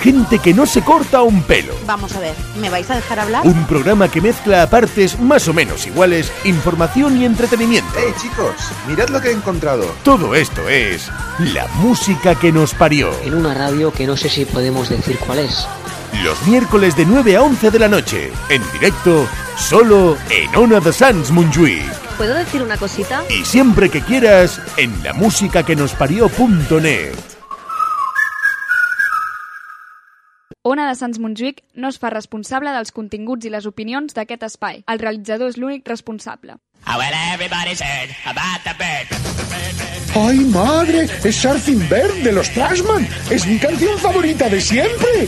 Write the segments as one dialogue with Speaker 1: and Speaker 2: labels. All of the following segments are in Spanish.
Speaker 1: Gente que no se corta un pelo.
Speaker 2: Vamos a ver, ¿me vais a dejar hablar?
Speaker 1: Un programa que mezcla a partes más o menos iguales información y entretenimiento.
Speaker 3: ¡Hey chicos! Mirad lo que he encontrado.
Speaker 1: Todo esto es la música que nos parió.
Speaker 4: En una radio que no sé si podemos decir cuál es.
Speaker 1: Los miércoles de 9 a 11 de la noche, en directo, solo en Ona de Sans Montjuic.
Speaker 5: ¿Puedo decir una cosita?
Speaker 1: Y siempre que quieras, en la música que nos parió.net.
Speaker 6: Ona de Sants Montjuïc no es fa responsable dels continguts i les opinions d'aquest espai. El realitzador és l'únic responsable.
Speaker 7: Ah,
Speaker 8: ¡Ay, madre! ¡Es Surfing Bird de los Trashman! ¡Es mi canción favorita de siempre!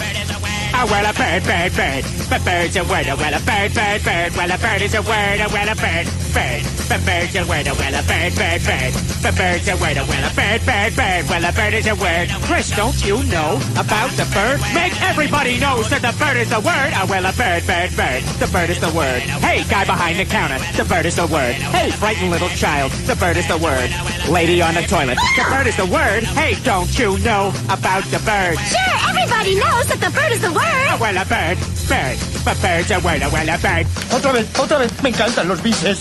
Speaker 9: Oh, well, a bird, bird, bird. But bird's a word, oh, well, a bird, bird, bird. Well, a bird is a word, oh, well, a bird, bird. But bird's a word, oh, well, a bird, bird, bird. But bird's a word, oh, well, a bird, bird, bird. Well, a bird is a word. Chris, don't you know about the bird? Make everybody knows that the bird is the word. Oh, well, a bird, bird, bird. The bird is the word. Hey, guy behind the counter. The bird is the word. Hey, frightened little child. The bird is the word. Lady on the toilet. The bird is the word. Hey, don't you know about the bird?
Speaker 7: Sure, everybody knows that the bird is the word.
Speaker 9: Oh, well, a bird, bird, but bird's a word, oh, well, a bird.
Speaker 8: Otra vez, otra vez, me encantan los bises.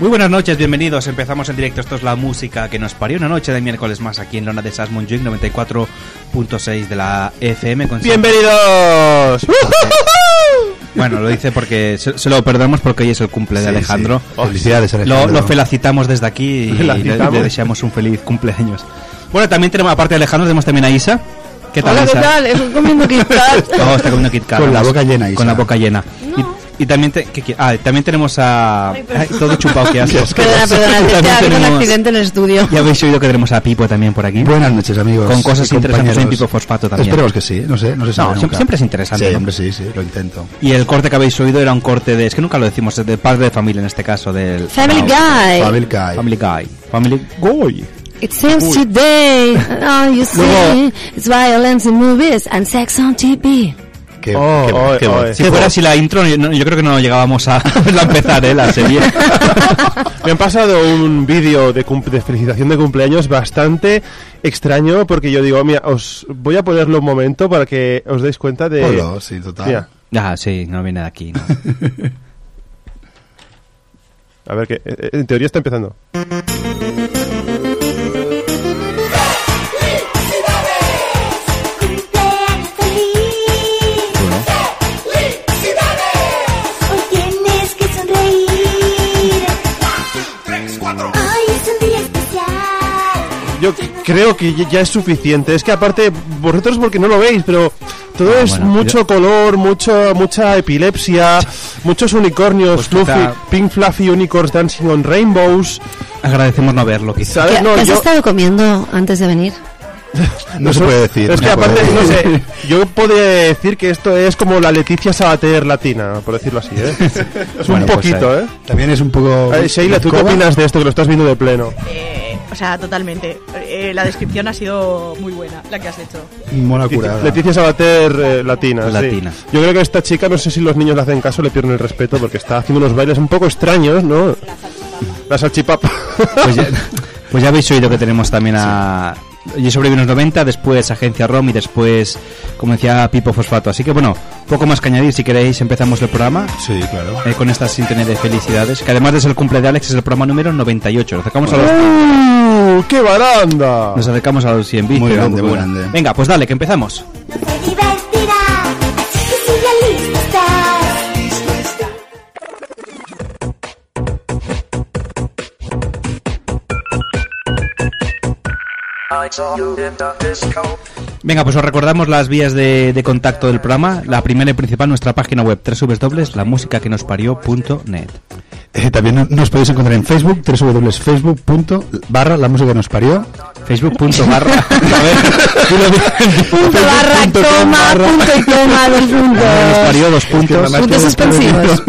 Speaker 10: Muy buenas noches, bienvenidos. Empezamos en directo. Esto es la música que nos parió una noche de miércoles más aquí en Lona de Sasmon 94.6 de la FM. Con
Speaker 11: ¡Bienvenidos!
Speaker 10: Bueno, lo hice porque se, se lo perdamos porque hoy es el cumple de
Speaker 11: Sí,
Speaker 10: Alejandro.
Speaker 11: sí. Felicidades,
Speaker 10: Lo,
Speaker 11: Alejandro.
Speaker 10: lo felicitamos desde aquí y le,
Speaker 11: Felicitamos.
Speaker 10: le deseamos un feliz cumpleaños. Bueno, también tenemos, aparte de Alejandro, tenemos también a Isa. ¿Qué tal,
Speaker 12: Hola, ¿qué
Speaker 10: Isa?
Speaker 12: tal? Estoy comiendo Kit Kat.
Speaker 10: No, está comiendo Kit Kat.
Speaker 11: Con la
Speaker 10: Vamos,
Speaker 11: boca llena,
Speaker 10: Con
Speaker 11: Isa.
Speaker 10: la boca llena. Y, y también, te- ¿qué qui- ah, también tenemos a... Ay, todo chupado que hace.
Speaker 12: Perdona, perdona, que ha habido un accidente en el estudio.
Speaker 10: Ya habéis oído que tenemos a Pipo también por aquí.
Speaker 11: Buenas noches, amigos.
Speaker 10: Con cosas
Speaker 11: y
Speaker 10: interesantes en
Speaker 11: compañeros.
Speaker 10: Pipo Fosfato también.
Speaker 11: Esperemos que sí, no sé, no se sabe
Speaker 10: No,
Speaker 11: nunca.
Speaker 10: siempre- siempre es interesante,
Speaker 11: Sí,
Speaker 10: ¿no?
Speaker 11: hombre, sí, sí, lo intento.
Speaker 10: Y el corte que habéis oído era un corte de... Es que nunca lo decimos, de padre de familia en este caso, del...
Speaker 12: Family
Speaker 10: no,
Speaker 12: Guy.
Speaker 11: Pavel Kai.
Speaker 10: Family Guy. Family Guy.
Speaker 12: It seems today, all you see is violence in movies and sex on TV.
Speaker 11: Qué,
Speaker 10: Oh,
Speaker 11: qué-
Speaker 10: oh,
Speaker 11: qué
Speaker 10: oh,
Speaker 11: voz.
Speaker 10: Si fuera si la intro, yo, no- yo creo que no llegábamos a, a empezar, ¿eh? La serie.
Speaker 11: Me han pasado un vídeo de, cum- de felicitación de cumpleaños bastante extraño porque yo digo, mira, os voy a ponerlo un momento para que os deis cuenta de...
Speaker 3: Hola, sí, total.
Speaker 11: Mira,
Speaker 10: Ah, sí, no viene de aquí. no.
Speaker 11: a ver, que eh, eh, en teoría está empezando.
Speaker 7: ¡Cumpleaños feliz! ¡Felicidades! Hoy tienes que sonreír. Hoy es un día especial.
Speaker 3: Yo creo que ya- ya es suficiente. Es que aparte, vosotros porque no lo veis, pero todo es
Speaker 10: Ah, bueno,
Speaker 3: mucho color, mucho, mucha epilepsia, muchos unicornios,
Speaker 10: Pues
Speaker 3: Fluffy,
Speaker 10: quizá-
Speaker 3: Pink Fluffy Unicorns Dancing on Rainbows.
Speaker 10: Agradecemos no verlo, quizá.
Speaker 3: ¿Sabes?
Speaker 12: ¿Qué,
Speaker 3: No,
Speaker 12: qué has
Speaker 3: yo-
Speaker 12: estado comiendo antes de venir?
Speaker 11: No se puede decir.
Speaker 3: Es que
Speaker 11: no puede
Speaker 3: aparte, no
Speaker 11: decir.
Speaker 3: sé, yo podría decir que esto es como la Leticia Sabater latina, por decirlo así, ¿eh? Es un
Speaker 11: Bueno, pues,
Speaker 3: poquito,
Speaker 11: eh,
Speaker 3: ¿eh?
Speaker 11: También es un poco.
Speaker 3: Ay, Sheila, ¿tú qué
Speaker 11: escoba.
Speaker 3: opinas de esto que lo estás viendo de pleno?
Speaker 2: Eh, o sea, totalmente. Eh, la descripción ha sido muy buena, la que has hecho.
Speaker 11: Mola curada.
Speaker 3: Leticia, Leticia Sabater eh, latina. sí.
Speaker 10: Latina.
Speaker 3: Yo creo que esta chica, no sé si los niños le hacen caso, le pierden el respeto porque está haciendo unos bailes un poco extraños, ¿no? La salchipapa.
Speaker 10: Pues ya, pues ya habéis oído que tenemos también a. Yo sobreviví en los 90, después Agencia ROM y después, como decía, Pipo Fosfato. Así que bueno, poco más que añadir. Si queréis, empezamos el programa.
Speaker 11: Sí, claro.
Speaker 10: eh, con esta sintonía de felicidades. Que además de ser el cumple de Alex, es el programa número 98. Nos acercamos, a, los,
Speaker 3: ¡Uh, ¡Qué baranda!
Speaker 10: nos acercamos a los 100 bits.
Speaker 11: Muy
Speaker 10: pero
Speaker 11: grande,
Speaker 10: vamos,
Speaker 11: muy
Speaker 10: bueno.
Speaker 11: grande.
Speaker 10: Venga, pues dale, que empezamos.
Speaker 7: Divertirá, así que si ya listo estás.
Speaker 10: Venga, pues os recordamos las vías de, de contacto del programa. La primera y principal, nuestra página web, www.lamusicaquenosparió.net.
Speaker 11: Eh, también nos podéis encontrar en Facebook, www.facebook.barra la música nos parió.
Speaker 10: Facebook.barra.
Speaker 12: Punto barra, coma, punto y coma, dos
Speaker 10: Nos
Speaker 12: puntos.
Speaker 10: parió dos puntos.
Speaker 12: Puntos suspensivos.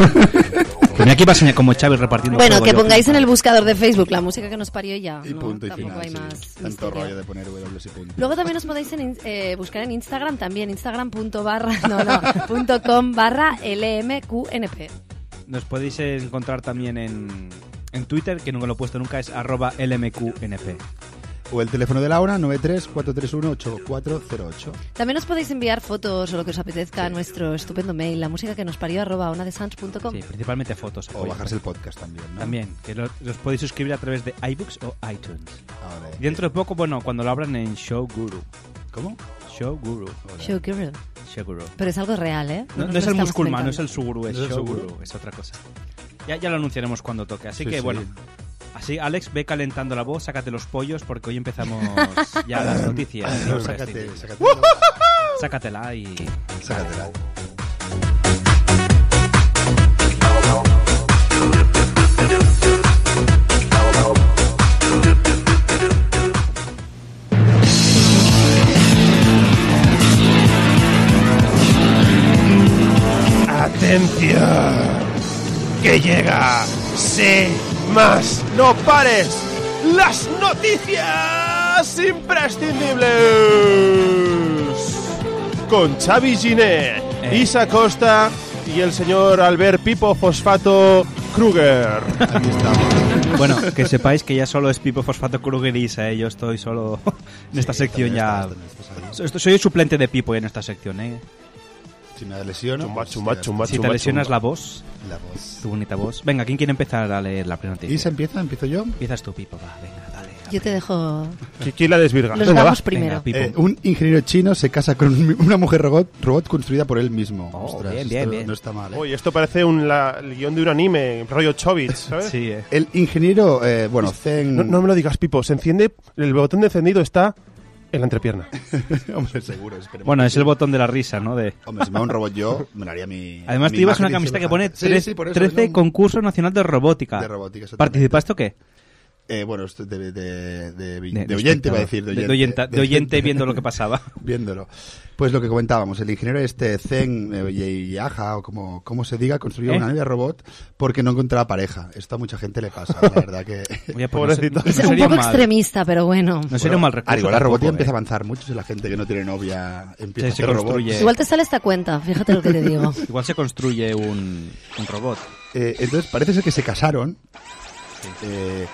Speaker 10: Que mira que va señor como Chávez repartiendo
Speaker 12: Bueno,
Speaker 10: fuego,
Speaker 12: que
Speaker 10: yo.
Speaker 12: pongáis en el buscador de Facebook la música que nos parió y ya. ¿no?
Speaker 11: punto y
Speaker 12: Tampoco
Speaker 11: final,
Speaker 12: hay
Speaker 11: sí.
Speaker 12: más
Speaker 11: Tanto
Speaker 12: misterio.
Speaker 11: rollo de poner W y punto.
Speaker 12: Luego también nos podéis en in- eh, buscar en Instagram también, instagram.barra, no, no, punto com barra LMQNP.
Speaker 10: Nos podéis encontrar también en, en Twitter, que nunca lo he puesto nunca, es arroba LMQNP.
Speaker 11: O el teléfono de Laura, 93-431-8408.
Speaker 12: También os podéis enviar fotos o lo que os apetezca a nuestro estupendo mail, la música que nos parió arroba onadesans.com.
Speaker 10: Sí, principalmente fotos. pues.
Speaker 11: O bajarse el podcast también, ¿no?
Speaker 10: También, que lo- los podéis suscribir a través de iBooks o iTunes. Dentro de poco, bueno, cuando lo abran en Showguru.
Speaker 11: ¿Cómo?
Speaker 10: Showguru.
Speaker 12: Showguru.
Speaker 10: Showguru.
Speaker 12: Pero es algo real, ¿eh?
Speaker 10: No, no
Speaker 12: Nosotros
Speaker 10: es el
Speaker 12: estamos
Speaker 10: Musculman, no es
Speaker 12: inventando.
Speaker 10: el Suguru, es
Speaker 11: ¿No es el
Speaker 10: Showguru,
Speaker 11: Shoguru?
Speaker 10: es otra cosa. Ya, ya lo anunciaremos cuando toque, así
Speaker 11: Sí,
Speaker 10: que
Speaker 11: sí.
Speaker 10: bueno. Así, Alex, ve calentando la voz, sácate los pollos, porque hoy empezamos ya las noticias. ¿no?
Speaker 11: Ah, Sácate,
Speaker 10: Sí.
Speaker 11: sácate.
Speaker 10: Sácatela y...
Speaker 11: Sácatela.
Speaker 3: ¡Atención! ¡Que llega! ¡Sé más! ¡No pares! ¡Las noticias imprescindibles! Con Xavi Giné,
Speaker 11: Eh.
Speaker 3: Isa Costa y el señor Albert Pipo Fosfato Kruger.
Speaker 10: Bueno, que sepáis que ya solo es Pipo Fosfato Kruger y Isa, ¿eh? yo estoy solo en esta sección ya. Soy- Soy el suplente de Pipo en esta sección, ¿eh?
Speaker 11: Si me lesiono.
Speaker 3: Chumba,
Speaker 11: pues,
Speaker 3: chumba,
Speaker 11: ya
Speaker 3: chumba,
Speaker 10: Si te
Speaker 3: chumba,
Speaker 10: lesionas
Speaker 3: chumba.
Speaker 10: la voz,
Speaker 11: La voz.
Speaker 10: tu bonita voz. Venga, ¿quién quiere empezar a leer la primera noticia?
Speaker 11: ¿Y se empieza? ¿Empiezo yo?
Speaker 10: Empiezas tú, Pipo, va, venga, dale.
Speaker 12: Yo te dejo...
Speaker 3: ¿Qui- ¿Quién la desvirga?
Speaker 12: Los
Speaker 3: Venga, va.
Speaker 12: damos primero.
Speaker 10: Venga, Pipo.
Speaker 11: Eh, un ingeniero chino se casa con un- una mujer robot, robot construida por él mismo.
Speaker 10: Oh,
Speaker 11: Ostras,
Speaker 10: bien, bien,
Speaker 11: esto
Speaker 10: bien.
Speaker 11: no está mal. ¿eh?
Speaker 3: Uy, esto parece un, la- el guión de un anime, rollo Chobits, ¿sabes?
Speaker 10: Sí, eh.
Speaker 11: El ingeniero, eh, bueno, Zen...
Speaker 3: No, no me lo digas, Pipo. Se enciende, el botón de encendido está en la entrepierna.
Speaker 11: Hombre, seguro, esperemos.
Speaker 10: Bueno, es el botón de la risa, ¿no? De...
Speaker 11: Hombre, si me hago un robot yo, me lo haría mi.
Speaker 10: Además,
Speaker 11: mi
Speaker 10: te llevas
Speaker 11: imagen
Speaker 10: una
Speaker 11: y
Speaker 10: camiseta que pone
Speaker 11: semejante. Sí,
Speaker 10: tres-
Speaker 11: sí, por eso,
Speaker 10: 13
Speaker 11: ¿no?
Speaker 10: Concurso Nacional de Robótica.
Speaker 11: De robótica, exactamente.
Speaker 10: ¿Participaste o qué?
Speaker 11: Eh, bueno, esto de, de, de,
Speaker 10: De-
Speaker 11: de
Speaker 10: de
Speaker 11: oyente,
Speaker 10: espectador.
Speaker 11: va a decir. De
Speaker 10: De- de
Speaker 11: oyente,
Speaker 10: oyenta- de oyente viendo lo que pasaba.
Speaker 11: Viéndolo. Pues lo que comentábamos, el ingeniero este Zen eh, Yeyaja, o como, como se diga, construyó
Speaker 10: ¿Eh?
Speaker 11: una nave robot porque no encontraba pareja. Esto a mucha gente le pasa, la verdad que.
Speaker 10: Oye, pues no sé-
Speaker 3: Pobrecito.
Speaker 10: no
Speaker 12: Es un
Speaker 10: sería
Speaker 12: poco
Speaker 10: mal.
Speaker 12: extremista, pero bueno.
Speaker 10: No sería un mal recurso.
Speaker 11: Al igual ah, la
Speaker 10: tampoco,
Speaker 11: robótica
Speaker 10: ¿eh?
Speaker 11: empieza a avanzar mucho si la gente que no tiene novia empieza
Speaker 10: Sí, se
Speaker 11: a hacer robots.
Speaker 10: construye.
Speaker 12: Igual te sale esta cuenta, fíjate lo que te digo.
Speaker 10: Igual se construye un, un robot.
Speaker 11: Eh, entonces parece ser que se casaron. Eh,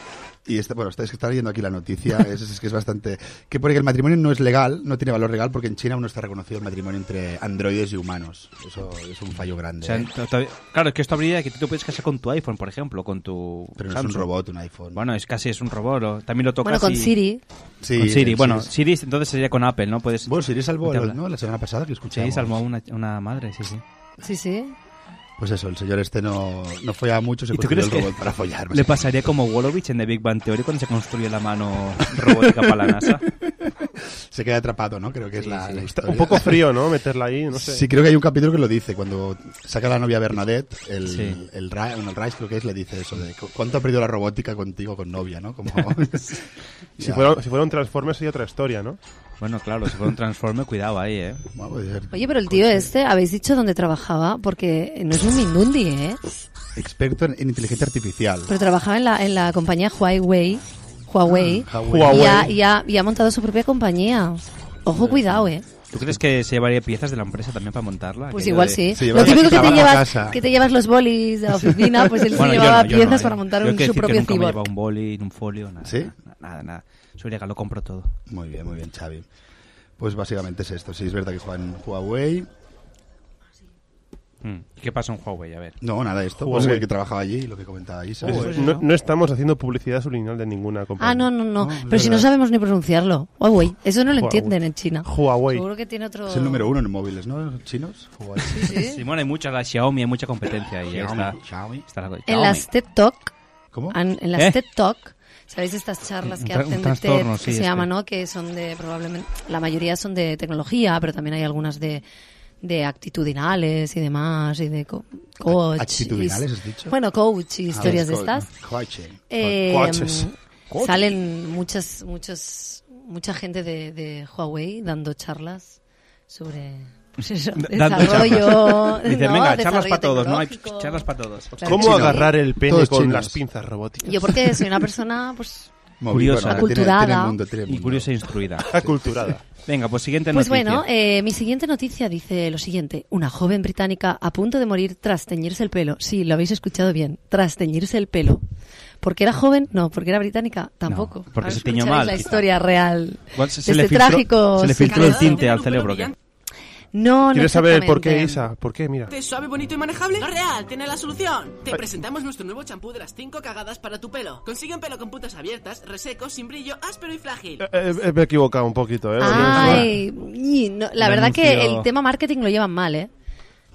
Speaker 11: y está, bueno, estáis está leyendo aquí la noticia, es, es que es bastante... Que porque el matrimonio no es legal, no tiene valor legal, porque en China aún no está reconocido el matrimonio entre androides y humanos. Eso es un fallo
Speaker 10: O
Speaker 11: grande.
Speaker 10: sea,
Speaker 11: ¿eh?
Speaker 10: to- todavía- claro, es que esto habría que tú te puedes casar con tu iPhone, por ejemplo, con tu.
Speaker 11: Pero no es un
Speaker 10: Samsung.
Speaker 11: robot, un iPhone.
Speaker 10: Bueno, es casi es un robot. o- también lo tocas.
Speaker 12: Bueno, con
Speaker 10: y-
Speaker 12: Siri.
Speaker 11: Sí,
Speaker 10: con Siri.
Speaker 11: sí,
Speaker 10: Bueno,
Speaker 11: sí.
Speaker 10: Siri entonces sería con Apple, ¿no? Puedes.
Speaker 11: Bueno, Siri salvó
Speaker 10: te
Speaker 11: a los-
Speaker 10: habla.
Speaker 11: ¿no? la semana pasada que
Speaker 10: Sí,
Speaker 11: escuchamos.
Speaker 10: salvó una, una madre, sí, sí.
Speaker 12: Sí, sí.
Speaker 11: Pues eso, el señor este no, no follaba mucho, se
Speaker 10: ¿Y tú crees
Speaker 11: construyó el
Speaker 10: que
Speaker 11: robot para follar.
Speaker 10: le pasaría como Wolovich en The Big Bang Theory cuando se construye la mano robótica para la NASA?
Speaker 11: se queda atrapado, ¿no? Creo que es la, la historia.
Speaker 3: Un poco frío, ¿no? Meterla ahí, no sé.
Speaker 11: Sí, creo que hay un capítulo que lo dice. Cuando saca la novia Bernadette, el,
Speaker 3: Sí.
Speaker 11: el, Ra- bueno, el Rice creo que es, le dice eso de "¿Cu- cuánto ha perdido la robótica contigo con novia, ¿no? Como,
Speaker 3: Si,
Speaker 11: Ya.
Speaker 3: fuera, si fuera un Transformers sería otra historia, ¿no?
Speaker 10: Bueno, claro, si fuera un Transformer, cuidado ahí, ¿eh?
Speaker 11: pues,
Speaker 12: Oye, pero el tío
Speaker 10: Pues
Speaker 12: este, ¿habéis dicho dónde trabajaba? Porque no es un Mindundi, ¿eh?
Speaker 11: Experto en, en inteligencia artificial.
Speaker 12: Pero trabajaba en la, en la compañía Huawei. Huawei.
Speaker 11: Ah,
Speaker 10: Huawei. Pues
Speaker 12: Y, ha, y ha- y ha montado su propia compañía. Ojo, cuidado, ¿eh?
Speaker 10: ¿Tú crees que se llevaría piezas de la empresa también para montarla?
Speaker 12: Pues
Speaker 10: Aquello
Speaker 12: igual
Speaker 10: Ah, de-
Speaker 12: sí. Lo típico que te, llevas, que te llevas los bolis de la oficina, pues él se
Speaker 10: Bueno, yo
Speaker 12: llevaba
Speaker 10: no, yo no,
Speaker 12: piezas
Speaker 10: ¿eh?
Speaker 12: para montar
Speaker 10: Yo
Speaker 12: un,
Speaker 10: que
Speaker 12: su
Speaker 10: decir que
Speaker 12: propio
Speaker 10: nunca me he
Speaker 12: cibor.
Speaker 10: llevado un boli, ni un folio, nada. ¿Sí? Nada, nada. nada. Soy legal, lo compro todo.
Speaker 11: Muy bien, muy bien, Xavi. Pues básicamente es esto. Sí, es verdad que juegan Huawei.
Speaker 10: Mm. ¿Y qué pasa en Huawei? A ver.
Speaker 11: No, nada, esto.
Speaker 3: Huawei.
Speaker 11: Pues el que trabajaba allí y lo que comentaba Isa.
Speaker 3: Es-
Speaker 11: Pues,
Speaker 3: no, no estamos haciendo publicidad subliminal de ninguna compañía.
Speaker 12: Ah, no, no, no. pero si no sabemos ni pronunciarlo. Huawei. Eso no lo
Speaker 3: Huawei.
Speaker 12: entienden en China.
Speaker 3: Huawei.
Speaker 12: Seguro que tiene otro...
Speaker 11: Es el número uno en móviles, ¿no? ¿Chinos? Huawei.
Speaker 10: Sí, bueno, hay mucha la Xiaomi, hay mucha competencia ahí. ¿eh? Está, está la-
Speaker 12: En
Speaker 10: Xiaomi.
Speaker 12: las TED Talk.
Speaker 11: ¿Cómo?
Speaker 12: En, en las
Speaker 10: ¿Eh?
Speaker 12: TED Talk. ¿Sabéis estas charlas que
Speaker 10: Un tra-
Speaker 12: hacen
Speaker 10: un
Speaker 12: de TED?
Speaker 10: trastorno,
Speaker 12: Que
Speaker 10: sí,
Speaker 12: se
Speaker 10: este.
Speaker 12: llaman, ¿no? Que son de, probablemente, la mayoría son de tecnología, pero también hay algunas de, de actitudinales y demás, y de co- coach.
Speaker 11: actitudinales,
Speaker 12: y-
Speaker 11: has dicho?
Speaker 12: Bueno, coach y
Speaker 11: Ah,
Speaker 12: historias de
Speaker 11: coach,
Speaker 12: estas.
Speaker 11: coaching.
Speaker 12: Eh,
Speaker 11: Coaches.
Speaker 12: mm, Salen muchas, muchas, mucha gente de, de Huawei dando charlas sobre... pues eso,
Speaker 10: Dando
Speaker 12: desarrollo,
Speaker 10: charlas. Dicen,
Speaker 12: ¿no?
Speaker 10: venga, charlas
Speaker 12: Desarrollo
Speaker 10: para todos, ¿no? Hay
Speaker 12: tecnológico.
Speaker 10: charlas para todos.
Speaker 12: Claro,
Speaker 3: ¿Cómo
Speaker 12: chino.
Speaker 3: agarrar el pene
Speaker 10: Todos
Speaker 3: con
Speaker 10: chinos.
Speaker 3: las pinzas robóticas?
Speaker 12: Yo porque soy una persona, pues...
Speaker 10: Curiosa.
Speaker 12: Aculturada.
Speaker 10: Y curiosa e instruida.
Speaker 3: Aculturada.
Speaker 10: Venga, pues siguiente
Speaker 12: Pues
Speaker 10: noticia.
Speaker 12: bueno, eh, mi siguiente noticia dice lo siguiente. Una joven británica a punto de morir tras teñirse el pelo. Sí, lo habéis escuchado bien. Tras teñirse el pelo. ¿Porque era joven? No, porque era británica. Tampoco.
Speaker 10: porque
Speaker 12: Ahora
Speaker 10: se teñió
Speaker 12: escucharéis
Speaker 10: mal,
Speaker 12: la
Speaker 10: quizá.
Speaker 12: historia real.
Speaker 10: Igual se,
Speaker 12: de
Speaker 10: se
Speaker 12: este
Speaker 10: le filtró,
Speaker 12: trágico
Speaker 10: se le filtró el
Speaker 12: sitio.
Speaker 10: tinte al cerebro. ¿qué?
Speaker 12: No, no
Speaker 3: ¿Quieres saber el por qué,
Speaker 12: exactamente.
Speaker 3: Isa? ¿Por qué? Mira.
Speaker 13: ¿Es suave, bonito y manejable? No real, tiene la solución. Te presentamos nuestro nuevo champú de las 5 cagadas para tu pelo. Consigue un pelo con puntas abiertas, reseco, sin brillo, áspero y frágil.
Speaker 3: Eh, eh, me he equivocado un poquito, ¿eh?
Speaker 12: Ah, Ay, y no, la
Speaker 3: El
Speaker 12: verdad que
Speaker 3: anuncio.
Speaker 12: el tema marketing lo llevan mal, ¿eh?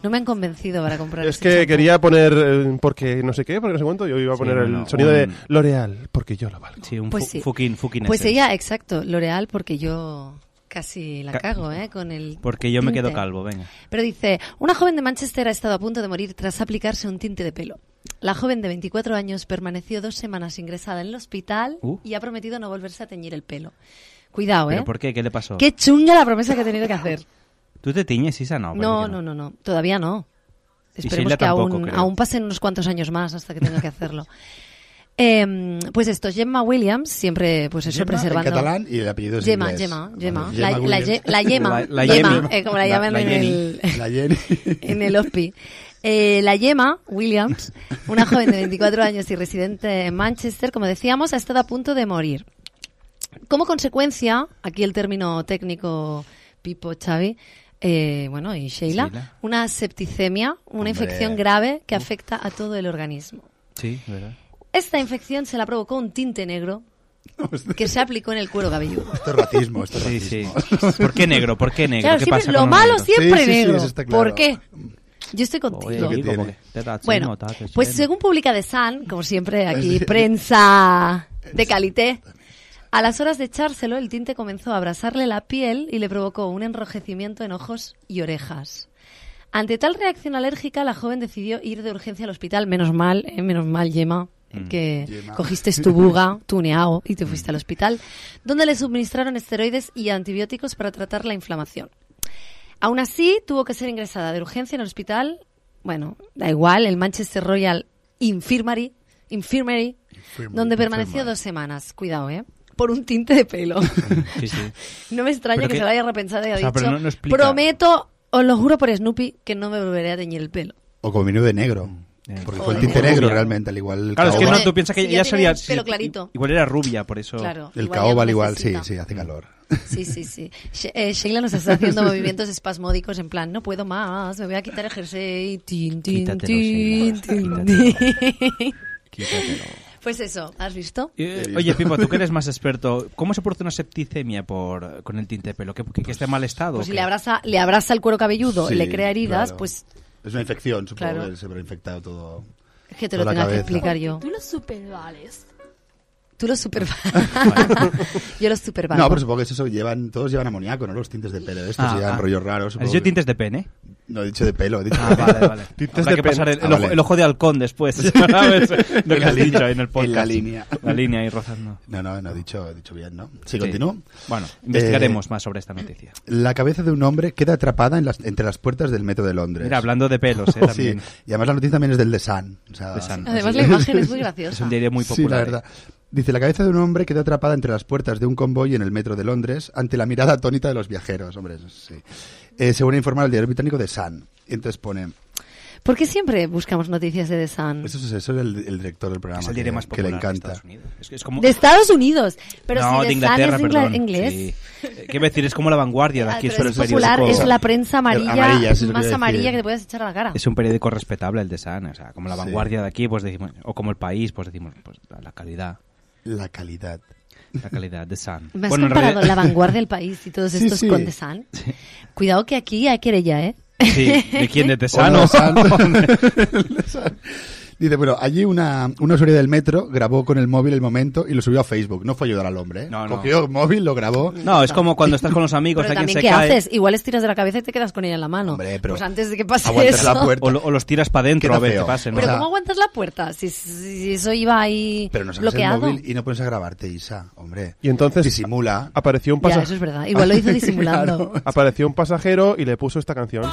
Speaker 12: No me han convencido para comprar
Speaker 3: Es
Speaker 12: ese
Speaker 3: que
Speaker 12: champú.
Speaker 3: quería poner eh, porque no sé qué, porque no sé cuánto. Yo iba a
Speaker 10: Sí,
Speaker 3: poner
Speaker 10: no,
Speaker 3: el
Speaker 10: no,
Speaker 3: sonido
Speaker 10: un-
Speaker 3: de L'Oreal, porque yo lo valgo.
Speaker 10: Sí, un
Speaker 12: Pues
Speaker 10: fu-
Speaker 12: sí.
Speaker 10: fucking, fucking
Speaker 12: Pues
Speaker 10: essence.
Speaker 12: ella, exacto, L'Oreal, porque yo casi la
Speaker 10: Ca-
Speaker 12: cago, ¿eh? Con el
Speaker 10: Porque yo me quedo
Speaker 12: tinte.
Speaker 10: calvo, venga.
Speaker 12: Pero dice, una joven de Manchester ha estado a punto de morir tras aplicarse un tinte de pelo. La joven de 24 años permaneció dos semanas ingresada en el hospital
Speaker 10: Uh.
Speaker 12: y ha prometido no volverse a teñir el pelo. Cuidado, ¿eh?
Speaker 10: ¿Pero por qué? ¿Qué le pasó?
Speaker 12: Qué chunga la promesa que ha tenido que hacer.
Speaker 10: ¿Tú te tiñes, Isa? No,
Speaker 12: No,
Speaker 10: parece que
Speaker 12: no, no, no. Todavía no.
Speaker 10: Y
Speaker 12: Esperemos
Speaker 10: Sheila
Speaker 12: que
Speaker 10: tampoco,
Speaker 12: aún,
Speaker 10: creo.
Speaker 12: aún pasen unos cuantos años más hasta que tenga que hacerlo. Em, pues esto, Gemma Williams, siempre pues eso,
Speaker 11: Gemma en
Speaker 12: preservando...
Speaker 11: catalán y el apellido es
Speaker 12: Gemma,
Speaker 11: inglés.
Speaker 12: Gemma, Gemma.
Speaker 11: Vale,
Speaker 12: La,
Speaker 11: Gemma
Speaker 12: la
Speaker 11: Williams.
Speaker 12: ye- la Yema,
Speaker 11: La- la
Speaker 12: Yema,
Speaker 11: Yemi.
Speaker 12: eh, como la
Speaker 11: La-
Speaker 12: llaman
Speaker 11: la
Speaker 12: en,
Speaker 11: Jenny.
Speaker 12: el,
Speaker 11: La Jenny.
Speaker 12: en el OSPI. Eh, la Yema Williams, una joven de 24 años y residente en Manchester, como decíamos, ha estado a punto de morir. Como consecuencia, aquí el término técnico Pipo Xavi, eh, bueno, y Sheila,
Speaker 10: Sheila.
Speaker 12: una septicemia, una
Speaker 10: Hombre.
Speaker 12: infección grave que afecta a todo el organismo.
Speaker 10: Sí, ¿verdad?
Speaker 12: Esta infección se la provocó un tinte negro que se aplicó en el cuero cabelludo.
Speaker 11: Esto es racismo, esto es
Speaker 10: Sí, sí. ¿Por qué negro? ¿Por qué negro?
Speaker 12: Claro,
Speaker 10: ¿Qué
Speaker 12: siempre-
Speaker 10: pasa
Speaker 12: lo
Speaker 10: con los
Speaker 12: malo
Speaker 10: negros?
Speaker 12: siempre negro. ¿Por qué? Yo estoy contigo.
Speaker 10: Oye, ahí como que te da
Speaker 12: Bueno,
Speaker 10: chino, te da
Speaker 12: pues
Speaker 10: chino.
Speaker 12: según publica The Sun, como siempre aquí prensa de calité, a las horas de echárselo el tinte comenzó a abrasarle la piel y le provocó un enrojecimiento en ojos y orejas. Ante tal reacción alérgica, la joven decidió ir de urgencia al hospital. Menos mal, eh, menos mal, Yema, que
Speaker 14: Yema.
Speaker 12: cogiste tu buga, tu neao, y te fuiste al hospital, donde le suministraron esteroides y antibióticos para tratar la inflamación. Aún así, tuvo que ser ingresada de urgencia en el hospital. Bueno, da igual, el Manchester Royal Infirmary, Infirmary, donde permaneció dos semanas. Cuidado, ¿eh? Por un tinte de pelo.
Speaker 10: Sí, sí.
Speaker 12: no me extraña
Speaker 10: Pero
Speaker 12: que,
Speaker 10: que-
Speaker 12: se lo haya repensado y haya
Speaker 10: O sea, pero
Speaker 12: dicho,
Speaker 10: no- no explica.
Speaker 12: prometo, os lo juro por Snoopy, que no me volveré a teñir el pelo.
Speaker 11: O como vino de negro. Porque fue el
Speaker 12: O
Speaker 11: tinte
Speaker 12: de
Speaker 11: negro
Speaker 10: rubia.
Speaker 11: realmente, al igual. el
Speaker 10: Claro, es que
Speaker 11: caoba.
Speaker 10: no, tú piensas que
Speaker 12: Si
Speaker 10: ella
Speaker 12: ya tiene
Speaker 10: sería...
Speaker 12: el pelo clarito.
Speaker 10: Igual era rubia, por eso...
Speaker 12: Claro,
Speaker 11: El
Speaker 12: igual ya
Speaker 11: caoba, al
Speaker 12: lo
Speaker 11: igual, sí,
Speaker 12: necesita.
Speaker 11: sí, hace calor.
Speaker 12: Sí, sí, sí. She- eh, Sheila nos está haciendo movimientos espasmódicos en plan, no puedo más, me voy a quitar el jersey. Tin, tin,
Speaker 10: Quítatelo,
Speaker 12: tin,
Speaker 10: Sheila,
Speaker 12: tin, tin. Pues eso, ¿has visto?
Speaker 10: Eh, oye, Pipo, tú que eres más experto, ¿cómo se produce una septicemia por, con el tinte de pelo? ¿Que, que, que esté en mal estado?
Speaker 12: Pues
Speaker 10: ¿o
Speaker 12: si
Speaker 10: qué?
Speaker 12: le abrasa, le abrasa el cuero cabelludo,
Speaker 11: Sí,
Speaker 12: le crea heridas,
Speaker 11: claro.
Speaker 12: pues
Speaker 11: Es una infección, supongo
Speaker 12: Claro.
Speaker 11: que se habrá infectado todo.
Speaker 12: Es que te
Speaker 11: toda
Speaker 12: lo
Speaker 11: la
Speaker 12: tenga que
Speaker 11: cabeza.
Speaker 12: explicar yo.
Speaker 15: Tú lo supervales.
Speaker 12: Tú lo supervaloras. Yo lo supervaloro.
Speaker 11: No, pero supongo que eso llevan, todos llevan amoníaco, ¿no? Los tintes de pelo estos
Speaker 10: Ah,
Speaker 11: llevan
Speaker 10: ah.
Speaker 11: rollos raros.
Speaker 10: ¿Has
Speaker 11: supongo
Speaker 10: dicho
Speaker 11: que-
Speaker 10: tintes de pene?
Speaker 11: No, he dicho de pelo. He dicho
Speaker 10: Ah, vale, vale. Habrá que pasar el, el ojo, el ojo de halcón después. ¿sabes? Lo que
Speaker 11: Ah, En la
Speaker 10: has
Speaker 11: línea,
Speaker 10: dicho ahí en el podcast.
Speaker 11: en la línea.
Speaker 10: La línea y rozando.
Speaker 11: No, no, no, he dicho, he dicho bien, ¿no? Sí, continúo. Eh,
Speaker 10: Bueno, investigaremos más sobre esta noticia.
Speaker 11: La cabeza de un hombre queda atrapada en las- entre las puertas del metro de Londres.
Speaker 10: Mira, hablando de pelos, ¿eh?
Speaker 11: Sí,
Speaker 10: También.
Speaker 11: Y además la noticia también es del The Sun. o sea,
Speaker 10: The Sun.
Speaker 12: Además, la imagen es muy graciosa.
Speaker 10: Es un diario muy
Speaker 11: Sí, la
Speaker 10: popular. eh.
Speaker 11: verdad. Dice, la cabeza de un hombre quedó atrapada entre las puertas de un convoy en el metro de Londres ante la mirada atónita de los viajeros. Hombre, eso sí. Eh, según ha informado el diario británico The Sun. Y entonces pone...
Speaker 12: ¿Por qué siempre buscamos noticias de The Sun?
Speaker 11: Eso es, eso es el, el director del programa.
Speaker 10: Es el diario
Speaker 11: que-
Speaker 10: más
Speaker 11: Que le
Speaker 10: popular de
Speaker 11: encanta.
Speaker 10: Es- es como-
Speaker 12: De Estados Unidos. Pero
Speaker 10: no,
Speaker 12: si
Speaker 10: de
Speaker 12: The Sun
Speaker 10: Inglaterra,
Speaker 12: es ingla-
Speaker 10: perdón.
Speaker 12: inglés.
Speaker 10: Sí. Eh, ¿Qué iba a decir? Es como la vanguardia de
Speaker 12: Ah,
Speaker 10: aquí.
Speaker 12: pero
Speaker 10: un
Speaker 12: es
Speaker 10: periódico-
Speaker 12: popular, es la prensa amarilla,
Speaker 10: amarilla, eso es lo que iba
Speaker 12: más
Speaker 10: a decir.
Speaker 12: amarilla que te puedes echar a la cara.
Speaker 10: Es un periódico respetable el de San, o sea, como la
Speaker 11: Sí.
Speaker 10: vanguardia de aquí, pues decimos, o como el país, pues decimos, pues la- la calidad.
Speaker 11: La calidad.
Speaker 10: La calidad de San.
Speaker 12: Me has
Speaker 10: Bueno, en
Speaker 12: comparado
Speaker 10: realidad-
Speaker 12: la vanguardia del país y todos
Speaker 10: Sí,
Speaker 12: estos
Speaker 10: sí.
Speaker 12: con The Sun. Cuidado que aquí hay querella, ¿eh?
Speaker 10: Sí, ¿de quién? ¿De The Sun?
Speaker 11: Hola,
Speaker 10: o-
Speaker 11: San.
Speaker 10: Hombre.
Speaker 11: Dice, bueno, allí una, una usuaria del metro grabó con el móvil el momento y lo subió a Facebook. No fue ayudar al hombre, ¿eh?
Speaker 10: No, no.
Speaker 11: Cogió el móvil, lo grabó.
Speaker 10: No, es como cuando estás con los amigos,
Speaker 12: Pero
Speaker 10: alguien
Speaker 12: también,
Speaker 10: se
Speaker 12: ¿qué
Speaker 10: cae.
Speaker 12: haces? Igual les tiras de la cabeza y te quedas con ella en la mano.
Speaker 11: pero
Speaker 12: pues antes de que pase
Speaker 10: aguantas
Speaker 12: eso.
Speaker 10: la puerta. O, lo- o los tiras para adentro
Speaker 11: Queda
Speaker 10: a ver qué
Speaker 11: feo.
Speaker 10: pase, ¿no?
Speaker 12: Pero
Speaker 10: O sea,
Speaker 12: ¿cómo aguantas la puerta? Si, si eso iba ahí
Speaker 11: Pero no sacas el
Speaker 12: bloqueado.
Speaker 11: móvil y no pones a grabarte, Isa, hombre.
Speaker 3: Y entonces
Speaker 11: disimula.
Speaker 3: Apareció un
Speaker 12: Ya,
Speaker 3: pasajero.
Speaker 12: eso es verdad. Igual lo hizo disimulando.
Speaker 3: Apareció un pasajero y le puso esta canción.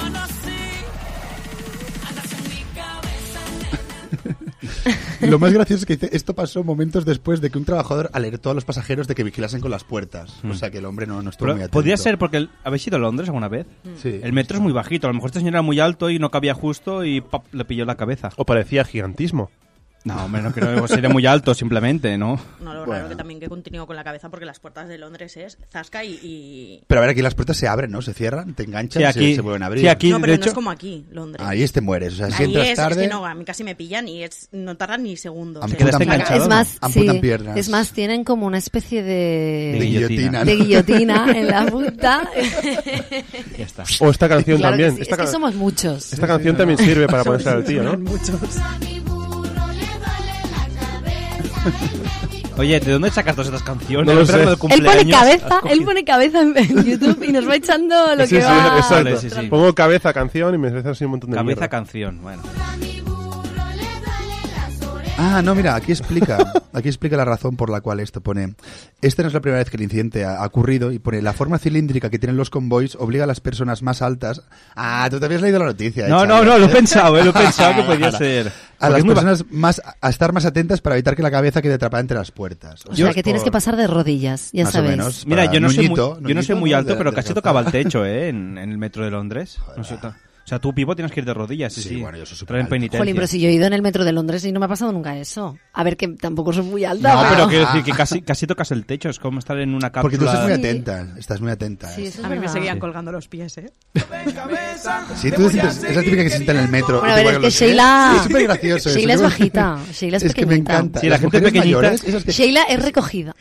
Speaker 11: Lo más gracioso es que dice, esto pasó momentos después de que un trabajador alertó a los pasajeros de que vigilasen con las puertas. O sea, que el hombre no, no estuvo
Speaker 10: Mm. pero
Speaker 11: muy atento.
Speaker 10: podría ser porque el- habéis ido a Londres alguna vez.
Speaker 11: Sí.
Speaker 10: El metro es muy bajito. A lo mejor este señor era muy alto y no cabía justo y pop, le pilló la cabeza.
Speaker 3: O parecía gigantismo.
Speaker 10: No, hombre, no creo que sería muy alto simplemente, ¿no?
Speaker 2: No, lo
Speaker 10: Bueno.
Speaker 2: raro que también que continúo con la cabeza porque las puertas de Londres es zasca y... y-
Speaker 11: Pero a ver, aquí las puertas se abren, ¿no? Se cierran, te enganchan,
Speaker 10: Sí,
Speaker 11: se-
Speaker 10: aquí-
Speaker 11: se, vuelven a abrir.
Speaker 10: sí, aquí,
Speaker 2: no, pero no es como aquí, Londres.
Speaker 11: Ahí es te mueres. O sea, si
Speaker 2: Ahí
Speaker 11: entras
Speaker 2: es,
Speaker 11: tarde...
Speaker 2: es que no, a mí casi me pillan y es, no tardan ni segundos.
Speaker 11: Aunque
Speaker 2: en
Speaker 11: quedaste
Speaker 2: sacar.
Speaker 11: enganchado,
Speaker 12: Es más,
Speaker 11: ¿no?
Speaker 12: sí,
Speaker 11: Amputan piernas.
Speaker 12: es más, tienen como una especie de,
Speaker 11: De guillotina,
Speaker 12: de
Speaker 11: ¿no?
Speaker 12: guillotina en la punta.
Speaker 10: Ya está.
Speaker 3: O esta canción
Speaker 12: Claro que
Speaker 3: también.
Speaker 12: sí,
Speaker 3: Esta
Speaker 12: es que
Speaker 3: ca-
Speaker 12: somos muchos.
Speaker 3: Esta canción también sirve para ponerse al tío, ¿no?
Speaker 10: Oye, ¿de dónde sacas todas estas canciones?
Speaker 3: No lo
Speaker 10: Espera,
Speaker 3: sé.
Speaker 10: del
Speaker 3: Él
Speaker 12: Él
Speaker 10: cumpleaños,
Speaker 12: pone cabeza,
Speaker 10: has cogido-
Speaker 12: él pone cabeza en en YouTube y nos va echando lo
Speaker 3: Sí,
Speaker 12: que
Speaker 3: sí,
Speaker 12: va.
Speaker 3: exacto.
Speaker 10: Sí, sí, sí.
Speaker 3: Pongo cabeza canción y me sale así un montón de
Speaker 10: Cabeza
Speaker 3: mierda.
Speaker 10: canción, bueno.
Speaker 11: Ah, no, mira, aquí explica, aquí explica la razón por la cual esto pone. Esta no es la primera vez que el incidente ha ha ocurrido y pone la forma cilíndrica que tienen los convoys obliga a las personas más altas. Ah, tú te habías leído la noticia. eh,
Speaker 10: No, no,
Speaker 11: chaval.
Speaker 10: no, lo he pensado, eh, lo he pensado que podía ser.
Speaker 11: A
Speaker 10: Porque
Speaker 11: las
Speaker 10: es muy ba-
Speaker 11: personas más a estar más atentas para evitar que la cabeza quede atrapada entre las puertas.
Speaker 12: O sea, que tienes que pasar de rodillas, ya
Speaker 11: Más o
Speaker 12: sabes.
Speaker 11: menos.
Speaker 10: Mira,
Speaker 11: para
Speaker 10: yo no, soy muy,
Speaker 11: Nuñito,
Speaker 10: yo no soy
Speaker 11: Nuñito,
Speaker 10: muy
Speaker 11: ¿no?
Speaker 10: alto,
Speaker 11: De-
Speaker 10: pero
Speaker 11: de
Speaker 10: casi
Speaker 11: Rafa.
Speaker 10: tocaba el techo, ¿eh? En, en el metro de Londres. No sé, ta- o sea, tú, Pipo, tienes que ir de rodillas, sí, sí. Traen penitencia.
Speaker 12: Jolín, pero si yo he ido en el metro de Londres y no me ha pasado nunca eso. A ver, que tampoco soy muy alta.
Speaker 10: No, pero
Speaker 12: pero-
Speaker 10: quiero decir que casi, casi tocas el techo, es como estar en una cápsula.
Speaker 11: Porque tú estás muy atenta, estás muy atenta.
Speaker 12: Sí, eso es
Speaker 2: A mí me
Speaker 12: verdad.
Speaker 2: seguían colgando los pies, ¿eh.
Speaker 11: Sí, tú te sientes- es la típica que se sienta en el metro.
Speaker 12: Bueno, a
Speaker 11: y te cuelgan
Speaker 12: ver, es que
Speaker 11: los pies.
Speaker 12: Sheila-
Speaker 11: Es súper gracioso
Speaker 12: Sheila es bajita, Sheila es
Speaker 11: que me
Speaker 12: pequeñita.
Speaker 11: encanta.
Speaker 10: Sí, la
Speaker 11: Las
Speaker 10: gente
Speaker 11: mujeres
Speaker 10: pequeñita-
Speaker 11: mayores, esas que- Ah,
Speaker 12: Sheila es recogida.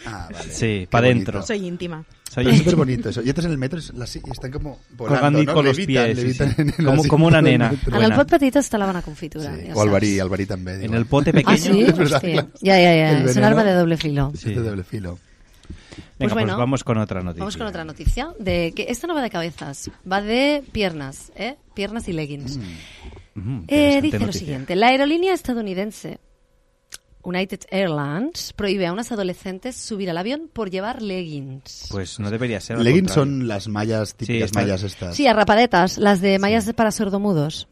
Speaker 10: Sí, para adentro.
Speaker 2: Soy íntima.
Speaker 11: Pero es súper bonito eso. Y entras en el metro y así, y están como volando,
Speaker 10: Colgando
Speaker 11: ¿no?
Speaker 10: con los
Speaker 11: Levitan,
Speaker 10: pies, sí,
Speaker 11: levitan
Speaker 10: sí.
Speaker 11: en el
Speaker 10: Como-
Speaker 11: asiento
Speaker 10: como una
Speaker 11: del
Speaker 10: nena.
Speaker 11: metro.
Speaker 12: En el pot patito está la habana confitura. ya
Speaker 11: O
Speaker 12: sabes.
Speaker 11: Alvarí, Alvarí también.
Speaker 10: En el pote
Speaker 12: Ah,
Speaker 10: pequeño.
Speaker 12: sí,
Speaker 11: Es verdad,
Speaker 12: hostia.
Speaker 11: claro.
Speaker 12: Ya, ya, ya.
Speaker 11: El
Speaker 12: es un
Speaker 11: veneno-
Speaker 12: arma de doble filo.
Speaker 11: Sí, de doble filo.
Speaker 10: Venga, pues,
Speaker 12: bueno,
Speaker 10: vamos con otra noticia.
Speaker 12: Vamos con otra noticia. De que esta no va de cabezas, va de piernas, ¿eh? Piernas y leggings.
Speaker 10: Mm,
Speaker 12: Eh,
Speaker 10: interesante
Speaker 12: dice lo
Speaker 10: noticia.
Speaker 12: siguiente. La aerolínea estadounidense United Airlines prohíbe a unas adolescentes subir al avión por llevar leggings.
Speaker 10: Pues no debería ser. al
Speaker 11: Leggings
Speaker 10: contrario.
Speaker 11: son las mallas típicas,
Speaker 10: está-
Speaker 11: mallas estas.
Speaker 12: Sí, a rapadetas, las de mallas para sordomudos.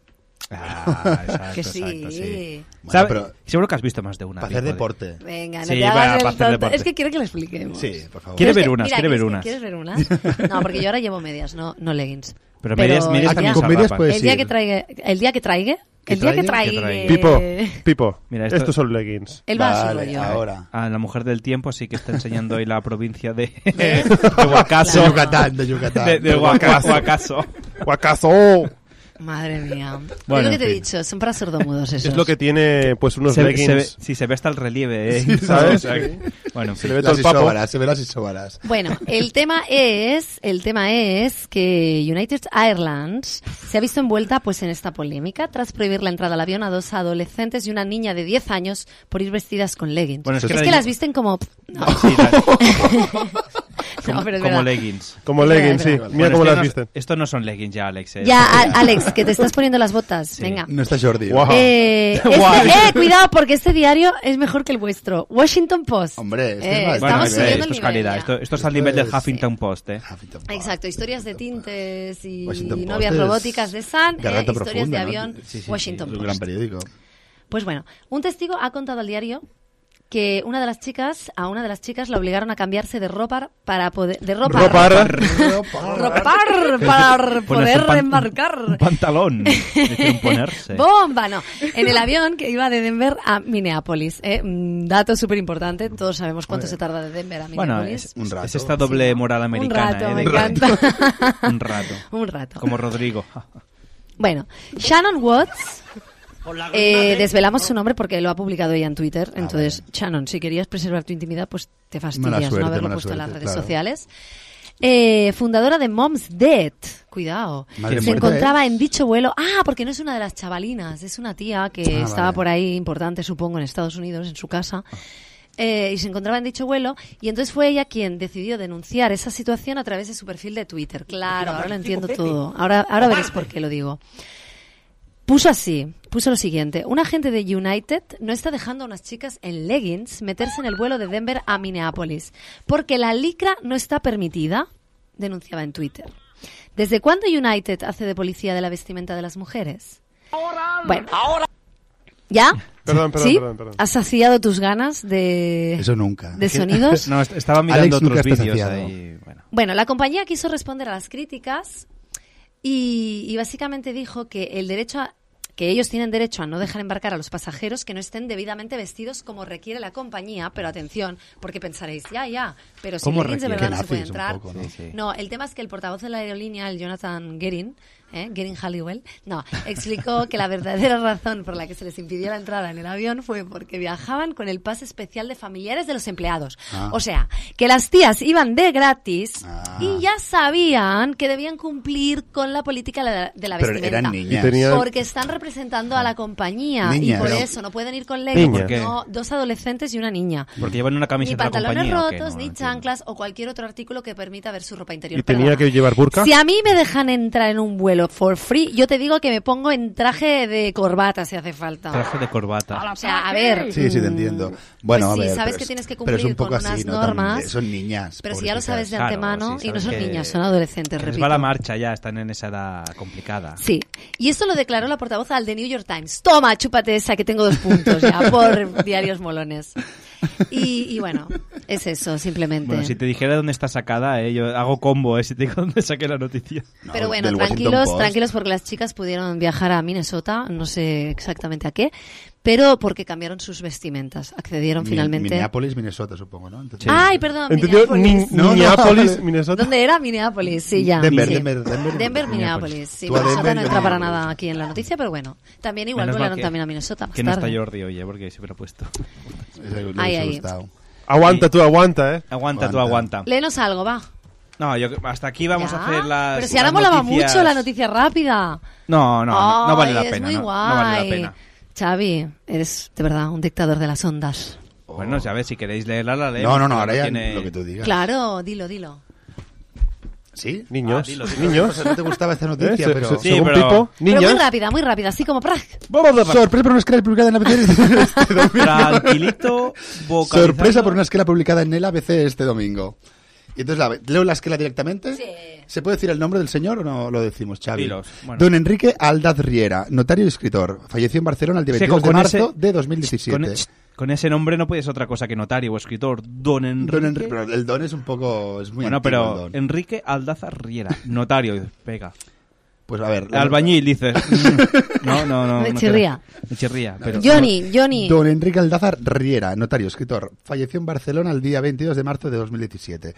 Speaker 10: Ah, exacto,
Speaker 12: Que sí.
Speaker 10: exacto, sí.
Speaker 11: Bueno,
Speaker 10: ¿Sabe-
Speaker 11: pero-
Speaker 10: Seguro que has visto más de una.
Speaker 11: Para hacer
Speaker 10: Pipo, de-
Speaker 11: deporte.
Speaker 12: Venga, no
Speaker 10: Sí,
Speaker 12: te
Speaker 10: va,
Speaker 12: hagas
Speaker 10: para
Speaker 12: el
Speaker 10: hacer
Speaker 12: tonto.
Speaker 10: deporte.
Speaker 12: Es que quiero que lo expliquemos.
Speaker 11: Sí, por favor.
Speaker 10: Quiere
Speaker 12: Pero es
Speaker 10: ver
Speaker 12: que-
Speaker 10: unas,
Speaker 12: mira,
Speaker 10: quiere ver
Speaker 12: es que
Speaker 10: unas.
Speaker 12: ¿Quieres ver unas? No, porque yo ahora llevo medias, no, no leggings.
Speaker 10: Pero medias- medias
Speaker 12: el
Speaker 10: también
Speaker 12: día-
Speaker 10: se Comedias rapan. puedes
Speaker 12: el día
Speaker 10: ir.
Speaker 12: que traiga, el día que traiga, el día que traiga.
Speaker 3: Pipo, Pipo,
Speaker 10: Mira, esto-
Speaker 3: estos son leggings.
Speaker 12: El vaso Vale, rollo.
Speaker 11: ahora.
Speaker 10: Ah, la mujer del tiempo sí que está enseñando hoy la provincia de,
Speaker 3: Eh.
Speaker 10: de Huacaso.
Speaker 11: De Yucatán, de Yucatán.
Speaker 10: De, de Huaca- Huacaso.
Speaker 3: Guacazo.
Speaker 12: Madre mía.
Speaker 10: Bueno,
Speaker 12: es lo que
Speaker 10: en
Speaker 12: te he
Speaker 10: fin.
Speaker 12: dicho, son para sordomudos esos.
Speaker 3: Es lo que tiene, pues, unos
Speaker 10: Se- se
Speaker 3: leggings.
Speaker 10: ve- sí, se ve hasta el relieve, ¿eh?
Speaker 3: Sí, ¿sabes?
Speaker 10: Sí. Bueno,
Speaker 3: se
Speaker 10: en
Speaker 3: le ve
Speaker 10: fin.
Speaker 3: todo el papo.
Speaker 11: isóbaras, se ve las isóbaras.
Speaker 12: Bueno, el tema es, el tema es que United Ireland se ha visto envuelta pues en esta polémica tras prohibir la entrada al avión a dos adolescentes y una niña de 10 años por ir vestidas con leggings.
Speaker 10: Bueno, es que
Speaker 12: es
Speaker 10: era-
Speaker 12: que las visten como no. No, pero es
Speaker 10: como
Speaker 12: verdad.
Speaker 10: leggings.
Speaker 3: Como
Speaker 12: Es verdad, leggings, es
Speaker 3: sí. verdad. Mira cómo
Speaker 10: esto
Speaker 3: las
Speaker 10: no-
Speaker 3: visten.
Speaker 10: Esto no son leggings ya, Alex. eh.
Speaker 12: Ya, a- Alex, que te estás poniendo las botas. Venga.
Speaker 11: No está Jordi.
Speaker 12: Eh, este-
Speaker 11: Guau.
Speaker 12: eh, cuidado, porque este diario es mejor que el vuestro. Washington Post.
Speaker 11: Hombre,
Speaker 12: Eh,
Speaker 11: este es más-
Speaker 12: estamos
Speaker 10: Bueno,
Speaker 12: subiendo
Speaker 10: eh,
Speaker 12: el
Speaker 10: esto es
Speaker 12: nivel
Speaker 10: calidad.
Speaker 12: ya.
Speaker 10: Esto, esto está al nivel del
Speaker 11: es-
Speaker 10: Huffington Post, ¿eh?
Speaker 12: Exacto, historias de tintes y
Speaker 11: Washington Post
Speaker 12: novias
Speaker 11: es
Speaker 12: robóticas de San,
Speaker 11: de
Speaker 12: eh,
Speaker 11: rata
Speaker 12: historias
Speaker 11: profunda,
Speaker 12: de
Speaker 11: ¿no?
Speaker 12: avión,
Speaker 11: Sí, sí, sí,
Speaker 12: Washington
Speaker 11: es un
Speaker 12: Post.
Speaker 11: gran periódico.
Speaker 12: Pues bueno, un testigo ha contado al diario que una de las chicas, a una de las chicas la obligaron a cambiarse de ropa para poder de ropa
Speaker 10: Ropar.
Speaker 12: ropar para
Speaker 10: Pues Ponerse un
Speaker 12: poder
Speaker 10: pan-
Speaker 12: embarcar.
Speaker 10: Un pantalón. Decían ponerse.
Speaker 12: Bomba, no. En el avión que iba de Denver a Minneapolis. eh, mm, dato súper importante. Todos sabemos cuánto se tarda de Denver a
Speaker 10: Bueno,
Speaker 12: Minneapolis.
Speaker 10: es, es esta doble moral americana.
Speaker 12: rato,
Speaker 10: eh,
Speaker 12: me
Speaker 10: de que-
Speaker 12: encanta.
Speaker 10: un rato.
Speaker 12: Un rato.
Speaker 10: Como Rodrigo.
Speaker 12: Bueno, Shannon Watts. eh, desvelamos su nombre porque lo ha publicado ella en Twitter. Entonces, Shannon, si querías preservar tu intimidad, pues te fastidias
Speaker 7: Mala suerte,
Speaker 12: no haberlo
Speaker 7: mala
Speaker 12: puesto en las
Speaker 7: suerte,
Speaker 12: redes
Speaker 7: claro.
Speaker 12: sociales. Eh, fundadora de Mom's Dead, cuidado,
Speaker 7: Madre
Speaker 12: se
Speaker 7: muerta,
Speaker 12: encontraba en dicho vuelo. Ah, porque no es una de las chavalinas, es una tía que
Speaker 7: Ah,
Speaker 12: estaba
Speaker 7: vale.
Speaker 12: por ahí importante, supongo, en Estados Unidos, en su casa. Eh, y se encontraba en dicho vuelo y entonces fue ella quien decidió denunciar esa situación a través de su perfil de Twitter. Claro, ahora lo entiendo todo. Ahora, ahora veréis por qué lo digo. Puso así, puso lo siguiente. Un agente de United no está dejando a unas chicas en leggings meterse en el vuelo de Denver a Minneapolis porque la licra no está permitida, denunciaba en Twitter. ¿Desde cuándo United hace de policía de la vestimenta de las mujeres? Bueno, ahora. ¿Ya?
Speaker 3: Perdón, perdón,
Speaker 12: ¿Sí?
Speaker 3: perdón, perdón.
Speaker 12: ¿Has saciado tus ganas de,
Speaker 11: Eh, Eso nunca.
Speaker 12: de sonidos?
Speaker 10: No, est- estaba mirando
Speaker 11: Alex, nunca
Speaker 10: otros
Speaker 11: estás
Speaker 10: vídeos
Speaker 11: saciado.
Speaker 10: ahí. bueno.
Speaker 12: Bueno, la compañía quiso responder a las críticas y, y básicamente dijo que el derecho a- que ellos tienen derecho a no dejar embarcar a los pasajeros que no estén debidamente vestidos como requiere la compañía, pero atención, porque pensaréis, ya, ya, pero si
Speaker 11: ¿Cómo
Speaker 12: leggings de
Speaker 11: requiere? Que
Speaker 12: verdad no se puede
Speaker 11: nazis un
Speaker 12: entrar.
Speaker 11: poco, ¿no? Sí, sí.
Speaker 12: No, el tema es que el portavoz de la aerolínea, el Jonathan Gerin, ¿eh? Gerin Halliwell, no, explicó que la verdadera razón por la que se les impidió la entrada en el avión fue porque viajaban con el pase especial de familiares de los empleados.
Speaker 7: Ah.
Speaker 12: O sea, que las tías iban de gratis
Speaker 11: Ah.
Speaker 12: y ya sabían que debían cumplir con la política de la, de la
Speaker 11: Pero
Speaker 12: vestimenta.
Speaker 11: eran niñas. Y tenían-
Speaker 12: Porque están representando a la compañía
Speaker 10: Niñas.
Speaker 12: y por
Speaker 10: Pero-
Speaker 12: eso no pueden ir con
Speaker 10: Niñas.
Speaker 12: leggings,
Speaker 10: ¿Por qué?
Speaker 12: no, dos adolescentes y una niña.
Speaker 10: Porque llevan una
Speaker 12: Ni
Speaker 10: camiseta de la
Speaker 12: pantalones
Speaker 10: compañía. ¿o qué?
Speaker 12: rotos,
Speaker 10: No,
Speaker 12: ni chanclas o cualquier otro artículo que permita ver su ropa interior.
Speaker 3: ¿Y tenía
Speaker 12: Perdona.
Speaker 3: que llevar burka?
Speaker 12: Si a mí me dejan entrar en un vuelo for free, yo te digo que me pongo en traje de corbata si hace falta.
Speaker 10: Traje de corbata.
Speaker 12: O sea, a ver. Pues
Speaker 11: Sí, sí, te entiendo. Bueno,
Speaker 12: sí,
Speaker 11: a ver,
Speaker 12: sabes
Speaker 11: pero
Speaker 12: que
Speaker 11: es-
Speaker 12: tienes que
Speaker 11: pero es un
Speaker 12: cumplir
Speaker 11: poco
Speaker 12: con
Speaker 11: así,
Speaker 12: unas
Speaker 11: ¿no?
Speaker 12: normas.
Speaker 11: Tan- son niñas.
Speaker 12: Pero si ya lo
Speaker 11: pobrecitas.
Speaker 12: sabes de
Speaker 10: Claro,
Speaker 12: antemano
Speaker 10: sí,
Speaker 12: y no
Speaker 10: sabes
Speaker 12: son
Speaker 10: que-
Speaker 12: niñas, son adolescentes,
Speaker 10: Eh, que les
Speaker 12: repito.
Speaker 10: va la marcha ya, están en esa edad complicada.
Speaker 12: Sí, y esto lo declaró la portavoz al The New York Times. Toma, chúpate esa que tengo dos puntos ya por diarios molones. Y, y bueno, es eso, simplemente.
Speaker 10: Bueno, si te dijera dónde está sacada, eh, yo hago combo, eh, si te digo dónde saqué la noticia.
Speaker 12: Pero bueno, tranquilos, tranquilos porque las chicas pudieron viajar a Minnesota, no sé exactamente a qué, pero porque cambiaron sus vestimentas, accedieron
Speaker 11: Mi-
Speaker 12: finalmente.
Speaker 11: Minneapolis, Minnesota, supongo, ¿no? Entonces-
Speaker 12: Ay, perdón,
Speaker 3: Entendió
Speaker 12: Minneapolis.
Speaker 3: Min- Minneapolis,
Speaker 11: vale.
Speaker 3: Minnesota.
Speaker 12: ¿Dónde era? Minneapolis, sí, ya.
Speaker 11: Denver,
Speaker 12: sí.
Speaker 11: Denver, Denver.
Speaker 12: Minneapolis. Sí,
Speaker 11: Tú a
Speaker 12: Minnesota
Speaker 11: Denver,
Speaker 12: no
Speaker 11: yo
Speaker 12: entra
Speaker 11: a
Speaker 12: para
Speaker 11: Minneapolis.
Speaker 12: nada aquí en la noticia, pero bueno. También igual
Speaker 10: Menos mal
Speaker 12: volaron
Speaker 10: que-
Speaker 12: también a Minnesota más
Speaker 10: Que no está
Speaker 12: tarde.
Speaker 10: Jordi, oye, porque se hubiera puesto.
Speaker 12: Ay, ay. gustado.
Speaker 3: Aguanta tú, aguanta, eh.
Speaker 10: Aguanta, tú, aguanta.
Speaker 12: Léenos algo, va.
Speaker 10: No, yo, hasta aquí vamos
Speaker 12: Ya.
Speaker 10: a hacer las.
Speaker 12: Pero si ahora
Speaker 10: Ah, las
Speaker 12: molaba
Speaker 10: noticias-
Speaker 12: mucho la noticia rápida.
Speaker 10: No, no, no, no vale la
Speaker 12: Ay,
Speaker 10: pena.
Speaker 12: Es muy
Speaker 10: no,
Speaker 12: guay.
Speaker 10: no vale la pena.
Speaker 12: Xavi, eres de verdad un dictador de las ondas.
Speaker 10: Bueno, ya ves, Pues si queréis leerla, la leemos.
Speaker 11: No, no, no,
Speaker 10: pero
Speaker 11: ahora ya
Speaker 10: tiene-
Speaker 11: lo que tú digas.
Speaker 12: Claro, dilo, dilo.
Speaker 11: ¿Sí?
Speaker 3: Niños,
Speaker 10: Ah, dilo, dilo.
Speaker 3: niños.
Speaker 11: Pues no te gustaba esta noticia,
Speaker 3: Eh, se-
Speaker 11: pero-
Speaker 3: se-
Speaker 11: Sí,
Speaker 3: según
Speaker 11: pero-
Speaker 3: Pipo,
Speaker 12: Pero
Speaker 3: niños.
Speaker 12: muy rápida, muy rápida, así como prac.
Speaker 11: Sorpresa por una esquela publicada en la ABC este domingo.
Speaker 10: Tranquilito, vocalizando.
Speaker 11: Sorpresa por una esquela publicada en el ABC este domingo. Y entonces, la, ¿leo la esquela directamente? ¿Se puede decir el nombre del señor o no lo decimos, Xavi?
Speaker 10: Dilos, bueno.
Speaker 11: Don Enrique Aldaz Riera, notario y escritor. Falleció en Barcelona el día 22 de marzo de 2017.
Speaker 10: Con, con ese nombre no puedes otra cosa que notario o escritor. Don Enrique.
Speaker 11: Don Enrique, pero el don es un poco... Es muy
Speaker 10: bueno,
Speaker 11: antiguo,
Speaker 10: pero
Speaker 11: el don.
Speaker 10: Enrique Aldaza Riera, notario. Pega.
Speaker 11: Pues a ver.
Speaker 10: Albañil, dices. mm, no, no, no.
Speaker 12: Me
Speaker 10: no
Speaker 12: chirría.
Speaker 10: queda. Me chirría. Pero,
Speaker 12: Johnny, Johnny.
Speaker 11: Don Enrique Aldazar Riera, notario, escritor, falleció en Barcelona el día 22 de marzo de 2017.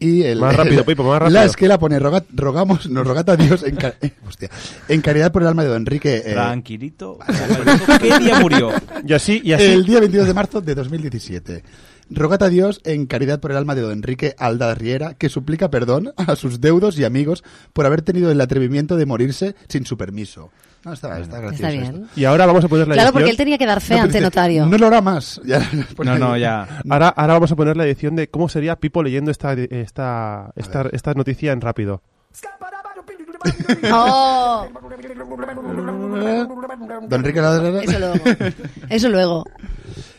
Speaker 11: y el,
Speaker 3: Más rápido, Pipo, más rápido.
Speaker 11: la esquela pone "Roga- rogamos, nos rogad a Dios en, ca- hostia, en caridad por el alma de Don Enrique. eh,
Speaker 10: Tranquilito. tranquilito. ¿Qué día murió?
Speaker 3: Y así, y
Speaker 11: El día 22 de marzo de 2017. Rogad a Dios en caridad por el alma de don Enrique Alda Riera, que suplica perdón a sus deudos y amigos por haber tenido el atrevimiento de morirse sin su permiso. No, está, está gracioso
Speaker 12: bien.
Speaker 11: esto.
Speaker 3: Y ahora vamos a poner la
Speaker 12: Claro,
Speaker 3: edición.
Speaker 12: porque él tenía que dar fe
Speaker 11: No, pero
Speaker 12: ante
Speaker 11: dice,
Speaker 12: notario.
Speaker 11: No lo hará más. Ya, por ahí.
Speaker 3: Ahora, ahora vamos a poner la edición de cómo sería Pipo leyendo esta, esta, esta, esta noticia en rápido.
Speaker 12: Oh,
Speaker 11: Don Enrique Alda Riera.
Speaker 12: eso luego. Eso luego.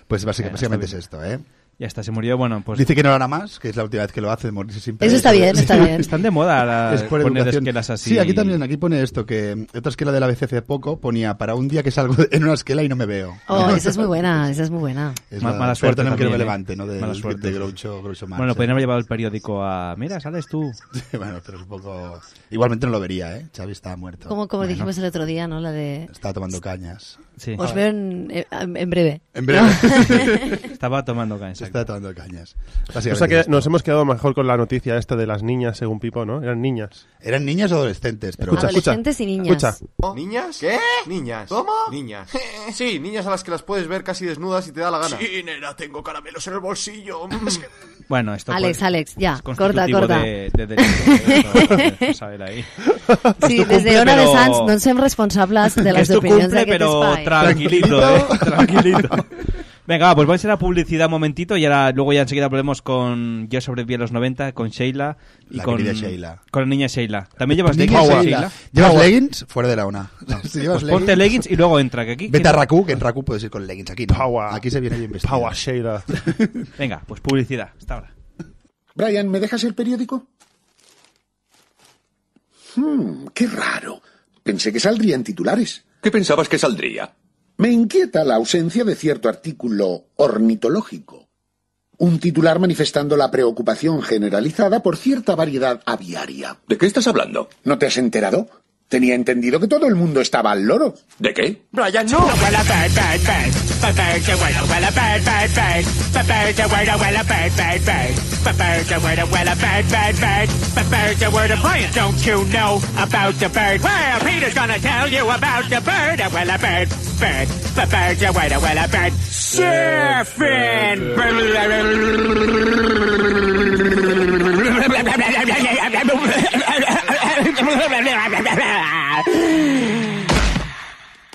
Speaker 11: Pues básica- básicamente, es esto, ¿eh?
Speaker 10: Ya está, se murió. Bueno, pues.
Speaker 11: Dice que no lo hará más, que es la última vez que lo hace, de morirse sin
Speaker 12: Eso está bien, está bien.
Speaker 10: Están de moda la-
Speaker 11: Es por
Speaker 10: poner
Speaker 11: educación.
Speaker 10: esquelas así.
Speaker 11: Sí, aquí también, aquí pone esto, que otra esquela de la ABC hace poco ponía para un día que salgo en una esquela y no me veo.
Speaker 12: Oh, esa es muy buena, esa es muy buena.
Speaker 11: Es
Speaker 10: Ma-
Speaker 11: la-
Speaker 10: mala
Speaker 11: pero
Speaker 10: suerte.
Speaker 11: tenemos que
Speaker 10: también,
Speaker 11: no me
Speaker 10: ¿eh?
Speaker 11: levante, ¿no? De-
Speaker 10: Mala
Speaker 11: de Groucho- Groucho
Speaker 10: Bueno,
Speaker 11: Marx,
Speaker 10: pues-
Speaker 11: ¿eh?
Speaker 10: podrían haber llevado el periódico a. Mira, sales tú.
Speaker 11: bueno, pero es un poco. Igualmente no lo vería, ¿eh? Xavi está muerto.
Speaker 12: Como, como
Speaker 11: Bueno,
Speaker 12: dijimos el otro día, ¿no? La de...
Speaker 11: Estaba tomando cañas. Ah.
Speaker 10: Sí.
Speaker 12: Os veo en, en en breve.
Speaker 11: En breve.
Speaker 10: Estaba tomando cañas.
Speaker 11: Estaba tomando cañas.
Speaker 3: O sea que nos hemos quedado mejor con la noticia esta de las niñas, según Pipo, ¿no? Eran niñas.
Speaker 11: Eran niñas o adolescentes, pero-
Speaker 12: Adolescentes y niñas.
Speaker 3: Escucha.
Speaker 16: ¿Oh? ¿Niñas? ¿Qué? Niñas. ¿Cómo? Niñas. Sí, niñas a las que las puedes ver casi desnudas si te da la gana. Mm. Sí, nena, tengo caramelos en el bolsillo.
Speaker 10: Bueno, esto.
Speaker 12: Alex,
Speaker 10: pues,
Speaker 12: Alex, ya,
Speaker 10: es
Speaker 12: corta,
Speaker 10: constitutivo
Speaker 12: corta.
Speaker 10: De, de delito. Vamos a ver ahí.
Speaker 12: Sí,
Speaker 10: Tu cumple,
Speaker 12: desde hora de
Speaker 10: pero-
Speaker 12: Sants no sean responsables de las
Speaker 10: es tu
Speaker 12: opinions
Speaker 10: cumple,
Speaker 12: d'aquest
Speaker 10: pero
Speaker 12: espai.
Speaker 10: tranquilito, eh, tranquilito. Venga, va, pues vais a ir a publicidad un momentito y ahora, luego ya enseguida volvemos con Yo sobreviví a los 90, con Sheila y
Speaker 11: La
Speaker 10: con,
Speaker 11: querida Sheila.
Speaker 10: con la niña Sheila. ¿También llevas
Speaker 11: Niña
Speaker 10: leggings,
Speaker 11: Sheila.
Speaker 10: Sheila?
Speaker 11: ¿Llevas
Speaker 10: Agua.
Speaker 11: leggings? Fuera de la una. Si llevas
Speaker 10: Pues ponte leggings y luego entra, que aquí...
Speaker 11: Vete a Raku, que en Raku puedes ir con leggings. Aquí no. Aquí se viene bien vestido.
Speaker 3: Power Sheila.
Speaker 10: Venga, pues publicidad, hasta ahora.
Speaker 8: Brian, ¿me dejas el periódico? Hmm, qué raro. Pensé que saldrían titulares.
Speaker 17: ¿Qué pensabas que saldría?
Speaker 8: Me inquieta la ausencia de cierto artículo ornitológico. Un titular manifestando la preocupación generalizada por cierta variedad aviaria.
Speaker 17: ¿De qué estás hablando?
Speaker 8: ¿No te has enterado? Tenía entendido que todo el mundo estaba al loro.
Speaker 17: ¿De qué?
Speaker 9: Brian, no. Abuela, bird, bird, bird. Bird, bird, abuela, abuela, bird, bird, bird. Bird, bird, abuela, abuela, bird, bird, bird. Bird, bird, abuela, abuela, bird, bird, bird. Bird, bird, abuela, Brian, don't you know about the bird? Well, Peter's gonna tell you about the bird. Abuela, bird, bird. Bird, bird, abuela, abuela, bird. Surfing.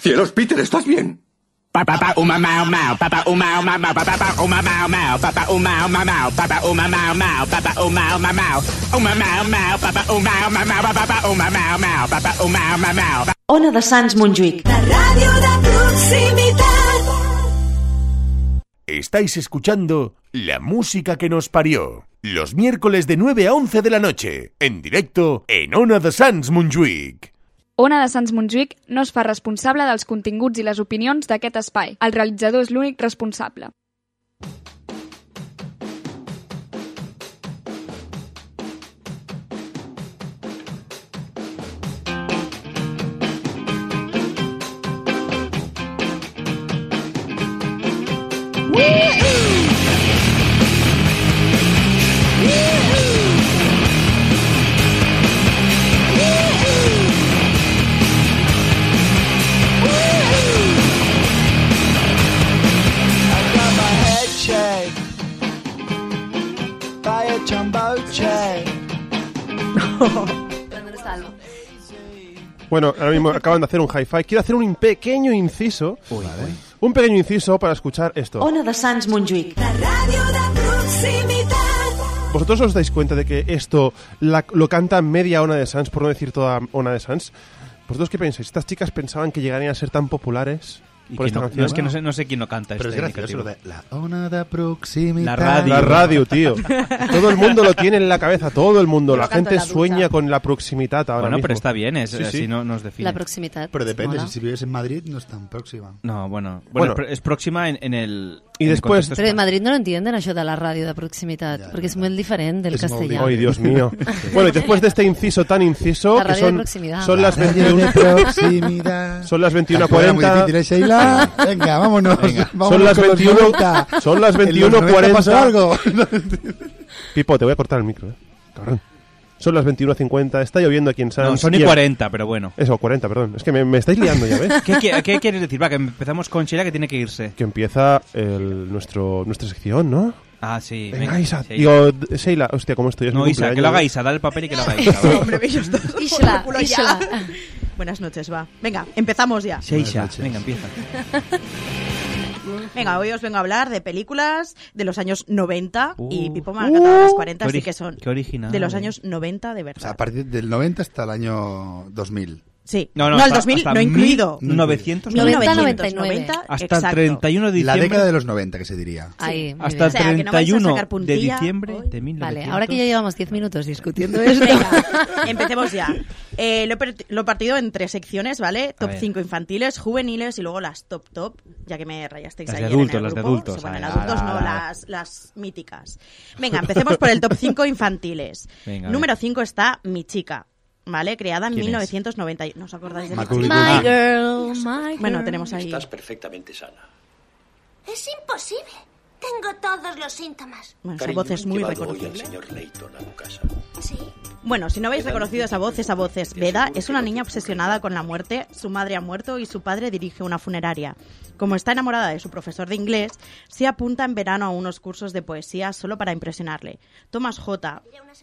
Speaker 17: Cielos, Peter, ¿estás bien?
Speaker 9: Papa pa uma mau mau, papa uma uma mau, papa pa uma mau mau, papa uma uma mau, papa uma mau mau, papa uma uma mau, uma mau mau, papa uma uma mau, papa uma mau mau, papa uma uma mau.
Speaker 18: Ona de Sants Montjuïc.
Speaker 19: Ràdio de proximitat.
Speaker 1: Estáis escuchando La Música que nos parió. Los miércoles de 9 a 11 de la noche, en directo en Ona de Sans Montjuïc.
Speaker 6: Ona de Sants Montjuïc no es fa responsable dels continguts i les opinions d'aquest espai. El realitzador és l'únic responsable.
Speaker 7: got my head shaved by a jumbo jet.
Speaker 3: Bueno, ahora mismo acaban de hacer un hi-fi. Quiero hacer un in- pequeño inciso. Un pequeño inciso para escuchar esto.
Speaker 18: Ona de Sants Montjuïc.
Speaker 19: Ràdio de proximitat.
Speaker 3: ¿Vosotros os dais cuenta de que esto la- lo canta media Ona de Sans, por no decir toda Ona de Sans? ¿Vosotros qué pensáis? ¿Estas chicas pensaban que llegarían a ser tan populares
Speaker 10: Y
Speaker 3: por
Speaker 10: que
Speaker 3: esta
Speaker 10: no,
Speaker 3: canción?
Speaker 10: no, es que no sé, no sé quién lo canta.
Speaker 11: Pero
Speaker 10: este
Speaker 11: es gracioso
Speaker 10: indicativo.
Speaker 11: lo de la ona de proximidad.
Speaker 10: La radio.
Speaker 3: La radio, tío. todo el mundo lo tiene en la cabeza, todo el mundo. La
Speaker 12: Lo canto en
Speaker 3: gente
Speaker 12: la ducha.
Speaker 3: sueña con la proximidad ahora
Speaker 10: Bueno,
Speaker 3: mismo.
Speaker 10: pero está bien, es-
Speaker 11: eh,
Speaker 3: Sí, sí.
Speaker 10: así no nos define.
Speaker 12: La proximitat.
Speaker 11: Pero depende,
Speaker 12: Mola.
Speaker 11: si vives en Madrid no es tan próxima.
Speaker 10: No, bueno. Bueno,
Speaker 11: Bueno.
Speaker 10: es pr- es próxima en, en el...
Speaker 3: Y
Speaker 10: en el
Speaker 3: después-
Speaker 10: contexto
Speaker 12: Però a Madrid no lo entienden això de la ràdio de proximitat, perquè és molt diferent del
Speaker 3: Es móvil.
Speaker 12: castellà.
Speaker 3: Ay, Dios mío. Bueno, y después de este inciso tan inciso,
Speaker 12: La
Speaker 3: que
Speaker 12: radio de
Speaker 3: son,
Speaker 12: proximidad.
Speaker 3: son las
Speaker 12: La radio
Speaker 3: 21.
Speaker 12: de
Speaker 11: proximidad.
Speaker 3: Son las
Speaker 11: Tampoco era muy
Speaker 3: 21.40.
Speaker 11: difícil, ¿eh, Sheila? Venga, vámonos. vámonos
Speaker 3: Son las
Speaker 11: con los
Speaker 3: 21.
Speaker 11: 90.
Speaker 3: Son las
Speaker 11: En los 90 pasó
Speaker 3: 21.40.
Speaker 11: algo.
Speaker 3: Pipo, te voy a cortar el micro. ¿eh? Cabrón. Son las 21.50, está lloviendo aquí en Sans.
Speaker 10: No, son y
Speaker 3: el-
Speaker 10: 40, pero bueno.
Speaker 3: Eso, 40, perdón. Es que me, me estáis liando ya, ¿ves?
Speaker 10: ¿Qué, qui- qué quieres decir? Va, que empezamos con Sheila que tiene que irse.
Speaker 3: que empieza el, nuestro, nuestra sección, ¿no?
Speaker 10: Ah, sí.
Speaker 3: Venga,
Speaker 10: venga,
Speaker 3: Isa.
Speaker 10: Sheila.
Speaker 3: Digo, d- Sheila, hostia, ¿cómo estoy? Es
Speaker 10: No,
Speaker 3: mi
Speaker 10: Isa, que
Speaker 3: cumpleaños,
Speaker 10: lo haga
Speaker 3: ¿eh?
Speaker 10: Isa, dale el papel y que lo haga Isa. va.
Speaker 2: Hombre, veis dos por
Speaker 12: Isla,
Speaker 2: el culo ya.
Speaker 12: Isla.
Speaker 2: Buenas noches, va. Venga, empezamos ya.
Speaker 10: Sí, Isa, venga, empieza.
Speaker 2: Venga, hoy os vengo a hablar de películas de los años 90 y
Speaker 10: Uh.
Speaker 2: Pipo me ha cantado las 40,
Speaker 11: Qué
Speaker 2: así
Speaker 11: ori-
Speaker 2: que son
Speaker 11: qué original.
Speaker 2: de los años 90 de
Speaker 11: O sea,
Speaker 2: verdad.
Speaker 11: a partir del 90 hasta el año 2000.
Speaker 2: Sí. No, no, No, el hasta- 2000 hasta no incluido.
Speaker 10: 1900,
Speaker 2: 90,
Speaker 10: Hasta
Speaker 2: exacto.
Speaker 10: el 31 de
Speaker 11: La
Speaker 10: diciembre.
Speaker 11: década de los 90, que se diría.
Speaker 12: Ahí, muy
Speaker 10: Hasta
Speaker 12: bien.
Speaker 10: el 31 de
Speaker 12: puntilla
Speaker 10: diciembre de
Speaker 12: Vale,
Speaker 10: 1900.
Speaker 12: ahora que ya llevamos 10 minutos discutiendo esto.
Speaker 2: Empecemos ya. Eh, lo, he per- lo he partido en tres secciones, ¿vale? Top
Speaker 10: ver.
Speaker 2: 5 infantiles, juveniles y luego las top top, ya que me rayasteis
Speaker 10: Las de
Speaker 2: ayer
Speaker 10: adultos,
Speaker 2: en el
Speaker 10: las de
Speaker 2: grupo.
Speaker 10: adultos,
Speaker 2: Sí, bueno, en
Speaker 10: ahí,
Speaker 2: adultos
Speaker 10: ahí,
Speaker 2: no,
Speaker 10: ahí.
Speaker 2: las, las míticas. Venga, empecemos por el top 5 infantiles.
Speaker 10: Venga, a ver.
Speaker 2: Número 5 está Mi Chica, ¿vale? Creada en
Speaker 10: ¿Quién es?
Speaker 2: 1990. y- ¿No os acordáis de Mi
Speaker 10: Macaulay
Speaker 2: Chica?
Speaker 10: Culkin. My
Speaker 12: girl, my
Speaker 2: Bueno,
Speaker 12: girl.
Speaker 2: tenemos ahí...
Speaker 20: Ah. perfectamente sana.
Speaker 21: Es imposible. Tengo todos los síntomas.
Speaker 2: Bueno, esa voz es muy reconocida.
Speaker 20: señor Leighton a tu casa.
Speaker 21: Sí.
Speaker 2: Bueno, si no habéis reconocido esa voz, esa voz es Veda, es una niña obsesionada con la muerte, su madre ha muerto y su padre dirige una funeraria. Como está enamorada de su profesor de inglés, se apunta en verano a unos cursos de poesía solo para impresionerle. Thomas J.,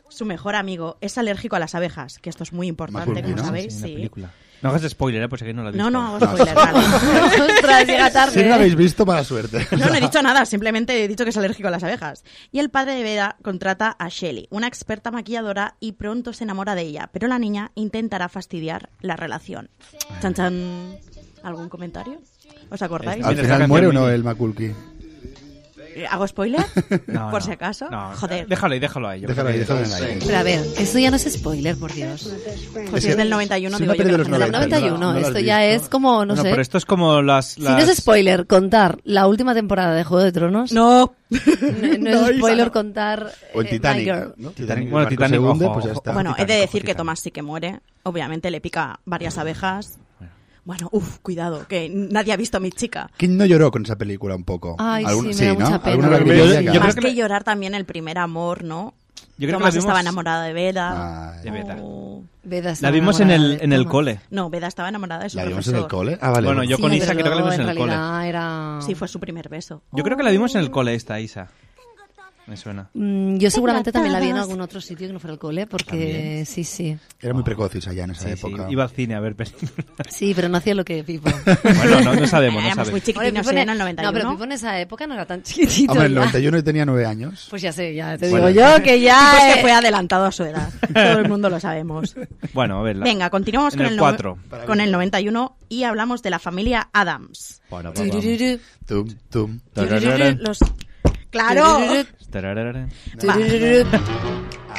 Speaker 2: su mejor amigo, es alérgico a las abejas, que esto es muy importante, como sabéis.
Speaker 10: Sí, en la
Speaker 2: sí.
Speaker 10: película. No hagas spoiler, ¿eh? Pues que no la
Speaker 2: No, no hago spoiler, vale. Ostras, llega tarde.
Speaker 11: Si
Speaker 2: ¿eh?
Speaker 11: no lo habéis visto, mala suerte.
Speaker 2: No, no he dicho nada, simplemente he dicho que es alérgico a las abejas. Y el padre de Veda contrata a Shelly, una experta maquilladora, y pronto se enamora de ella, pero la niña intentará fastidiar la relación. Chan chan. ¿Algún comentario? ¿Os acordáis?
Speaker 11: Al final muere o no el Maculki.
Speaker 2: Eh, ¿Hago spoiler?
Speaker 10: No,
Speaker 2: Por
Speaker 10: no.
Speaker 2: si acaso.
Speaker 10: No,
Speaker 2: Joder.
Speaker 10: Déjalo ahí, déjalo ahí. yo
Speaker 11: Déjalo
Speaker 10: creo
Speaker 11: ahí,
Speaker 10: que-
Speaker 11: déjalo en el aire.
Speaker 12: Pero a ver, esto ya no es spoiler, por Dios.
Speaker 2: Pues si es del 91,
Speaker 11: Si no, pero de los 90,
Speaker 12: Del 91,
Speaker 11: no, no lo has
Speaker 12: esto ya es como, no,
Speaker 10: No,
Speaker 12: sé.
Speaker 10: pero esto es como las...
Speaker 12: Si no
Speaker 10: las-
Speaker 12: es spoiler contar la última temporada de Juego de Tronos.
Speaker 2: No.
Speaker 12: No, es spoiler contar.
Speaker 11: O el
Speaker 12: eh,
Speaker 11: Titanic,
Speaker 12: My Girl.
Speaker 11: ¿no? Titanic,
Speaker 10: Bueno,
Speaker 11: el barco
Speaker 10: Titanic,
Speaker 11: se hunde,
Speaker 10: ojo,
Speaker 11: pues ya
Speaker 10: ojo.
Speaker 11: está.
Speaker 2: Bueno, eh, he de decir que Tomás sí que muere. Obviamente le pica varias abejas. Bueno, uff, cuidado, que nadie ha visto a mi chica.
Speaker 11: ¿Quién no lloró con esa película un poco?
Speaker 2: Ay, sí, me da
Speaker 11: ¿no?
Speaker 2: mucha pena.
Speaker 11: Alguna
Speaker 2: Yo-
Speaker 11: lagrimilla que-
Speaker 2: Más que, llorar también el primer amor, ¿no?
Speaker 10: Yo creo que
Speaker 2: Tomás
Speaker 10: la vimos-
Speaker 2: estaba enamorada de Veda.
Speaker 10: De Veda.
Speaker 2: Oh.
Speaker 12: Veda
Speaker 10: La
Speaker 12: estaba
Speaker 10: vimos en
Speaker 12: enamorada
Speaker 10: el,
Speaker 12: de
Speaker 10: en el
Speaker 12: Thomas.
Speaker 10: cole.
Speaker 2: No, Veda estaba enamorada de su
Speaker 11: ¿La vimos
Speaker 2: profesor.
Speaker 11: en el cole? Ah, vale.
Speaker 10: Bueno, yo con
Speaker 12: Sí,
Speaker 10: Isa
Speaker 12: pero
Speaker 10: creo que la
Speaker 12: no,
Speaker 10: vimos en el cole.
Speaker 12: realidad era-
Speaker 2: Sí, fue su primer beso.
Speaker 10: Yo creo que la vimos en el cole esta, Isa. Me suena.
Speaker 12: Mm, Yo seguramente también la vi en
Speaker 10: Encantadas.
Speaker 12: algún otro sitio que no fuera el cole, porque
Speaker 10: También.
Speaker 12: sí, sí.
Speaker 11: Era muy precoz Isa ya en esa
Speaker 10: Sí, sí,
Speaker 11: época.
Speaker 10: iba al cine a ver películas.
Speaker 12: Sí, pero no hacía lo que Pipo.
Speaker 10: Bueno, no- no sabemos, no Éramos sabemos. muy
Speaker 2: chiquitinos,
Speaker 12: Hombre, Pipo
Speaker 2: ¿eh? en el 91.
Speaker 12: No, pero Pipo en esa época no era tan chiquitito.
Speaker 11: Hombre, en el
Speaker 12: ya.
Speaker 11: 91 yo tenía 9 años.
Speaker 12: Pues ya sé, ya te
Speaker 11: Bueno.
Speaker 12: digo yo que ya...
Speaker 2: Pues
Speaker 12: eh,
Speaker 2: que fue adelantado a su edad. Todo el mundo lo sabemos.
Speaker 10: Bueno, a ver. la-
Speaker 2: Venga, continuamos
Speaker 10: en
Speaker 2: con
Speaker 10: el
Speaker 2: el, no-
Speaker 10: 4.
Speaker 2: con el 91 y hablamos de la familia Adams.
Speaker 10: Bueno,
Speaker 2: Turururu.
Speaker 11: Tum, tum.
Speaker 2: Turururu, Los... Claro. Va.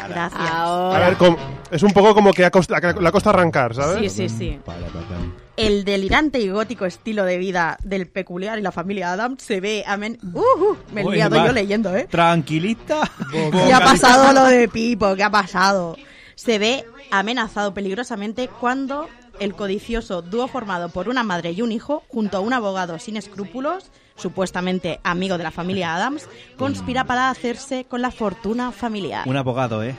Speaker 2: Gracias.
Speaker 3: A ver, com- es un poco como que ha costa- que la costa arrancar, ¿sabes?
Speaker 2: Sí, sí, sí.
Speaker 11: Mm.
Speaker 2: El delirante y gótico estilo de vida del peculiar y la familia Adams se ve amén. Uh, uh, me he
Speaker 10: Mm. Uy,
Speaker 2: liado
Speaker 10: va.
Speaker 2: yo leyendo, ¿eh?
Speaker 10: Tranquilita.
Speaker 2: ¿Qué ha pasado lo de Pipo? ¿Qué ha pasado? Se ve amenazado peligrosamente cuando el codicioso dúo formado por una madre y un hijo, junto a un abogado sin escrúpulos, supuestamente amigo de la familia Adams, conspira para hacerse con la fortuna familiar.
Speaker 10: Un abogado, ¿eh?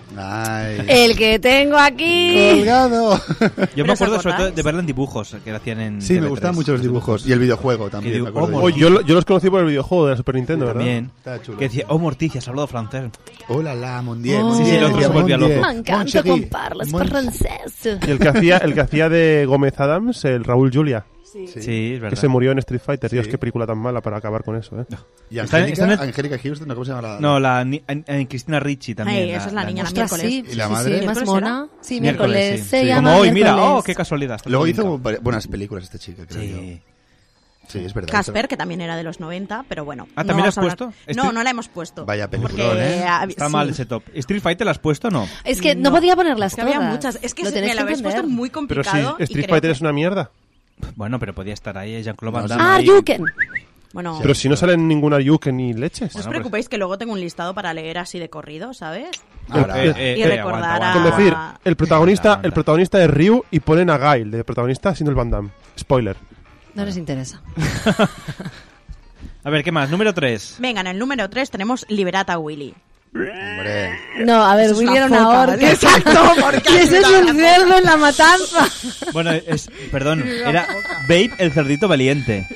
Speaker 12: El que tengo aquí.
Speaker 11: Colgado.
Speaker 10: Yo me
Speaker 11: ¿Pero os
Speaker 10: acuerdo sobre
Speaker 11: acordáis?
Speaker 10: todo de verla en dibujos que la hacían en.
Speaker 11: Sí, me
Speaker 10: TV3.
Speaker 11: gustaban mucho los dibujos. Y el videojuego también. me acuerdo de
Speaker 3: Oh,
Speaker 11: ello.
Speaker 3: yo, lo- yo los conocí por el videojuego de la Super Nintendo, ¿verdad?
Speaker 10: También.
Speaker 11: Está chulo.
Speaker 10: Que decía, oh, Morticia, saludo francés.
Speaker 11: Hola, la mundial.
Speaker 10: Sí, sí, el otro se volvía loco.
Speaker 12: Me encanta con parlas francés.
Speaker 3: Y el que hacía, el que hacía de Gómez Adams, el Raúl Julia.
Speaker 12: Sí.
Speaker 10: Sí, es verdad.
Speaker 3: Que se murió en Street Fighter. Dios,
Speaker 11: Sí.
Speaker 3: qué película tan mala para acabar con eso, ¿eh?
Speaker 11: Y
Speaker 10: Está en-
Speaker 11: Angélica
Speaker 10: está en el-
Speaker 11: Angélica Houston, ¿no? ¿cómo se llama la...?
Speaker 10: No, la ni- en- en Cristina Ricci también.
Speaker 2: Ay, esa es la niña, la
Speaker 12: Ostras,
Speaker 2: miércoles.
Speaker 12: sí.
Speaker 11: ¿Y la
Speaker 12: sí,
Speaker 11: madre?
Speaker 12: Sí, más
Speaker 2: ¿Miércoles
Speaker 12: mona.
Speaker 2: era?
Speaker 12: Sí, miércoles. Se
Speaker 10: sí.
Speaker 12: llama
Speaker 10: Como hoy, mira,
Speaker 12: miércoles.
Speaker 10: oh, qué casualidad. está
Speaker 11: Luego
Speaker 10: todo
Speaker 11: hizo
Speaker 10: linkado.
Speaker 11: vari- buenas películas esta chica, creo yo. Sí, es verdad.
Speaker 2: Casper, que también era de los 90, pero bueno.
Speaker 10: Ah, ¿también
Speaker 2: no
Speaker 10: la
Speaker 2: vamos
Speaker 10: has
Speaker 2: a hablar-
Speaker 10: puesto?
Speaker 2: No,
Speaker 10: Estoy-
Speaker 2: no la hemos puesto.
Speaker 11: Vaya
Speaker 2: Porque,
Speaker 11: peliculón, ¿eh?
Speaker 2: ah,
Speaker 10: Está
Speaker 2: sí.
Speaker 10: mal ese top. ¿Street Fighter la has puesto o no?
Speaker 12: Es que no, podía ponerlas
Speaker 2: Es que había
Speaker 12: todas.
Speaker 2: muchas. Es que
Speaker 12: Lo
Speaker 2: se-
Speaker 12: tenéis
Speaker 2: me la habéis puesto
Speaker 12: entender.
Speaker 2: muy
Speaker 3: Pero sí,
Speaker 2: complicado. y
Speaker 3: Street
Speaker 2: creo
Speaker 3: Fighter
Speaker 2: que-
Speaker 3: es una mierda.
Speaker 10: Bueno, pero podía estar ahí, eh, Jean-Claude
Speaker 3: No,
Speaker 10: Van
Speaker 3: sí.
Speaker 10: Damme. ahí.
Speaker 2: Bueno,
Speaker 3: Pero si no sale en ninguna Yuke ni leches.
Speaker 2: no
Speaker 10: pues-
Speaker 2: os preocupéis que luego tengo un listado para leer así de corrido, ¿sabes?
Speaker 3: Ahora,
Speaker 2: y
Speaker 3: eh, eh,
Speaker 2: recordar a...
Speaker 3: Con decir, el protagonista, el protagonista es Ryu y ponen a Gail de protagonista siendo el Van Damme. Spoiler.
Speaker 12: No les interesa.
Speaker 10: A ver, ¿qué más? Número 3.
Speaker 2: Venga, en el número 3 tenemos Liberata Willy.
Speaker 11: Hombre.
Speaker 12: No, a ver,
Speaker 10: Eso es
Speaker 12: Willy
Speaker 10: una
Speaker 12: era una
Speaker 10: foca,
Speaker 12: orca.
Speaker 10: ¿vale? Exacto, porque
Speaker 12: Y ese es
Speaker 10: ayuda a la
Speaker 12: un cerdo en la matanza.
Speaker 10: Bueno, es, perdón, era Babe el cerdito valiente.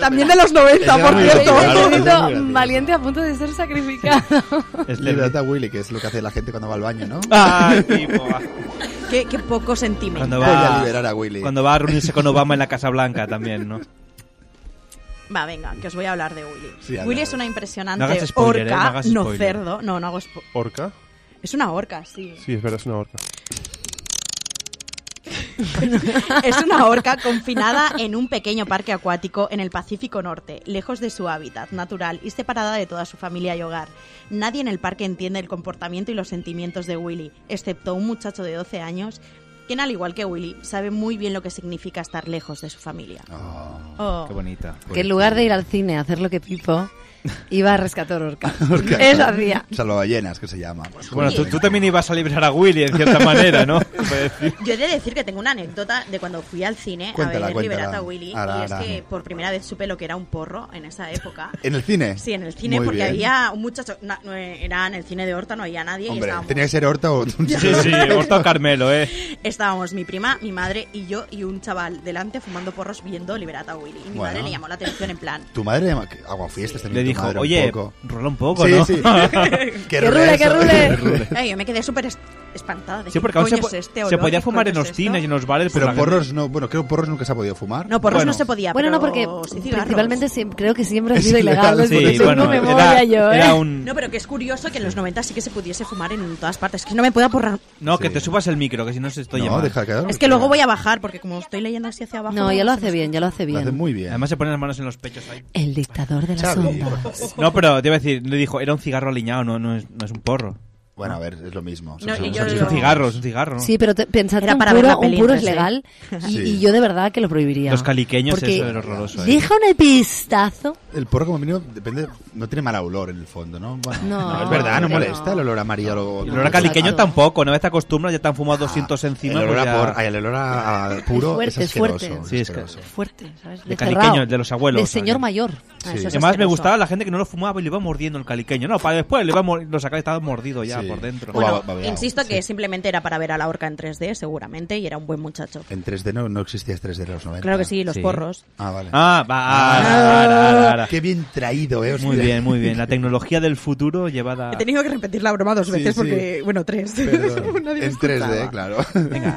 Speaker 12: También de los
Speaker 10: 90, por cierto.
Speaker 12: Un
Speaker 11: Claro, es
Speaker 12: cerdito valiente a punto de ser sacrificado.
Speaker 11: Libertad a Willy, que es lo que hace la gente cuando va al baño, ¿no?
Speaker 10: Ah, Ay, tipo,
Speaker 2: Qué, qué poco sentimiento.
Speaker 10: Cuando
Speaker 11: Voy
Speaker 10: va,
Speaker 11: a liberar a Willy.
Speaker 10: cuando va a reunirse con Obama en la Casa Blanca también, ¿no?
Speaker 2: Va, venga, que os voy a hablar de Willy.
Speaker 10: Sí, habla,
Speaker 2: Willy
Speaker 10: habla.
Speaker 2: es una
Speaker 10: No
Speaker 2: impresionante
Speaker 10: hagas spoiler, eh, no
Speaker 2: orca,
Speaker 10: hagas
Speaker 2: no,
Speaker 10: spoiler.
Speaker 2: cerdo. No, no hago spo-
Speaker 3: ¿Orca?
Speaker 2: Es una orca, sí.
Speaker 3: Sí, es verdad, es una orca.
Speaker 2: es una orca confinada en un pequeño parque acuático en el Pacífico Norte, lejos de su hábitat natural y separada de toda su familia y hogar. Nadie en el parque entiende el comportamiento y los sentimientos de Willy, excepto un muchacho de 12 años quien, al igual que Willy, sabe muy bien lo que significa estar lejos de su familia.
Speaker 11: Ah.
Speaker 2: Oh.
Speaker 10: Qué bonita.
Speaker 12: Que en lugar de ir al cine a hacer lo que Pipo, iba a rescatar orcas.
Speaker 11: Orca.
Speaker 12: Eso hacía.
Speaker 11: Salvaballenas, que se llama.
Speaker 10: Pues Bueno, tú, tú también ibas a liberar a Willy, en cierta manera, ¿no?
Speaker 2: Yo he de decir que tengo una anécdota de cuando fui al cine
Speaker 11: Cuéntala,
Speaker 2: a ver
Speaker 11: cuéntala.
Speaker 2: Liberata Willy
Speaker 11: Ara,
Speaker 2: y es
Speaker 11: ara.
Speaker 2: que por primera vez supe lo que era un porro en esa época.
Speaker 11: ¿En el cine?
Speaker 2: Sí, en el cine
Speaker 11: Muy
Speaker 2: porque
Speaker 11: bien.
Speaker 2: había un muchacho, na- no, eh, era en el cine de Horta, no había nadie y
Speaker 11: Hombre,
Speaker 2: estábamos,
Speaker 11: tenía que ser Horta o...
Speaker 10: Sí, sí, Horta Carmelo, ¿eh?
Speaker 2: estábamos mi prima, mi madre y yo y un chaval delante fumando porros viendo Liberata Willy. Y mi
Speaker 11: Bueno.
Speaker 2: madre le llamó la atención en plan,
Speaker 11: Tu madre llama- que agua fiestas también.
Speaker 10: Le
Speaker 11: tu
Speaker 10: dijo,
Speaker 11: madre,
Speaker 10: oye,
Speaker 11: un poco.
Speaker 10: rola un poco,
Speaker 11: Sí,
Speaker 10: ¿no?
Speaker 11: sí.
Speaker 10: Que
Speaker 11: rule, que rule.
Speaker 2: Ay, yo me quedé súper es- espantada de
Speaker 10: Sí,
Speaker 2: qué
Speaker 10: porque aún se,
Speaker 2: coño
Speaker 10: po-
Speaker 2: es este
Speaker 10: se
Speaker 2: olor,
Speaker 10: podía
Speaker 2: qué
Speaker 10: fumar
Speaker 2: coño
Speaker 10: en
Speaker 2: es
Speaker 10: los
Speaker 2: esto.
Speaker 10: cines y en los bares, pero,
Speaker 11: Pero
Speaker 10: la gente-
Speaker 11: porros no... Bueno, creo que porros nunca se ha podido fumar.
Speaker 2: No, porros no se podía,
Speaker 12: Bueno, no, porque
Speaker 2: pero sí cigarros.
Speaker 12: principalmente sí, creo que siempre ha
Speaker 11: Es
Speaker 12: sido ilegal.
Speaker 11: ilegal,
Speaker 12: desde
Speaker 11: sí,
Speaker 12: que tengo
Speaker 11: bueno,
Speaker 12: memoria
Speaker 10: era-
Speaker 12: yo, ¿eh?
Speaker 10: era un-
Speaker 2: No, pero que es curioso que en los 90 sí que se pudiese fumar en todas partes. Es que no me puedo aporrar.
Speaker 10: No, que te subas el micro, que si no se estoy llamando.
Speaker 11: deja que...
Speaker 2: Es que luego voy a bajar porque como estoy leyendo así hacia abajo.
Speaker 12: No, ya lo hace
Speaker 2: sé.
Speaker 12: bien, ya lo hace bien.
Speaker 11: muy bien.
Speaker 10: Además se ponen las manos en los pechos ahí.
Speaker 12: El dictador de las
Speaker 11: Xavi.
Speaker 12: ondas.
Speaker 10: No, pero te iba a decir, le dijo, era un cigarro aliñado, no, no, es, no es un porro.
Speaker 11: Bueno, a ver, es lo mismo.
Speaker 2: No, y yo
Speaker 10: es
Speaker 2: lo-
Speaker 10: un cigarro, es un cigarro. ¿no?
Speaker 12: Sí, pero te- pensad
Speaker 2: Era
Speaker 12: que un
Speaker 2: para ver la
Speaker 12: puro, un
Speaker 2: peli
Speaker 12: puro
Speaker 2: en
Speaker 12: es
Speaker 2: 3D.
Speaker 12: legal y,
Speaker 11: Sí.
Speaker 12: y yo de verdad que lo prohibiría.
Speaker 10: Los caliqueños,
Speaker 12: Porque
Speaker 10: eso era horroroso. ¿eh?
Speaker 12: Deja un epistazo.
Speaker 11: El porro como mínimo depende... No tiene mal olor en el fondo, ¿no? Bueno,
Speaker 12: No,
Speaker 11: es verdad, no
Speaker 12: no.
Speaker 11: molesta el olor amarillo. lo-
Speaker 10: Y El olor a caliqueño tampoco, una vez te acostumbras ya te han fumado 200
Speaker 11: El
Speaker 10: encima.
Speaker 11: olor
Speaker 10: pues
Speaker 11: a,
Speaker 10: ya-
Speaker 11: por, ay, el olor a a puro es,
Speaker 12: Ah. fuerte, es
Speaker 11: asqueroso.
Speaker 12: fuerte.
Speaker 11: es
Speaker 10: Sí, es que-
Speaker 11: asqueroso.
Speaker 12: Fuerte, ¿sabes?
Speaker 10: De
Speaker 12: Descerrado.
Speaker 10: caliqueño, de los abuelos,
Speaker 12: De señor
Speaker 10: ¿sabes?
Speaker 12: mayor. Ah, eso es
Speaker 10: Además, me
Speaker 12: asqueroso.
Speaker 10: gustaba la gente que no lo fumaba y le iba mordiendo el caliqueño. No, para después le iba mor- lo sacaba y estaba mordido ya
Speaker 11: Sí.
Speaker 10: por dentro.
Speaker 11: Bueno,
Speaker 10: Guau, guau, guau.
Speaker 2: Insisto que simplemente era para ver a la orca en 3D, seguramente, y era un buen muchacho.
Speaker 11: En 3D no, no existía 3D en los 90.
Speaker 2: Claro que sí, los
Speaker 10: Sí.
Speaker 2: porros.
Speaker 11: Ah, vale. ah,
Speaker 10: Ah, va, ara, ara, ara, ara.
Speaker 11: Qué bien traído, eh.
Speaker 10: Muy
Speaker 11: hostia.
Speaker 10: bien, muy bien. La tecnología del futuro llevada.
Speaker 2: He tenido que repetir la broma dos
Speaker 11: Sí,
Speaker 2: veces
Speaker 11: sí.
Speaker 2: porque, bueno, tres.
Speaker 11: Perdón.
Speaker 2: Nadie me
Speaker 11: en 3D,
Speaker 2: escuchaba.
Speaker 11: claro.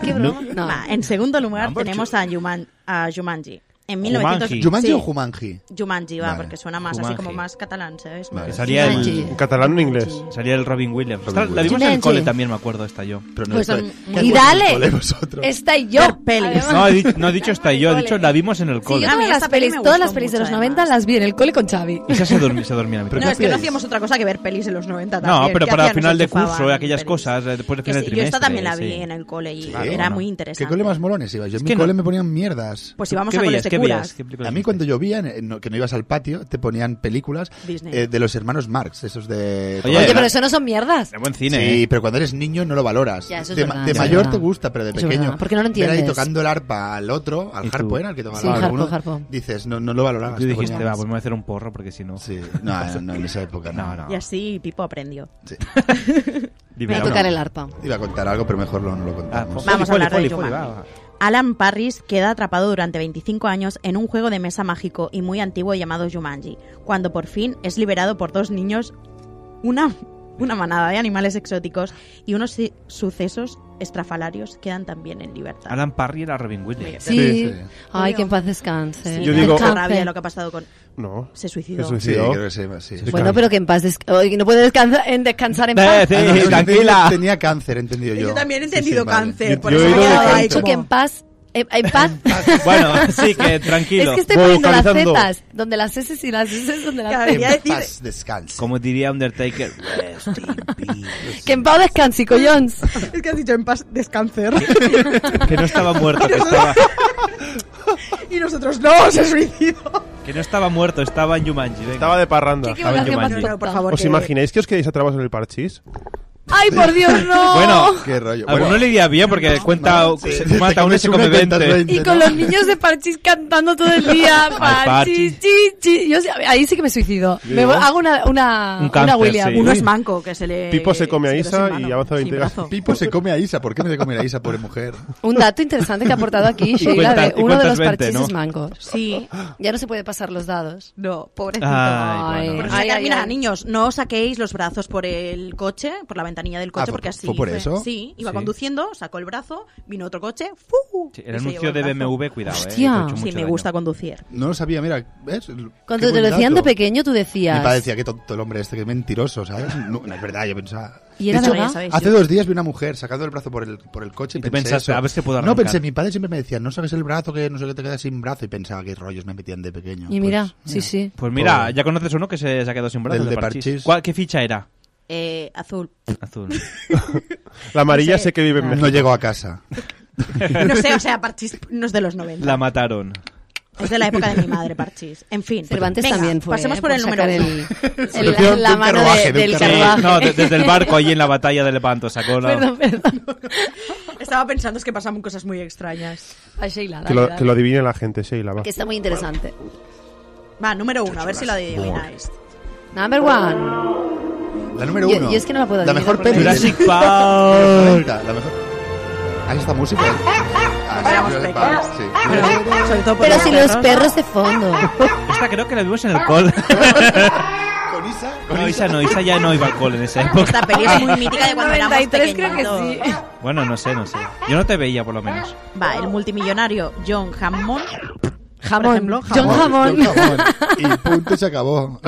Speaker 12: ¿Qué broma? No.
Speaker 2: Va, en segundo lugar tenemos a, Yuman- a Jumanji. En 1900...
Speaker 10: Jumanji.
Speaker 11: ¿Jumanji
Speaker 2: Sí,
Speaker 11: o Jumanji?
Speaker 2: Jumanji, va,
Speaker 11: Vale.
Speaker 2: porque suena más
Speaker 10: Jumanji.
Speaker 2: así como más catalán, ¿sabes?
Speaker 11: Vale.
Speaker 10: Que
Speaker 2: Más-
Speaker 10: salía
Speaker 12: Jumanji.
Speaker 10: el,
Speaker 3: ¿En catalán o en inglés?
Speaker 10: salía el Robin Williams.
Speaker 11: Robin
Speaker 10: Ostras, La vimos en el
Speaker 12: Jumanji.
Speaker 10: cole también, me acuerdo, esta yo.
Speaker 11: Pero
Speaker 12: Pues
Speaker 11: estoy-
Speaker 12: son-
Speaker 11: ¿Qué
Speaker 12: y
Speaker 11: hacéis
Speaker 12: dale.
Speaker 11: con
Speaker 2: Eh,
Speaker 11: vosotros?
Speaker 12: Esta y yo.
Speaker 2: Ver pelis.
Speaker 12: además.
Speaker 10: No, he, di- no he dicho esta yo, he dicho la vimos en el
Speaker 12: Sí,
Speaker 10: cole.
Speaker 12: yo
Speaker 2: A mí
Speaker 12: todas las
Speaker 2: esta peli
Speaker 12: pelis,
Speaker 2: me
Speaker 12: todas
Speaker 2: gustó
Speaker 12: las pelis de los
Speaker 2: mucho,
Speaker 12: 90 las vi en el cole con Xavi.
Speaker 10: Esa se dormía, se dormía la mitad.
Speaker 2: No, es que no
Speaker 11: hacíais?
Speaker 2: hacíamos otra cosa que ver pelis en los 90
Speaker 10: No,
Speaker 2: también.
Speaker 10: pero
Speaker 2: ¿Qué
Speaker 10: para
Speaker 2: hacían? Nos
Speaker 10: final de curso,
Speaker 2: enchufaban
Speaker 10: eh, aquellas
Speaker 2: pelis.
Speaker 10: cosas, eh, después de
Speaker 2: Que
Speaker 10: final de
Speaker 2: sí, yo
Speaker 10: trimestre.
Speaker 2: esta también la vi
Speaker 10: sí.
Speaker 2: en el cole y
Speaker 11: Sí,
Speaker 2: era
Speaker 11: ¿no?
Speaker 2: muy
Speaker 11: ¿Qué
Speaker 2: interesante.
Speaker 11: cole más molones ibas? Yo en
Speaker 10: Es
Speaker 11: mi
Speaker 10: que
Speaker 11: cole
Speaker 10: no.
Speaker 11: me ponían mierdas.
Speaker 2: Pues íbamos
Speaker 10: ¿Qué
Speaker 2: a coles
Speaker 10: veías?
Speaker 2: de
Speaker 10: ¿Qué veías?
Speaker 2: curas.
Speaker 10: ¿Qué películas
Speaker 11: A mí
Speaker 10: viste?
Speaker 11: cuando llovía, eh, no- que no ibas al patio, te ponían películas
Speaker 2: Disney.
Speaker 11: eh, de los hermanos Marx, esos de...
Speaker 10: Oye,
Speaker 12: Oye, pero eso no son mierdas.
Speaker 10: Era buen cine,
Speaker 11: sí,
Speaker 10: ¿eh?
Speaker 11: pero cuando eres niño no lo valoras.
Speaker 12: Ah, Ya, eso es
Speaker 11: de
Speaker 12: verdad,
Speaker 11: de
Speaker 12: eso es
Speaker 11: mayor
Speaker 12: verdad.
Speaker 11: te gusta, pero de
Speaker 12: Eso es
Speaker 11: pequeño.
Speaker 12: verdad, porque no lo
Speaker 11: ver ahí
Speaker 12: entiendes.
Speaker 11: tocando el arpa al otro, al
Speaker 10: ¿Y tú?
Speaker 11: harpo, era el que tocaba
Speaker 12: Sí,
Speaker 11: el
Speaker 12: harpo,
Speaker 11: alguno,
Speaker 12: harpo.
Speaker 11: Dices, no, no lo valorabas.
Speaker 10: Tú
Speaker 11: te
Speaker 10: dijiste,
Speaker 11: ponían-
Speaker 10: va, pues me voy a hacer un porro porque si no.
Speaker 11: Sí, no, no, no, en esa época no.
Speaker 10: No, no.
Speaker 2: Y así Pipo aprendió.
Speaker 11: Sí.
Speaker 12: Voy
Speaker 10: Dime,
Speaker 12: a
Speaker 10: no.
Speaker 12: tocar el arpa.
Speaker 11: Iba a contar algo, pero mejor no, no lo
Speaker 10: Ah,
Speaker 11: contamos.
Speaker 10: pues,
Speaker 2: Vamos a
Speaker 10: poli,
Speaker 2: hablar de
Speaker 10: poli, poli,
Speaker 2: Jumanji.
Speaker 10: va, va.
Speaker 2: Alan Parris queda atrapado durante 25 años en un juego de mesa mágico y muy antiguo llamado Jumanji, cuando por fin es liberado por dos niños, una, una manada de animales exóticos y unos si- sucesos estrafalarios quedan también en libertad.
Speaker 10: Alan Parry era Robin Williams.
Speaker 12: Sí.
Speaker 11: Sí, sí.
Speaker 12: Ay, que en paz descanse.
Speaker 2: Sí,
Speaker 3: Yo
Speaker 2: da
Speaker 3: digo-
Speaker 2: mucha
Speaker 12: Descanse.
Speaker 2: rabia lo que ha pasado con...
Speaker 3: No.
Speaker 2: Se suicidó.
Speaker 3: Se
Speaker 11: Sí,
Speaker 3: suicidó.
Speaker 11: creo que sí. sí.
Speaker 12: Bueno, pero que en paz descanse. Oye, no puede descansar en, descansar en
Speaker 10: Eh,
Speaker 12: paz.
Speaker 10: sí,
Speaker 11: Ah, no, no,
Speaker 10: tranquila.
Speaker 11: Tenía cáncer, he entendido yo.
Speaker 2: Yo también he
Speaker 11: Sí, sí,
Speaker 2: entendido
Speaker 11: vale.
Speaker 2: cáncer,
Speaker 3: Yo-
Speaker 2: por
Speaker 3: yo
Speaker 2: eso
Speaker 3: he
Speaker 2: me he
Speaker 3: ido-
Speaker 2: quedado
Speaker 12: Pero he
Speaker 2: ahí
Speaker 12: dicho
Speaker 2: como-
Speaker 12: que en paz. eh, En paz.
Speaker 10: Bueno, sí, que tranquilo.
Speaker 12: Es que estoy
Speaker 3: Voy
Speaker 12: poniendo las
Speaker 3: vocalizando.
Speaker 12: zetas donde las S y las S donde las
Speaker 2: Claro,
Speaker 12: C.
Speaker 2: ya-
Speaker 11: En
Speaker 2: decir-
Speaker 11: paz, descanse.
Speaker 10: Como diría Undertaker.
Speaker 12: Que en paz descanse, collons.
Speaker 2: Es que has dicho en paz descanser.
Speaker 10: que no estaba muerto, que estaba,
Speaker 2: y nosotros no, se suicidó.
Speaker 10: que no estaba muerto, estaba en Jumanji. venga.
Speaker 3: Estaba de parranda.
Speaker 12: Qué equivocación
Speaker 10: Jumanji.
Speaker 12: más
Speaker 2: Pero por
Speaker 12: tonta.
Speaker 2: favor,
Speaker 3: ¿Os
Speaker 2: que-
Speaker 3: imagináis que os quedáis atrapados en el parchís?
Speaker 12: ¡Ay, por Dios, no!
Speaker 10: Bueno,
Speaker 11: Qué rollo.
Speaker 10: a alguno le iría bien porque cuenta, se
Speaker 11: te
Speaker 10: mata uno y
Speaker 11: comes
Speaker 10: se
Speaker 11: una
Speaker 10: come
Speaker 11: y cuentas
Speaker 10: 20.
Speaker 12: Y con los niños de Parchís cantando todo el día.
Speaker 10: Ay,
Speaker 12: Parchís,
Speaker 10: Parchís.
Speaker 12: chis, chis. Yo sí- ahí sí que me suicido.
Speaker 3: Yo
Speaker 12: Me
Speaker 3: no.
Speaker 12: voy- hago una, una,
Speaker 3: Un
Speaker 12: una
Speaker 3: cáncer,
Speaker 12: William.
Speaker 3: sí. Uno es
Speaker 2: manco, que se le...
Speaker 3: Pipo se come a Isa y avanza 20 grados.
Speaker 11: Pipo se come a Isa. ¿Por qué me de comer a Isa, pobre mujer?
Speaker 12: Un dato interesante que ha aportado aquí
Speaker 11: Y
Speaker 12: Sheila
Speaker 11: cuentas-
Speaker 12: de
Speaker 11: y
Speaker 12: uno de
Speaker 11: cuentas
Speaker 12: los
Speaker 11: 20,
Speaker 12: parchises
Speaker 11: ¿no?
Speaker 12: mancos. Sí. Ya no se puede pasar los dados.
Speaker 2: No,
Speaker 12: pobrecito.
Speaker 2: Ay,
Speaker 12: Ay,
Speaker 2: Por eso
Speaker 12: ay, ay,
Speaker 2: termina,
Speaker 12: ay.
Speaker 2: niños, no os saquéis los brazos por el coche, por la ventanilla del coche,
Speaker 11: Ah,
Speaker 2: porque
Speaker 11: ¿fue-
Speaker 2: así.
Speaker 11: fue por
Speaker 2: hice.
Speaker 11: eso?
Speaker 2: Sí, iba
Speaker 10: Sí.
Speaker 2: conduciendo, sacó el brazo, vino otro coche, ¡fu!
Speaker 10: Sí, el
Speaker 2: y se
Speaker 10: anuncio
Speaker 2: llevó
Speaker 10: de
Speaker 2: brazo.
Speaker 10: BMW, cuidado, eh, que ha hecho
Speaker 12: Ah.
Speaker 10: mucho
Speaker 2: Sí, me
Speaker 10: daño.
Speaker 2: gusta conducir.
Speaker 11: No lo sabía, mira, ¿ves? L-
Speaker 12: Cuando
Speaker 11: qué
Speaker 12: te lo
Speaker 11: buen
Speaker 12: decían de
Speaker 11: dato.
Speaker 12: pequeño, tú decías.
Speaker 11: Mi padre decía, qué tonto el hombre este, qué mentiroso, ¿sabes? No, no es verdad, yo pensaba...
Speaker 12: ¿Y era
Speaker 11: De hecho,
Speaker 12: verdad? Ya sabéis,
Speaker 11: Hace
Speaker 12: yo-
Speaker 11: dos días vi una mujer sacando el brazo por el, por el coche y,
Speaker 10: tú
Speaker 11: pensé
Speaker 10: pensaste,
Speaker 11: eso.
Speaker 10: a ver si puedo
Speaker 11: No,
Speaker 10: arrancar.
Speaker 11: pensé, mi padre siempre me decía, no saques el brazo, que no sé qué te quedas sin brazo. Y pensaba, qué rollos me metían de pequeño.
Speaker 12: Y mira, sí, sí.
Speaker 10: Pues mira, ya conoces uno que se, se ha quedado sin brazos
Speaker 11: Del
Speaker 10: de
Speaker 11: de
Speaker 10: parchís.
Speaker 11: Parchís.
Speaker 10: ¿Cuál- ¿Qué ficha era?
Speaker 2: Eh, azul.
Speaker 10: Azul.
Speaker 3: La amarilla sé que vive en
Speaker 11: No
Speaker 3: México.
Speaker 11: llegó a casa.
Speaker 2: No sé, o sea, Parchís no es de los 90.
Speaker 10: La mataron.
Speaker 2: Es de la época de mi madre, Parchís. En fin.
Speaker 12: Cervantes
Speaker 2: Venga,
Speaker 12: también fue,
Speaker 2: Pasemos
Speaker 12: eh,
Speaker 2: por
Speaker 12: por
Speaker 2: el número
Speaker 12: sacar
Speaker 2: uno.
Speaker 12: el- la, la mano de- del
Speaker 10: Sí,
Speaker 12: carruaje.
Speaker 10: no, de- desde el barco ahí en la batalla de Lepanto sacó la...
Speaker 12: Perdón, perdón.
Speaker 2: Estaba pensando es que pasaban cosas muy extrañas.
Speaker 12: A Sheila,
Speaker 3: Que
Speaker 12: dale,
Speaker 3: lo,
Speaker 12: dale.
Speaker 3: que lo adivine la gente, Sheila. Va.
Speaker 12: Que está muy interesante.
Speaker 2: Va, número uno, a ver si la adivináis.
Speaker 12: Number one.
Speaker 11: La número
Speaker 12: Yo-
Speaker 11: uno.
Speaker 12: yo es que no la puedo adivinar
Speaker 11: mejor
Speaker 12: porque-
Speaker 11: peli.
Speaker 12: Jurassic
Speaker 11: del-
Speaker 12: Park.
Speaker 11: de los 90, La mejor... Ah, esta música. Ah, sí,
Speaker 2: Éramos
Speaker 11: Jurassic
Speaker 2: pequeños.
Speaker 11: Park, sí.
Speaker 2: Pero, sobre todo por
Speaker 12: Pero si los perros de fondo.
Speaker 10: Esta creo que la vimos en el col.
Speaker 11: Con Isa...
Speaker 10: No, Isa no, Isa ya no iba al col en esa época.
Speaker 2: Esta peli es muy mítica de cuando éramos
Speaker 12: 93 creo que
Speaker 2: pequeñitos.
Speaker 12: sí.
Speaker 10: Bueno, no sé, no sé. Yo no te veía, por lo menos.
Speaker 2: Va, el multimillonario John Hammond.
Speaker 12: Jamón.
Speaker 2: Por ejemplo,
Speaker 12: John Jamón.
Speaker 11: John Jamón. Y punto y se acabó.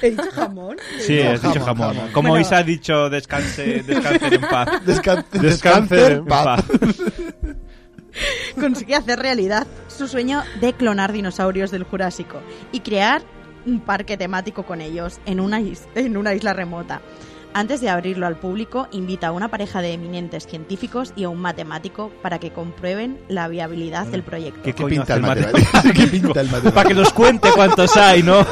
Speaker 2: ¿He dicho jamón?
Speaker 10: Sí,
Speaker 11: No,
Speaker 10: has dicho
Speaker 11: jamón,
Speaker 10: jamón.
Speaker 11: jamón.
Speaker 10: Como
Speaker 11: Bueno.
Speaker 10: Isa ha dicho, descanse, descanse en paz.
Speaker 11: Descan-
Speaker 10: Descanse en
Speaker 11: en paz.
Speaker 10: paz.
Speaker 2: Consigue hacer realidad su sueño de clonar dinosaurios del Jurásico y crear un parque temático con ellos en una, is- en una isla remota. Antes de abrirlo al público, invita a una pareja de eminentes científicos y a un matemático para que comprueben la viabilidad del proyecto.
Speaker 10: ¿Qué,
Speaker 11: ¿Qué
Speaker 10: coño hace
Speaker 11: pinta el
Speaker 10: el mate-
Speaker 11: matemático? ¿Qué pinta el matemático?
Speaker 10: Para que nos cuente cuántos hay, ¿no?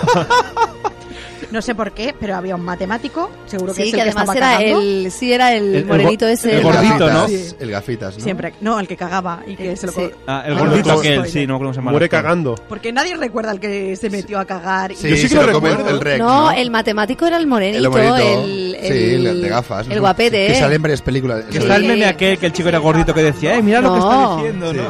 Speaker 2: No sé por qué, pero había un matemático, seguro que
Speaker 12: Sí,
Speaker 2: es el
Speaker 12: que además
Speaker 2: estaba
Speaker 12: era
Speaker 2: cagando.
Speaker 12: el, sí, era el,
Speaker 10: El- el
Speaker 12: morenito
Speaker 10: go-
Speaker 12: ese.
Speaker 10: el gordito, ¿no?
Speaker 11: Gafitas, El gafitas, ¿no?
Speaker 2: Siempre, no, el que cagaba y que se lo...
Speaker 12: Eh, Sí.
Speaker 2: co-
Speaker 10: Ah, el
Speaker 11: Ah,
Speaker 10: gordito
Speaker 11: no,
Speaker 10: aquel,
Speaker 2: spoiler.
Speaker 10: sí, no creo que se llama.
Speaker 3: Muere cagando.
Speaker 2: Porque nadie recuerda al que se metió a cagar. y-
Speaker 11: Sí,
Speaker 3: Yo sí que
Speaker 11: se
Speaker 3: lo
Speaker 11: come
Speaker 3: recuerdo.
Speaker 11: El Rex,
Speaker 12: no,
Speaker 11: ¿no?
Speaker 12: el matemático era el morenito,
Speaker 11: El homerito.
Speaker 12: el,
Speaker 11: sí, el, de gafas.
Speaker 12: El
Speaker 11: ¿no?
Speaker 12: guapete,
Speaker 11: Que
Speaker 12: ¿eh?
Speaker 11: sale en varias películas.
Speaker 10: Que está el meme aquel, que el chico era gordito, que decía, eh, mira lo que está
Speaker 2: Oh.
Speaker 12: No.
Speaker 10: diciendo, ¿no?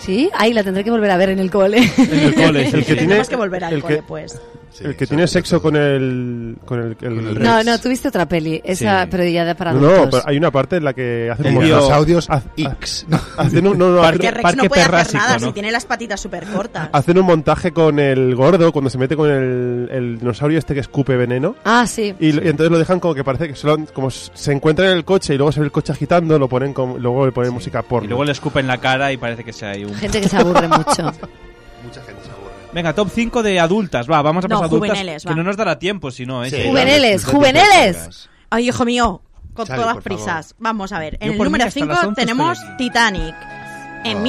Speaker 12: Sí, ahí la tendré que volver a ver en el cole.
Speaker 10: En el cole, es el
Speaker 3: que tiene-
Speaker 2: Tenemos que volver al
Speaker 3: el
Speaker 2: cole,
Speaker 3: que-
Speaker 2: pues.
Speaker 11: Sí,
Speaker 3: el que
Speaker 11: sí,
Speaker 3: tiene
Speaker 11: sí,
Speaker 3: sexo
Speaker 11: sí.
Speaker 3: con el. con el. el-
Speaker 11: Con el
Speaker 12: No,
Speaker 11: Rex.
Speaker 12: no, tuviste otra peli, esa,
Speaker 10: Sí.
Speaker 12: pero ya de para
Speaker 3: No, no,
Speaker 12: adultos.
Speaker 3: pero hay una parte en la que hacen
Speaker 10: El
Speaker 3: un
Speaker 10: tío-
Speaker 11: Los audios
Speaker 3: haz-
Speaker 11: X.
Speaker 3: Hacen un, no, no,
Speaker 10: Parque
Speaker 2: Que
Speaker 3: hacen-
Speaker 2: Rex
Speaker 10: parque
Speaker 2: no puede hacer
Speaker 10: perrásico,
Speaker 2: nada
Speaker 10: ¿no?
Speaker 2: si tiene las patitas súper cortas.
Speaker 3: hacen un montaje con el gordo cuando se mete con el, el dinosaurio este que escupe veneno.
Speaker 12: Ah, sí.
Speaker 3: Y, y entonces lo dejan como que parece que solo como s- se encuentran en el coche y luego se ve el coche agitando, lo ponen como- luego le ponen música
Speaker 10: Y
Speaker 3: porno.
Speaker 10: luego le escupen la cara y parece que sea ahí un...
Speaker 12: Gente que se aburre mucho.
Speaker 11: Mucha gente se aburre.
Speaker 10: Venga, top 5 de adultas, va, vamos a
Speaker 2: No,
Speaker 10: pasar a adultas.
Speaker 2: juveniles,
Speaker 10: que
Speaker 2: va.
Speaker 10: no nos dará tiempo si no, eh.
Speaker 11: Sí,
Speaker 10: Sí.
Speaker 11: las-
Speaker 12: Juveniles,
Speaker 11: las- las-
Speaker 12: juveniles.
Speaker 2: Ay, hijo mío, con
Speaker 11: Xavi,
Speaker 2: todas
Speaker 11: por
Speaker 2: prisas. Vamos a ver,
Speaker 10: Yo
Speaker 2: en el
Speaker 10: por mí
Speaker 2: número
Speaker 10: hasta
Speaker 2: 5
Speaker 10: las 11
Speaker 2: tenemos
Speaker 10: estoy aquí.
Speaker 2: Titanic. En
Speaker 11: Oh.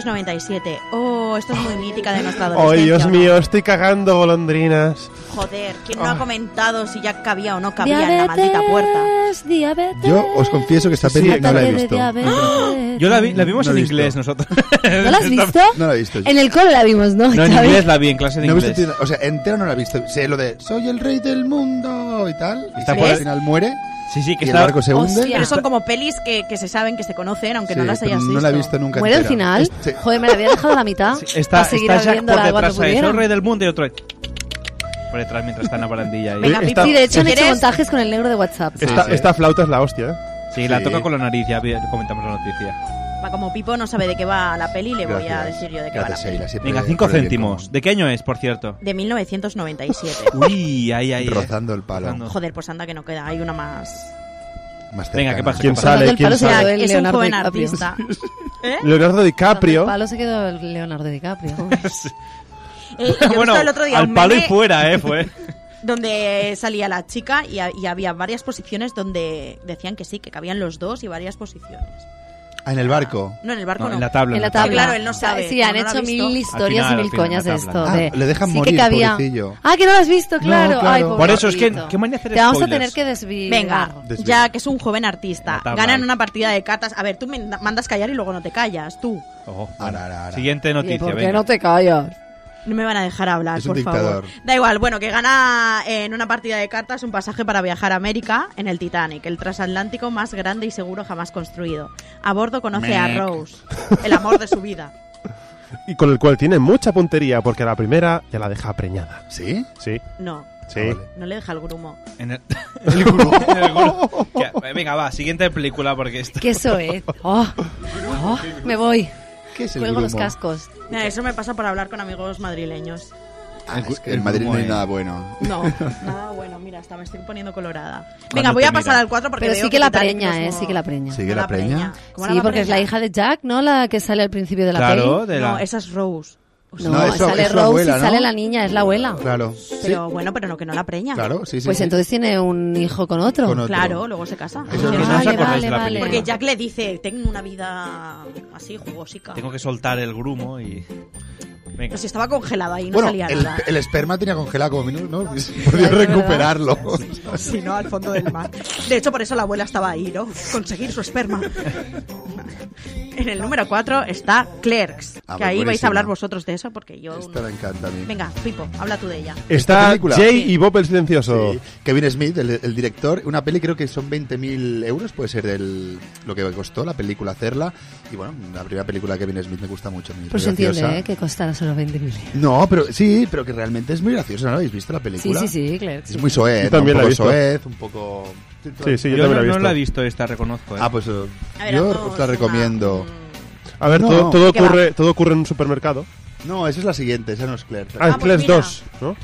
Speaker 2: 1997. Oh, esto es muy mítica de nuestra
Speaker 3: ¡Ay,
Speaker 2: adolescencia.
Speaker 3: Dios
Speaker 2: ¿o no?
Speaker 3: mío! Estoy cagando golondrinas.
Speaker 2: Joder, ¿quién no
Speaker 3: Ah.
Speaker 2: ha comentado si ya cabía o no cabía en la maldita puerta?
Speaker 12: diabetes.
Speaker 11: Yo os confieso que esta
Speaker 3: Sí,
Speaker 11: peli
Speaker 3: sí,
Speaker 11: no la he
Speaker 12: Ataque de
Speaker 11: visto.
Speaker 12: diabetes.
Speaker 10: Yo la, vi- la vimos
Speaker 11: No
Speaker 10: en
Speaker 11: he visto.
Speaker 10: inglés nosotros.
Speaker 12: ¿No la has visto?
Speaker 11: No la he visto. yo.
Speaker 12: En el cole la vimos, ¿no?
Speaker 10: No, en
Speaker 12: Xavi?
Speaker 10: inglés la vi, en clase de
Speaker 11: No he visto
Speaker 10: inglés.
Speaker 11: Titanic, o sea, entera no la he visto. Sé lo de soy el rey del mundo y tal. Y
Speaker 10: Está
Speaker 11: sí,
Speaker 10: por-
Speaker 11: al final muere
Speaker 10: Sí, sí, que
Speaker 11: y el
Speaker 10: está...
Speaker 11: barco se hunde.
Speaker 12: Hostia.
Speaker 2: Pero son como pelis que, que se saben, que se conocen, aunque no
Speaker 11: Sí,
Speaker 2: las
Speaker 11: pero
Speaker 2: hayas visto.
Speaker 11: no la he visto nunca.
Speaker 12: ¿Muere al
Speaker 11: entera.
Speaker 12: final?
Speaker 11: Sí.
Speaker 12: Joder, me la había dejado a la mitad.
Speaker 10: Sí, Está,
Speaker 12: para seguir
Speaker 10: está Jack por
Speaker 12: viéndola cuando
Speaker 10: detrás ahí, soy
Speaker 12: pudiera.
Speaker 10: rey del mundo y otro... Por detrás mientras está en la barandilla ahí.
Speaker 2: Venga,
Speaker 3: Está-
Speaker 12: Sí, de hecho
Speaker 2: Si
Speaker 12: han hecho
Speaker 2: quieres-
Speaker 12: montajes con el negro de WhatsApp.
Speaker 11: Sí,
Speaker 3: Esta,
Speaker 11: sí.
Speaker 3: esta flauta es la hostia, ¿eh?
Speaker 10: Sí, la
Speaker 11: Sí.
Speaker 10: toca con la nariz, ya vi- comentamos la noticia.
Speaker 2: Va, Como Pipo no sabe de qué va la peli, le voy a
Speaker 11: Gracias.
Speaker 2: decir yo de qué
Speaker 11: Gracias,
Speaker 2: va la peli.
Speaker 11: Sheila, siempre
Speaker 10: Venga, 5
Speaker 11: por el bien
Speaker 10: céntimos.
Speaker 11: común.
Speaker 10: ¿De qué año es, por cierto?
Speaker 2: De 1997.
Speaker 10: Uy, ahí, ahí. eh.
Speaker 11: Rozando el palo.
Speaker 10: Rozando.
Speaker 2: Joder, pues anda que no queda, hay una más.
Speaker 10: Venga,
Speaker 11: Más cercana.
Speaker 10: ¿qué pasa?
Speaker 3: ¿Quién
Speaker 10: ¿Qué pasa?
Speaker 3: sale?
Speaker 12: Rodando el
Speaker 3: ¿Quién
Speaker 12: palo se
Speaker 3: sale?
Speaker 12: quedó el
Speaker 2: es un
Speaker 12: Leonardo
Speaker 2: joven
Speaker 12: DiCaprio.
Speaker 2: artista.
Speaker 3: Leonardo
Speaker 12: Al
Speaker 3: DiCaprio.
Speaker 12: palo se quedó el Leonardo DiCaprio.
Speaker 2: Eh, yo he
Speaker 10: bueno,
Speaker 2: visto el otro día
Speaker 10: al
Speaker 2: un
Speaker 10: palo y
Speaker 2: meme
Speaker 10: fuera, eh, fue.
Speaker 2: donde salía la chica y, ha- y había varias posiciones donde decían que sí, que cabían los dos y varias posiciones.
Speaker 11: Ah, en el barco.
Speaker 2: No, en el barco no.
Speaker 11: No, en la tabla,
Speaker 2: En la tabla. claro, él no sabe.
Speaker 12: Sí, han
Speaker 2: como no lo
Speaker 12: hecho
Speaker 2: ha visto.
Speaker 12: mil
Speaker 11: final,
Speaker 12: historias y
Speaker 11: al
Speaker 12: mil
Speaker 11: final,
Speaker 12: coñas
Speaker 11: la
Speaker 12: de
Speaker 11: tabla.
Speaker 12: esto.
Speaker 11: Ah,
Speaker 12: de,
Speaker 11: le dejan
Speaker 12: sí
Speaker 11: morir,
Speaker 12: que cabía.
Speaker 11: pobrecillo.
Speaker 12: Ah, que no lo has visto,
Speaker 11: No,
Speaker 12: claro.
Speaker 11: claro.
Speaker 12: Ay,
Speaker 11: Por
Speaker 12: pobrecito.
Speaker 10: eso es que- ¿qué manía hacer
Speaker 12: Te vamos a
Speaker 10: spoilers?
Speaker 12: tener que desviar.
Speaker 2: Venga,
Speaker 10: Desvío.
Speaker 2: ya que es un joven artista,
Speaker 10: La tabla.
Speaker 2: ganan una partida de catas. A ver, tú me mandas callar y luego no te callas, tú.
Speaker 10: Ojo. Siguiente noticia. venga.
Speaker 12: te callas?
Speaker 2: No me van a dejar hablar,
Speaker 10: Es un
Speaker 2: por favor.
Speaker 10: dictador.
Speaker 2: Da igual, bueno, que gana eh, en una partida de cartas un pasaje para viajar a América en el Titanic, el transatlántico más grande y seguro jamás construido. A bordo conoce a
Speaker 3: Mec.
Speaker 2: Rose, el amor de su vida.
Speaker 3: Y con el cual tiene mucha puntería, porque a la primera ya la deja preñada.
Speaker 11: ¿Sí? Ah,
Speaker 3: Sí.
Speaker 2: No.
Speaker 3: Sí.
Speaker 2: No le deja el grumo.
Speaker 10: En el, el gurú. En el gurú. Que- venga, va, siguiente película porque esto.
Speaker 12: Oh, ¿Qué eso es? Oh, oh, me voy.
Speaker 11: ¿Qué es
Speaker 10: el
Speaker 12: Cuelgo los
Speaker 10: grumo?
Speaker 12: cascos.
Speaker 2: Nada, eso me pasa por hablar con amigos madrileños.
Speaker 11: Ah, es que en
Speaker 3: el
Speaker 11: Madrid
Speaker 3: grumo
Speaker 11: no hay
Speaker 3: es-
Speaker 11: nada bueno.
Speaker 2: No, nada bueno, mira, hasta me estoy poniendo colorada.
Speaker 11: Cuando
Speaker 2: Venga, voy
Speaker 11: te
Speaker 2: a pasar
Speaker 11: mira.
Speaker 2: al 4 porque
Speaker 12: Pero
Speaker 2: veo
Speaker 12: sí que la
Speaker 2: Titanic no
Speaker 12: preña,
Speaker 2: es
Speaker 12: eh,
Speaker 2: mo-
Speaker 12: sí que la preña.
Speaker 11: ¿Sigue la preña?
Speaker 2: ¿Cómo
Speaker 12: Sí,
Speaker 2: era la
Speaker 12: porque es la
Speaker 2: preña?
Speaker 12: hija de Jack, ¿no? La que sale al principio de la
Speaker 10: Claro,
Speaker 12: peli.
Speaker 10: de la- No,
Speaker 2: esa es Rose.
Speaker 12: No,
Speaker 11: No, eso-
Speaker 12: sale
Speaker 11: es la
Speaker 12: Rose
Speaker 11: abuela,
Speaker 12: y
Speaker 11: ¿no?
Speaker 12: sale la niña, es la abuela.
Speaker 11: Claro.
Speaker 2: Pero bueno, pero no que no la preña.
Speaker 11: Claro, sí, sí.
Speaker 12: pues
Speaker 11: sí.
Speaker 12: entonces tiene un hijo con otro.
Speaker 11: Con otro.
Speaker 2: Claro, luego se casa.
Speaker 11: Eso es
Speaker 10: que no os
Speaker 2: Vale,
Speaker 10: acordáis
Speaker 2: vale,
Speaker 10: de la
Speaker 2: vale.
Speaker 10: película.
Speaker 2: Porque Jack le dice, tengo una vida así, jugosica.
Speaker 10: Tengo que soltar el grumo y. Venga.
Speaker 2: Pero
Speaker 12: Pues
Speaker 2: si estaba congelado ahí, no
Speaker 11: bueno,
Speaker 2: salía
Speaker 11: el,
Speaker 2: nada.
Speaker 11: el esperma tenía congelado como minuto, ¿no? Podía recuperarlo.
Speaker 2: Si no, al fondo del mar. De hecho, por eso la abuela estaba ahí, ¿no? Conseguir su esperma. En el número 4 está Clerks.
Speaker 11: Ah,
Speaker 2: que ahí vais
Speaker 11: buenísima.
Speaker 2: a hablar vosotros de eso porque yo...
Speaker 11: Esta
Speaker 2: no-
Speaker 11: me encanta a mí.
Speaker 2: Venga, Pipo, habla tú de ella.
Speaker 3: Está Jay y Bob el
Speaker 11: Silencioso.
Speaker 3: Sí.
Speaker 11: Kevin Smith, el, el director, una peli creo que son 20.000 euros, puede ser el, lo que costó la película hacerla. Y bueno, la primera película de Kevin Smith me gusta mucho. a mí, es
Speaker 12: Pues se
Speaker 11: muy graciosa.
Speaker 12: entiende, ¿eh? Que costará solo 20.000.
Speaker 11: No, pero sí, pero que realmente es muy graciosa, ¿no? ¿Habéis visto la película?
Speaker 12: Sí, sí, sí, claro.
Speaker 11: Es muy soez,
Speaker 3: Yo también
Speaker 11: ¿no?
Speaker 3: la he
Speaker 11: un
Speaker 3: visto.
Speaker 11: poco soez, un poco...
Speaker 3: Sí, sí, yo,
Speaker 10: no,
Speaker 3: también la he
Speaker 10: no
Speaker 3: visto.
Speaker 10: la he visto esta, reconozco. eh.
Speaker 11: Ah, pues eh, yo os la recomiendo.
Speaker 3: A ver,
Speaker 11: No,
Speaker 3: todo,
Speaker 11: no.
Speaker 3: todo
Speaker 11: ¿Qué va?
Speaker 3: ocurre, todo ocurre en un supermercado.
Speaker 11: No, esa es la siguiente, esa no es Claire.
Speaker 3: Ah,
Speaker 2: Ah, pues
Speaker 3: Clerks
Speaker 2: mira.
Speaker 3: 2, ¿no?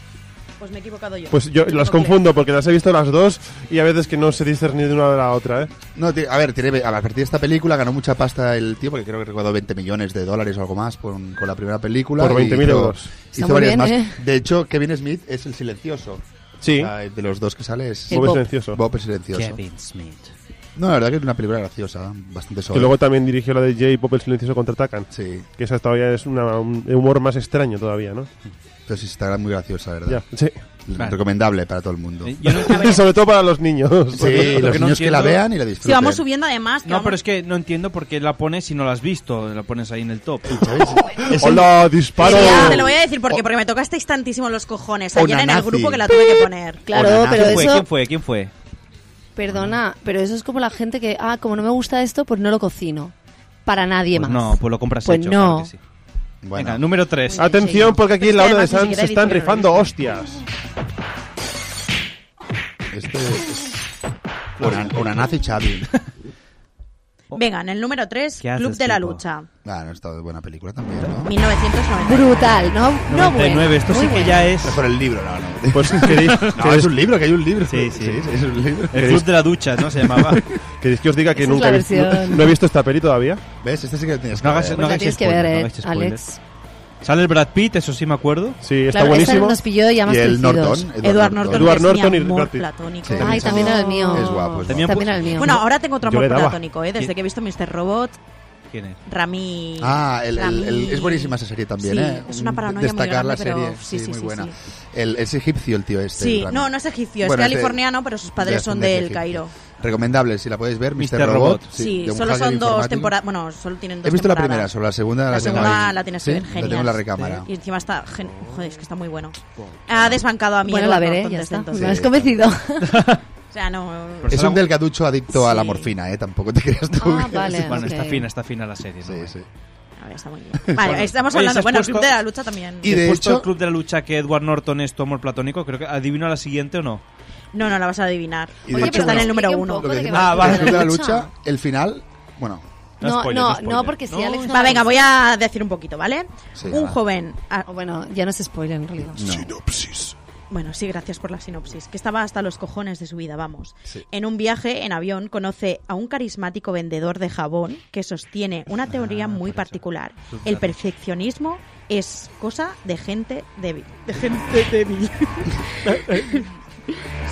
Speaker 2: Pues me he equivocado yo.
Speaker 3: Pues yo las confundo porque las he visto las dos y a veces que no sé discernir de una de la otra, ¿eh?
Speaker 11: No, ti- a ver, tiene, a partir de esta película ganó mucha pasta el tío, porque creo que recuerdo 20 millones de dólares o algo más con, con la primera película.
Speaker 3: Por
Speaker 11: y
Speaker 3: 20.000
Speaker 11: hizo-
Speaker 3: euros.
Speaker 11: Hizo
Speaker 12: Está muy
Speaker 11: varias
Speaker 12: bien,
Speaker 11: más.
Speaker 12: ¿eh?
Speaker 11: De hecho, Kevin Smith es el silencioso.
Speaker 3: Sí.
Speaker 11: O sea, de los dos que sale es
Speaker 12: El Bob es Bob.
Speaker 3: silencioso.
Speaker 11: Bob es silencioso.
Speaker 10: Kevin Smith.
Speaker 11: No, la verdad que es una película graciosa, bastante
Speaker 3: Que
Speaker 11: sola.
Speaker 3: luego también dirigió la de Jay Pop el silencioso contraatacan.
Speaker 11: Sí.
Speaker 3: Que esa todavía es una- un humor más extraño todavía, ¿no?
Speaker 11: Pero sí, está muy graciosa, ¿verdad?
Speaker 3: Ya, sí.
Speaker 10: Vale.
Speaker 11: Recomendable para todo el mundo.
Speaker 10: Eh,
Speaker 11: Sí,
Speaker 10: yo no entiendo-
Speaker 3: Sobre todo para los niños.
Speaker 10: que
Speaker 11: los
Speaker 10: no
Speaker 11: niños pues, que la
Speaker 10: entiendo-
Speaker 11: vean y la
Speaker 2: Si
Speaker 11: disfruten.
Speaker 2: vamos subiendo además... que
Speaker 10: No,
Speaker 2: vamos-
Speaker 10: pero es que no entiendo por qué la pones si no la has visto. La pones ahí en el top.
Speaker 11: Es
Speaker 3: Hola, disparo.
Speaker 2: Sí, ya, te lo voy a decir porque, porque me tocasteis tantísimo los cojones ayer en el
Speaker 10: Onanazi.
Speaker 2: grupo que la tuve que poner.
Speaker 12: Claro, pero
Speaker 10: ¿Quién fue?
Speaker 12: eso.
Speaker 10: ¿Quién fue? ¿Quién fue?
Speaker 12: Perdona, pero eso es como la gente que. Ah, como no me gusta esto, pues no lo cocino. Para nadie
Speaker 10: Pues
Speaker 12: más.
Speaker 10: no, pues lo compras
Speaker 12: Pues
Speaker 10: hecho.
Speaker 12: no.
Speaker 10: claro que sí. Venga, número 3.
Speaker 3: Atención, porque
Speaker 2: Este
Speaker 3: aquí en la
Speaker 12: Es que
Speaker 3: hora de
Speaker 12: además ni
Speaker 3: Sans
Speaker 12: siquiera
Speaker 3: se están
Speaker 12: editorial.
Speaker 3: rifando hostias.
Speaker 11: Este es... Una, una nazi Chavi.
Speaker 2: Venga, en el número 3,
Speaker 11: ¿Qué haces,
Speaker 2: Club de la
Speaker 11: tipo?
Speaker 2: Lucha.
Speaker 11: Ah, no, está de buena película también, ¿no?
Speaker 2: 1990.
Speaker 12: Brutal, ¿no? No,
Speaker 10: 99, esto sí que ya es.
Speaker 11: Mejor el libro, no, no.
Speaker 3: Pues queréis.
Speaker 11: No, es un libro, que hay un libro.
Speaker 10: Sí, sí.
Speaker 11: es un libro.
Speaker 10: El club de la ducha, ¿no? Se llamaba.
Speaker 3: ¿Queréis que os diga que
Speaker 12: Esa es
Speaker 3: nunca
Speaker 12: la
Speaker 3: he visto, no,
Speaker 12: versión.
Speaker 3: no he visto esta peli todavía?
Speaker 11: ¿Ves? Este sí que lo tienes.
Speaker 10: No hagas,
Speaker 12: Pues
Speaker 10: no
Speaker 12: la
Speaker 10: hagáis
Speaker 12: tienes que
Speaker 10: spoiler,
Speaker 12: ver,
Speaker 10: no
Speaker 12: eh,
Speaker 10: hagáis spoiler.
Speaker 12: Alex.
Speaker 10: Sale el Brad Pitt, eso sí me acuerdo.
Speaker 3: Sí,
Speaker 2: este
Speaker 12: Claro, esta nos pilló ya más crecidos.
Speaker 2: Edward Norton.
Speaker 3: Edward
Speaker 2: es mi
Speaker 3: Norton y
Speaker 2: amor
Speaker 3: Brad Pitt.
Speaker 2: platónico.
Speaker 3: Sí.
Speaker 12: Ay, también era el mío.
Speaker 11: Es guapo, es
Speaker 10: También
Speaker 12: También era el mío.
Speaker 2: pues Bueno, ahora tengo otro
Speaker 3: Yo
Speaker 2: amor
Speaker 3: le daba.
Speaker 2: platónico, ¿eh? Desde que he visto Mr. Robot,
Speaker 10: ¿Quién es?
Speaker 2: Rami...
Speaker 11: Ah, el- el- el-
Speaker 2: Rami-
Speaker 11: es buenísima esa serie también,
Speaker 2: Sí,
Speaker 11: ¿eh?
Speaker 2: es una paranoia
Speaker 11: Destacar
Speaker 2: muy
Speaker 11: la
Speaker 2: grande,
Speaker 11: serie,
Speaker 2: pero...
Speaker 11: sí, muy buena.
Speaker 2: Sí,
Speaker 11: El, es egipcio el tío este.
Speaker 2: Sí,
Speaker 11: el Rami.
Speaker 2: no, no es egipcio, es
Speaker 11: Bueno, de-
Speaker 2: californiano, pero sus
Speaker 11: de
Speaker 2: padres son
Speaker 11: ascendencia
Speaker 2: del
Speaker 11: egipcia.
Speaker 2: Cairo.
Speaker 11: Recomendable, si la podéis ver, Mr. Robot.
Speaker 2: Sí,
Speaker 11: de un
Speaker 2: solo
Speaker 11: hacker
Speaker 2: son dos
Speaker 11: informático.
Speaker 2: temporadas. Bueno, solo tienen dos
Speaker 11: He visto la
Speaker 2: temporadas.
Speaker 11: primera, sobre la segunda la
Speaker 2: La
Speaker 11: tengo
Speaker 2: segunda
Speaker 11: ahí.
Speaker 2: la tienes
Speaker 11: Sí,
Speaker 2: que ver,
Speaker 11: la
Speaker 2: genial.
Speaker 11: tengo en la recámara.
Speaker 2: Y encima está. gen- Joder, es que está muy bueno. Ha desbancado a mí.
Speaker 12: Bueno,
Speaker 2: el
Speaker 12: la
Speaker 2: Edward
Speaker 12: veré,
Speaker 2: Norton
Speaker 12: ya
Speaker 2: desde
Speaker 12: está.
Speaker 2: entonces.
Speaker 12: Me has convencido.
Speaker 2: O sea, no.
Speaker 11: Es un delgaducho adicto a la morfina, ¿eh? Tampoco te creas tú.
Speaker 12: Ah,
Speaker 11: que-
Speaker 12: vale,
Speaker 10: Bueno,
Speaker 12: ok.
Speaker 10: está fina, está fina la serie. Sí,
Speaker 11: sí.
Speaker 2: A ver, está muy bien. Vale, estamos hablando. Bueno, el Club de la Lucha también.
Speaker 10: Y de hecho, el club de la lucha que Edward Norton es tu amor platónico, creo que adivino la siguiente o no.
Speaker 2: No, no la vas a adivinar.
Speaker 11: Y de
Speaker 2: Porque
Speaker 11: hecho,
Speaker 2: está en el
Speaker 11: bueno,
Speaker 2: número
Speaker 12: explique un
Speaker 2: uno.
Speaker 12: poco de qué
Speaker 10: Ah, va.
Speaker 11: El club de la
Speaker 12: lucha.
Speaker 11: lucha, el final, bueno,
Speaker 12: No,
Speaker 10: spoiler,
Speaker 12: no,
Speaker 10: spoiler.
Speaker 12: no, porque si Alex. no
Speaker 2: Va,
Speaker 12: la
Speaker 2: venga,
Speaker 12: hizo.
Speaker 2: voy a decir un poquito, ¿vale?
Speaker 11: Sí,
Speaker 2: un
Speaker 11: va.
Speaker 2: joven. ah,
Speaker 12: O Oh, Bueno, ya no es spoiler en realidad.
Speaker 11: Sinopsis.
Speaker 2: Bueno, sí, gracias por la sinopsis. Que estaba hasta los cojones de su vida, vamos.
Speaker 11: Sí.
Speaker 2: En un viaje en avión conoce a un carismático vendedor de jabón que sostiene una teoría muy particular.
Speaker 10: Sus
Speaker 2: El
Speaker 10: datos.
Speaker 2: perfeccionismo es cosa de gente débil. De gente débil.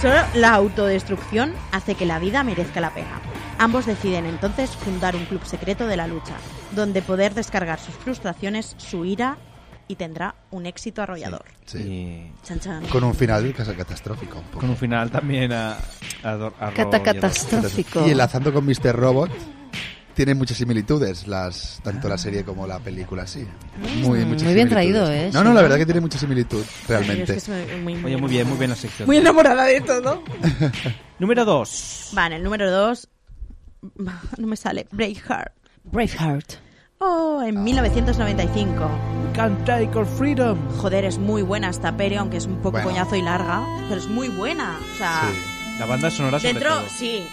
Speaker 2: Solo la autodestrucción hace que la vida merezca la pena. Ambos deciden entonces fundar un club secreto de la lucha, donde poder descargar sus frustraciones, su ira y tendrá un éxito arrollador.
Speaker 11: Sí.
Speaker 2: Chan, chan.
Speaker 11: Con un final casi catastrófico. un poco.
Speaker 10: Con un final también a... a, dor- a
Speaker 2: Cata-
Speaker 10: rollo.
Speaker 2: catastrófico.
Speaker 11: Y enlazando con Mr. Robot, tiene muchas similitudes, las tanto la serie como la película, sí. Muy,
Speaker 12: Mm,
Speaker 11: muchas
Speaker 12: muy bien
Speaker 11: similitudes.
Speaker 12: traído, ¿eh?
Speaker 11: No, no, la verdad que tiene mucha similitud, realmente.
Speaker 2: es que es muy- muy-
Speaker 10: Oye, muy bien, muy bien la sección.
Speaker 2: Muy enamorada de todo.
Speaker 10: Número 2.
Speaker 2: Vale, el número 2. No me sale. Braveheart.
Speaker 12: Braveheart.
Speaker 2: Oh, en 1995. Can't take our freedom. Joder, es muy buena esta peli, aunque es un poco
Speaker 10: Bueno.
Speaker 2: coñazo y larga. Pero es muy buena. O sea,
Speaker 10: La banda sonora sobre
Speaker 2: dentro,
Speaker 10: todo.
Speaker 2: sí.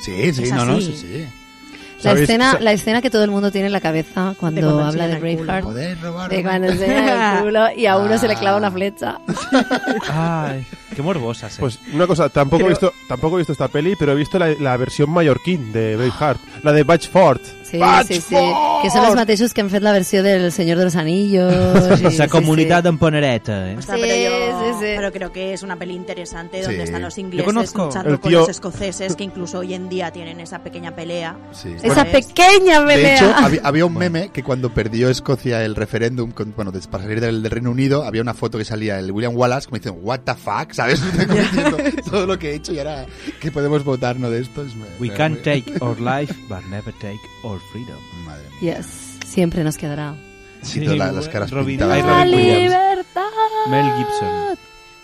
Speaker 11: Sí, sí,
Speaker 2: Es
Speaker 11: no, no,
Speaker 2: así.
Speaker 11: sí, sí.
Speaker 12: La
Speaker 11: ¿Sabéis?
Speaker 12: escena,
Speaker 11: Sa-
Speaker 12: la escena que todo el mundo tiene en la cabeza cuando,
Speaker 11: De cuando
Speaker 12: habla de
Speaker 11: enseñan el culo.
Speaker 12: Braveheart.
Speaker 11: Podéis robarme.
Speaker 12: De cuando enseñan el culo y a uno se le clava
Speaker 11: Ah.
Speaker 12: una flecha.
Speaker 10: Ay, qué morbosas. eh.
Speaker 3: Pues una cosa, tampoco, he
Speaker 12: Creo-
Speaker 3: visto, tampoco he visto esta peli, pero he visto la, la versión mallorquín de Braveheart, la de Batchford.
Speaker 12: Sí, sí, sí. Que son los mateixos que han fet la versió del Señor de los Anillos.
Speaker 10: Esa comunidad emponereta, eh.
Speaker 2: O sea, pero, yo- pero creo que es una peli interesante donde
Speaker 10: Sí.
Speaker 2: están los
Speaker 10: Yo
Speaker 2: ingleses
Speaker 10: conozco.
Speaker 2: luchando
Speaker 10: El
Speaker 2: con
Speaker 10: tío-
Speaker 2: los escoceses que incluso hoy en día tienen esa pequeña pelea.
Speaker 11: Sí.
Speaker 2: Esa
Speaker 12: pequeña
Speaker 11: De hecho, había, había un meme que cuando perdió Escocia el referéndum, con- bueno, des- para salir del, del Reino Unido, había una foto que salía el William Wallace como diciendo, what the fuck, ¿sabes? Como diciendo, todo lo que he hecho y ahora que podemos votar, ¿no? De esto es...
Speaker 10: We can take our life, but never take our freedom.
Speaker 11: Madre mía.
Speaker 12: Yes. Siempre nos quedará.
Speaker 11: Sí, todas la- las caras pintadas.
Speaker 10: ay,
Speaker 12: La
Speaker 10: Robin Williams.
Speaker 12: libertad.
Speaker 10: Mel Gibson.